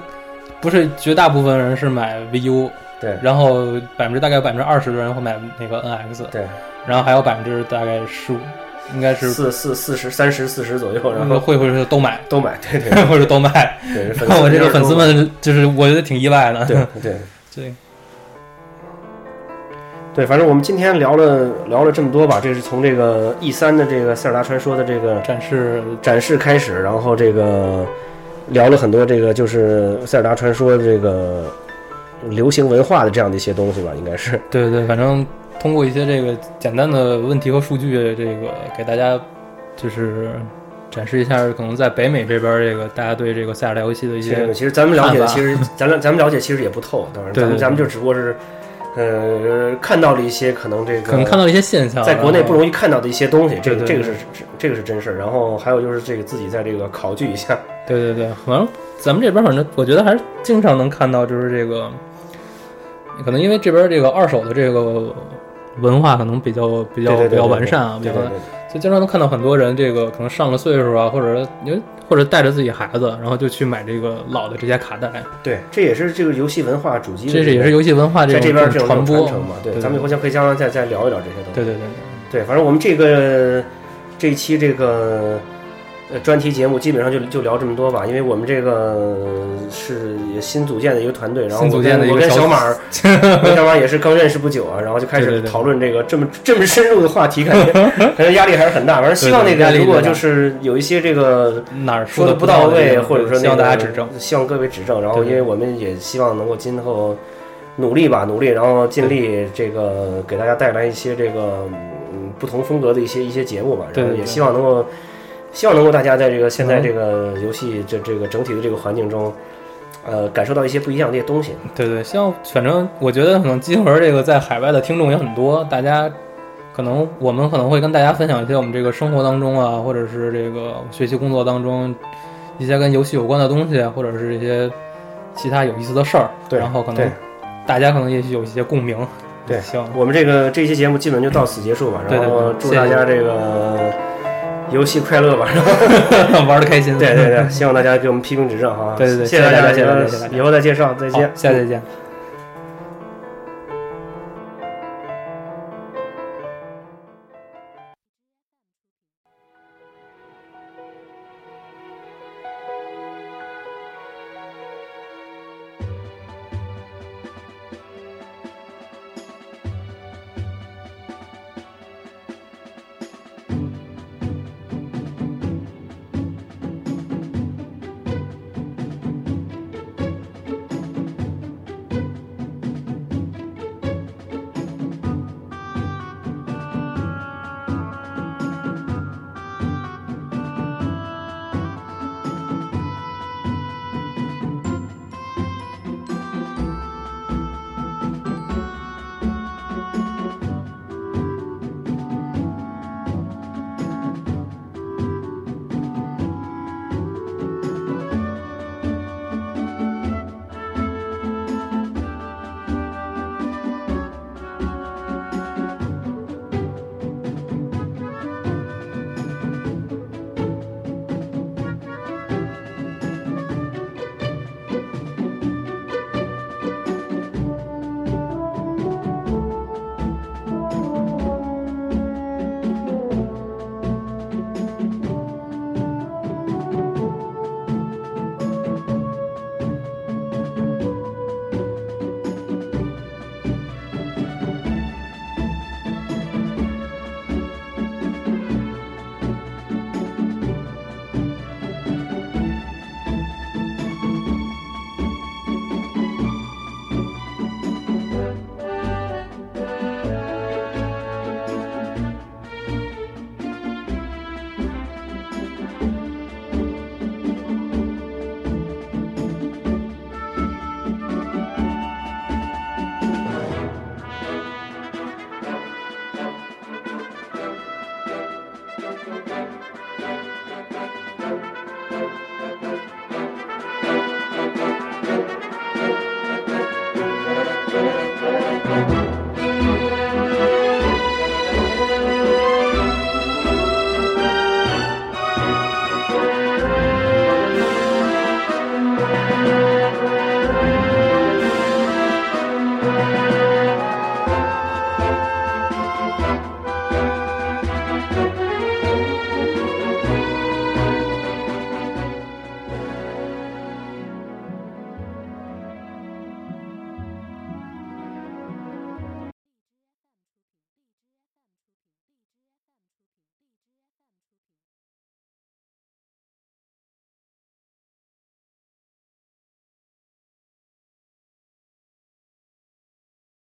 Speaker 11: 不是绝大部分人是买 VU，
Speaker 10: 对
Speaker 11: 然后百分之大概百分之二十的人会买那个 NX，
Speaker 10: 对，
Speaker 11: 然后还有百分之大概十五，应该是
Speaker 10: 四四四十三十四十左右，然
Speaker 11: 嗯
Speaker 10: 后
Speaker 11: 会会是都买，
Speaker 10: 都买，对对
Speaker 11: 或者都买。
Speaker 10: 对，粉丝
Speaker 11: 我这个粉丝
Speaker 10: 都买，
Speaker 11: 们就是我觉得挺意外的。
Speaker 10: 对对
Speaker 11: 对，
Speaker 10: 对，反正我们今天聊了聊了这么多吧，这是从这个 E 三的这个塞尔达传说的这个
Speaker 11: 展示
Speaker 10: 展示开始，然后这个聊了很多这个就是塞尔达传说这个流行文化的这样的一些东西吧，应该是。
Speaker 11: 对对，反正通过一些这个简单的问题和数据，这个给大家就是展示一下，可能在北美这边儿这个大家对这个塞尔达游戏的一
Speaker 10: 这
Speaker 11: 些
Speaker 10: 个其实咱们了解的，
Speaker 11: 看法
Speaker 10: 其实咱们咱们了解其实也不透，当然，
Speaker 11: 对
Speaker 10: 咱
Speaker 11: 对
Speaker 10: 们
Speaker 11: 对
Speaker 10: 咱们就只不过是，呃，看到了一些可能这个
Speaker 11: 可能看到一些现象，啊
Speaker 10: 在国内不容
Speaker 11: 易。
Speaker 10: 易看到的一些东西，这个
Speaker 11: 对对
Speaker 10: 这个
Speaker 11: 对
Speaker 10: 是是这个是真事儿。然后还有就是这个自己在这个考据一下，
Speaker 11: 对对对，反正咱们这边儿反正我觉得还是经常能看到，就是这个可能因为这边儿这个二手的这个文化可能比较比
Speaker 10: 对
Speaker 11: 较
Speaker 10: 对对
Speaker 11: 比较
Speaker 10: 对
Speaker 11: 完善啊，比
Speaker 10: 对
Speaker 11: 较
Speaker 10: 对
Speaker 11: 完
Speaker 10: 对，
Speaker 11: 就经常能看到很多人，这个可能上了岁数啊，或者因为或者带着自己孩子，然后就去买这个老的这些卡带，
Speaker 10: 对，这也是这个游戏文化主机的
Speaker 11: 这
Speaker 10: 个
Speaker 11: 是也是游戏文化
Speaker 10: 在这
Speaker 11: 种
Speaker 10: 边这
Speaker 11: 这
Speaker 10: 种
Speaker 11: 种传
Speaker 10: 传
Speaker 11: 播
Speaker 10: 承嘛。对，
Speaker 11: 对
Speaker 10: 咱们回头可以加上啊再再聊一聊这些东西。
Speaker 11: 对对对，
Speaker 10: 对，反正我们这个这一期这个呃，专题节目基本上就就聊这么多吧，因为我们这个是也新组建的一个团队，然后
Speaker 11: 新
Speaker 10: 我
Speaker 11: 组建的
Speaker 10: 跟
Speaker 11: 一
Speaker 10: 我
Speaker 11: 个
Speaker 10: 跟
Speaker 11: 小
Speaker 10: 小
Speaker 11: 组
Speaker 10: 马儿，我跟小马儿也是刚认识不久啊，然后就开
Speaker 11: 对
Speaker 10: 始
Speaker 11: 对对
Speaker 10: 讨论这个这么这么深入的话题，感觉 感觉压力还是很大。反正希望那
Speaker 11: 对对
Speaker 10: 个
Speaker 11: 压力
Speaker 10: 如果
Speaker 11: 比较
Speaker 10: 就
Speaker 11: 大
Speaker 10: 是有一些这个
Speaker 11: 哪儿
Speaker 10: 说
Speaker 11: 的
Speaker 10: 的
Speaker 11: 不
Speaker 10: 不到
Speaker 11: 的地
Speaker 10: 位，
Speaker 11: 方
Speaker 10: 或者说
Speaker 11: 希
Speaker 10: 那
Speaker 11: 望
Speaker 10: 个
Speaker 11: 大家指正。，
Speaker 10: 希望各位指正。然后，
Speaker 11: 对对
Speaker 10: 因为我们也希望能够今后努力吧，努力，然后尽力这个给大家带来一些这个嗯不同风格的一些一些节目吧。
Speaker 11: 对
Speaker 10: 然
Speaker 11: 对
Speaker 10: 后也
Speaker 11: 对嗯
Speaker 10: 希望能够，希望能够大家在这个现在这个游戏这这个整体的这个环境中，呃，感受到一些不一样的一些东西。
Speaker 11: 对对，像反正我觉得可能金盒这个在海外的听众也很多，大家可能我们可能会跟大家分享一些我们这个生活当中啊，或者是这个学习工作当中啊一些跟游戏有关的东西，啊或者是一些其他有意思的事儿。
Speaker 10: 对
Speaker 11: 然后可
Speaker 10: 对
Speaker 11: 能大家可能也许有一些共鸣。
Speaker 10: 对
Speaker 11: 希望
Speaker 10: 我们这个这期节目基本就到此结束吧。
Speaker 11: 对
Speaker 10: 然
Speaker 11: 对对
Speaker 10: 后祝
Speaker 11: 谢谢
Speaker 10: 大家这个游戏快乐吧。然后
Speaker 11: 玩的开心。
Speaker 10: 对对对，希望大家给我们批评指正哈。
Speaker 11: 对对对
Speaker 10: 谢
Speaker 11: 谢
Speaker 10: 大
Speaker 11: 谢大
Speaker 10: 家，
Speaker 11: 家谢谢大家谢谢大家
Speaker 10: 以后再介绍，再
Speaker 11: 好
Speaker 10: 见，
Speaker 11: 下次再见。
Speaker 10: 嗯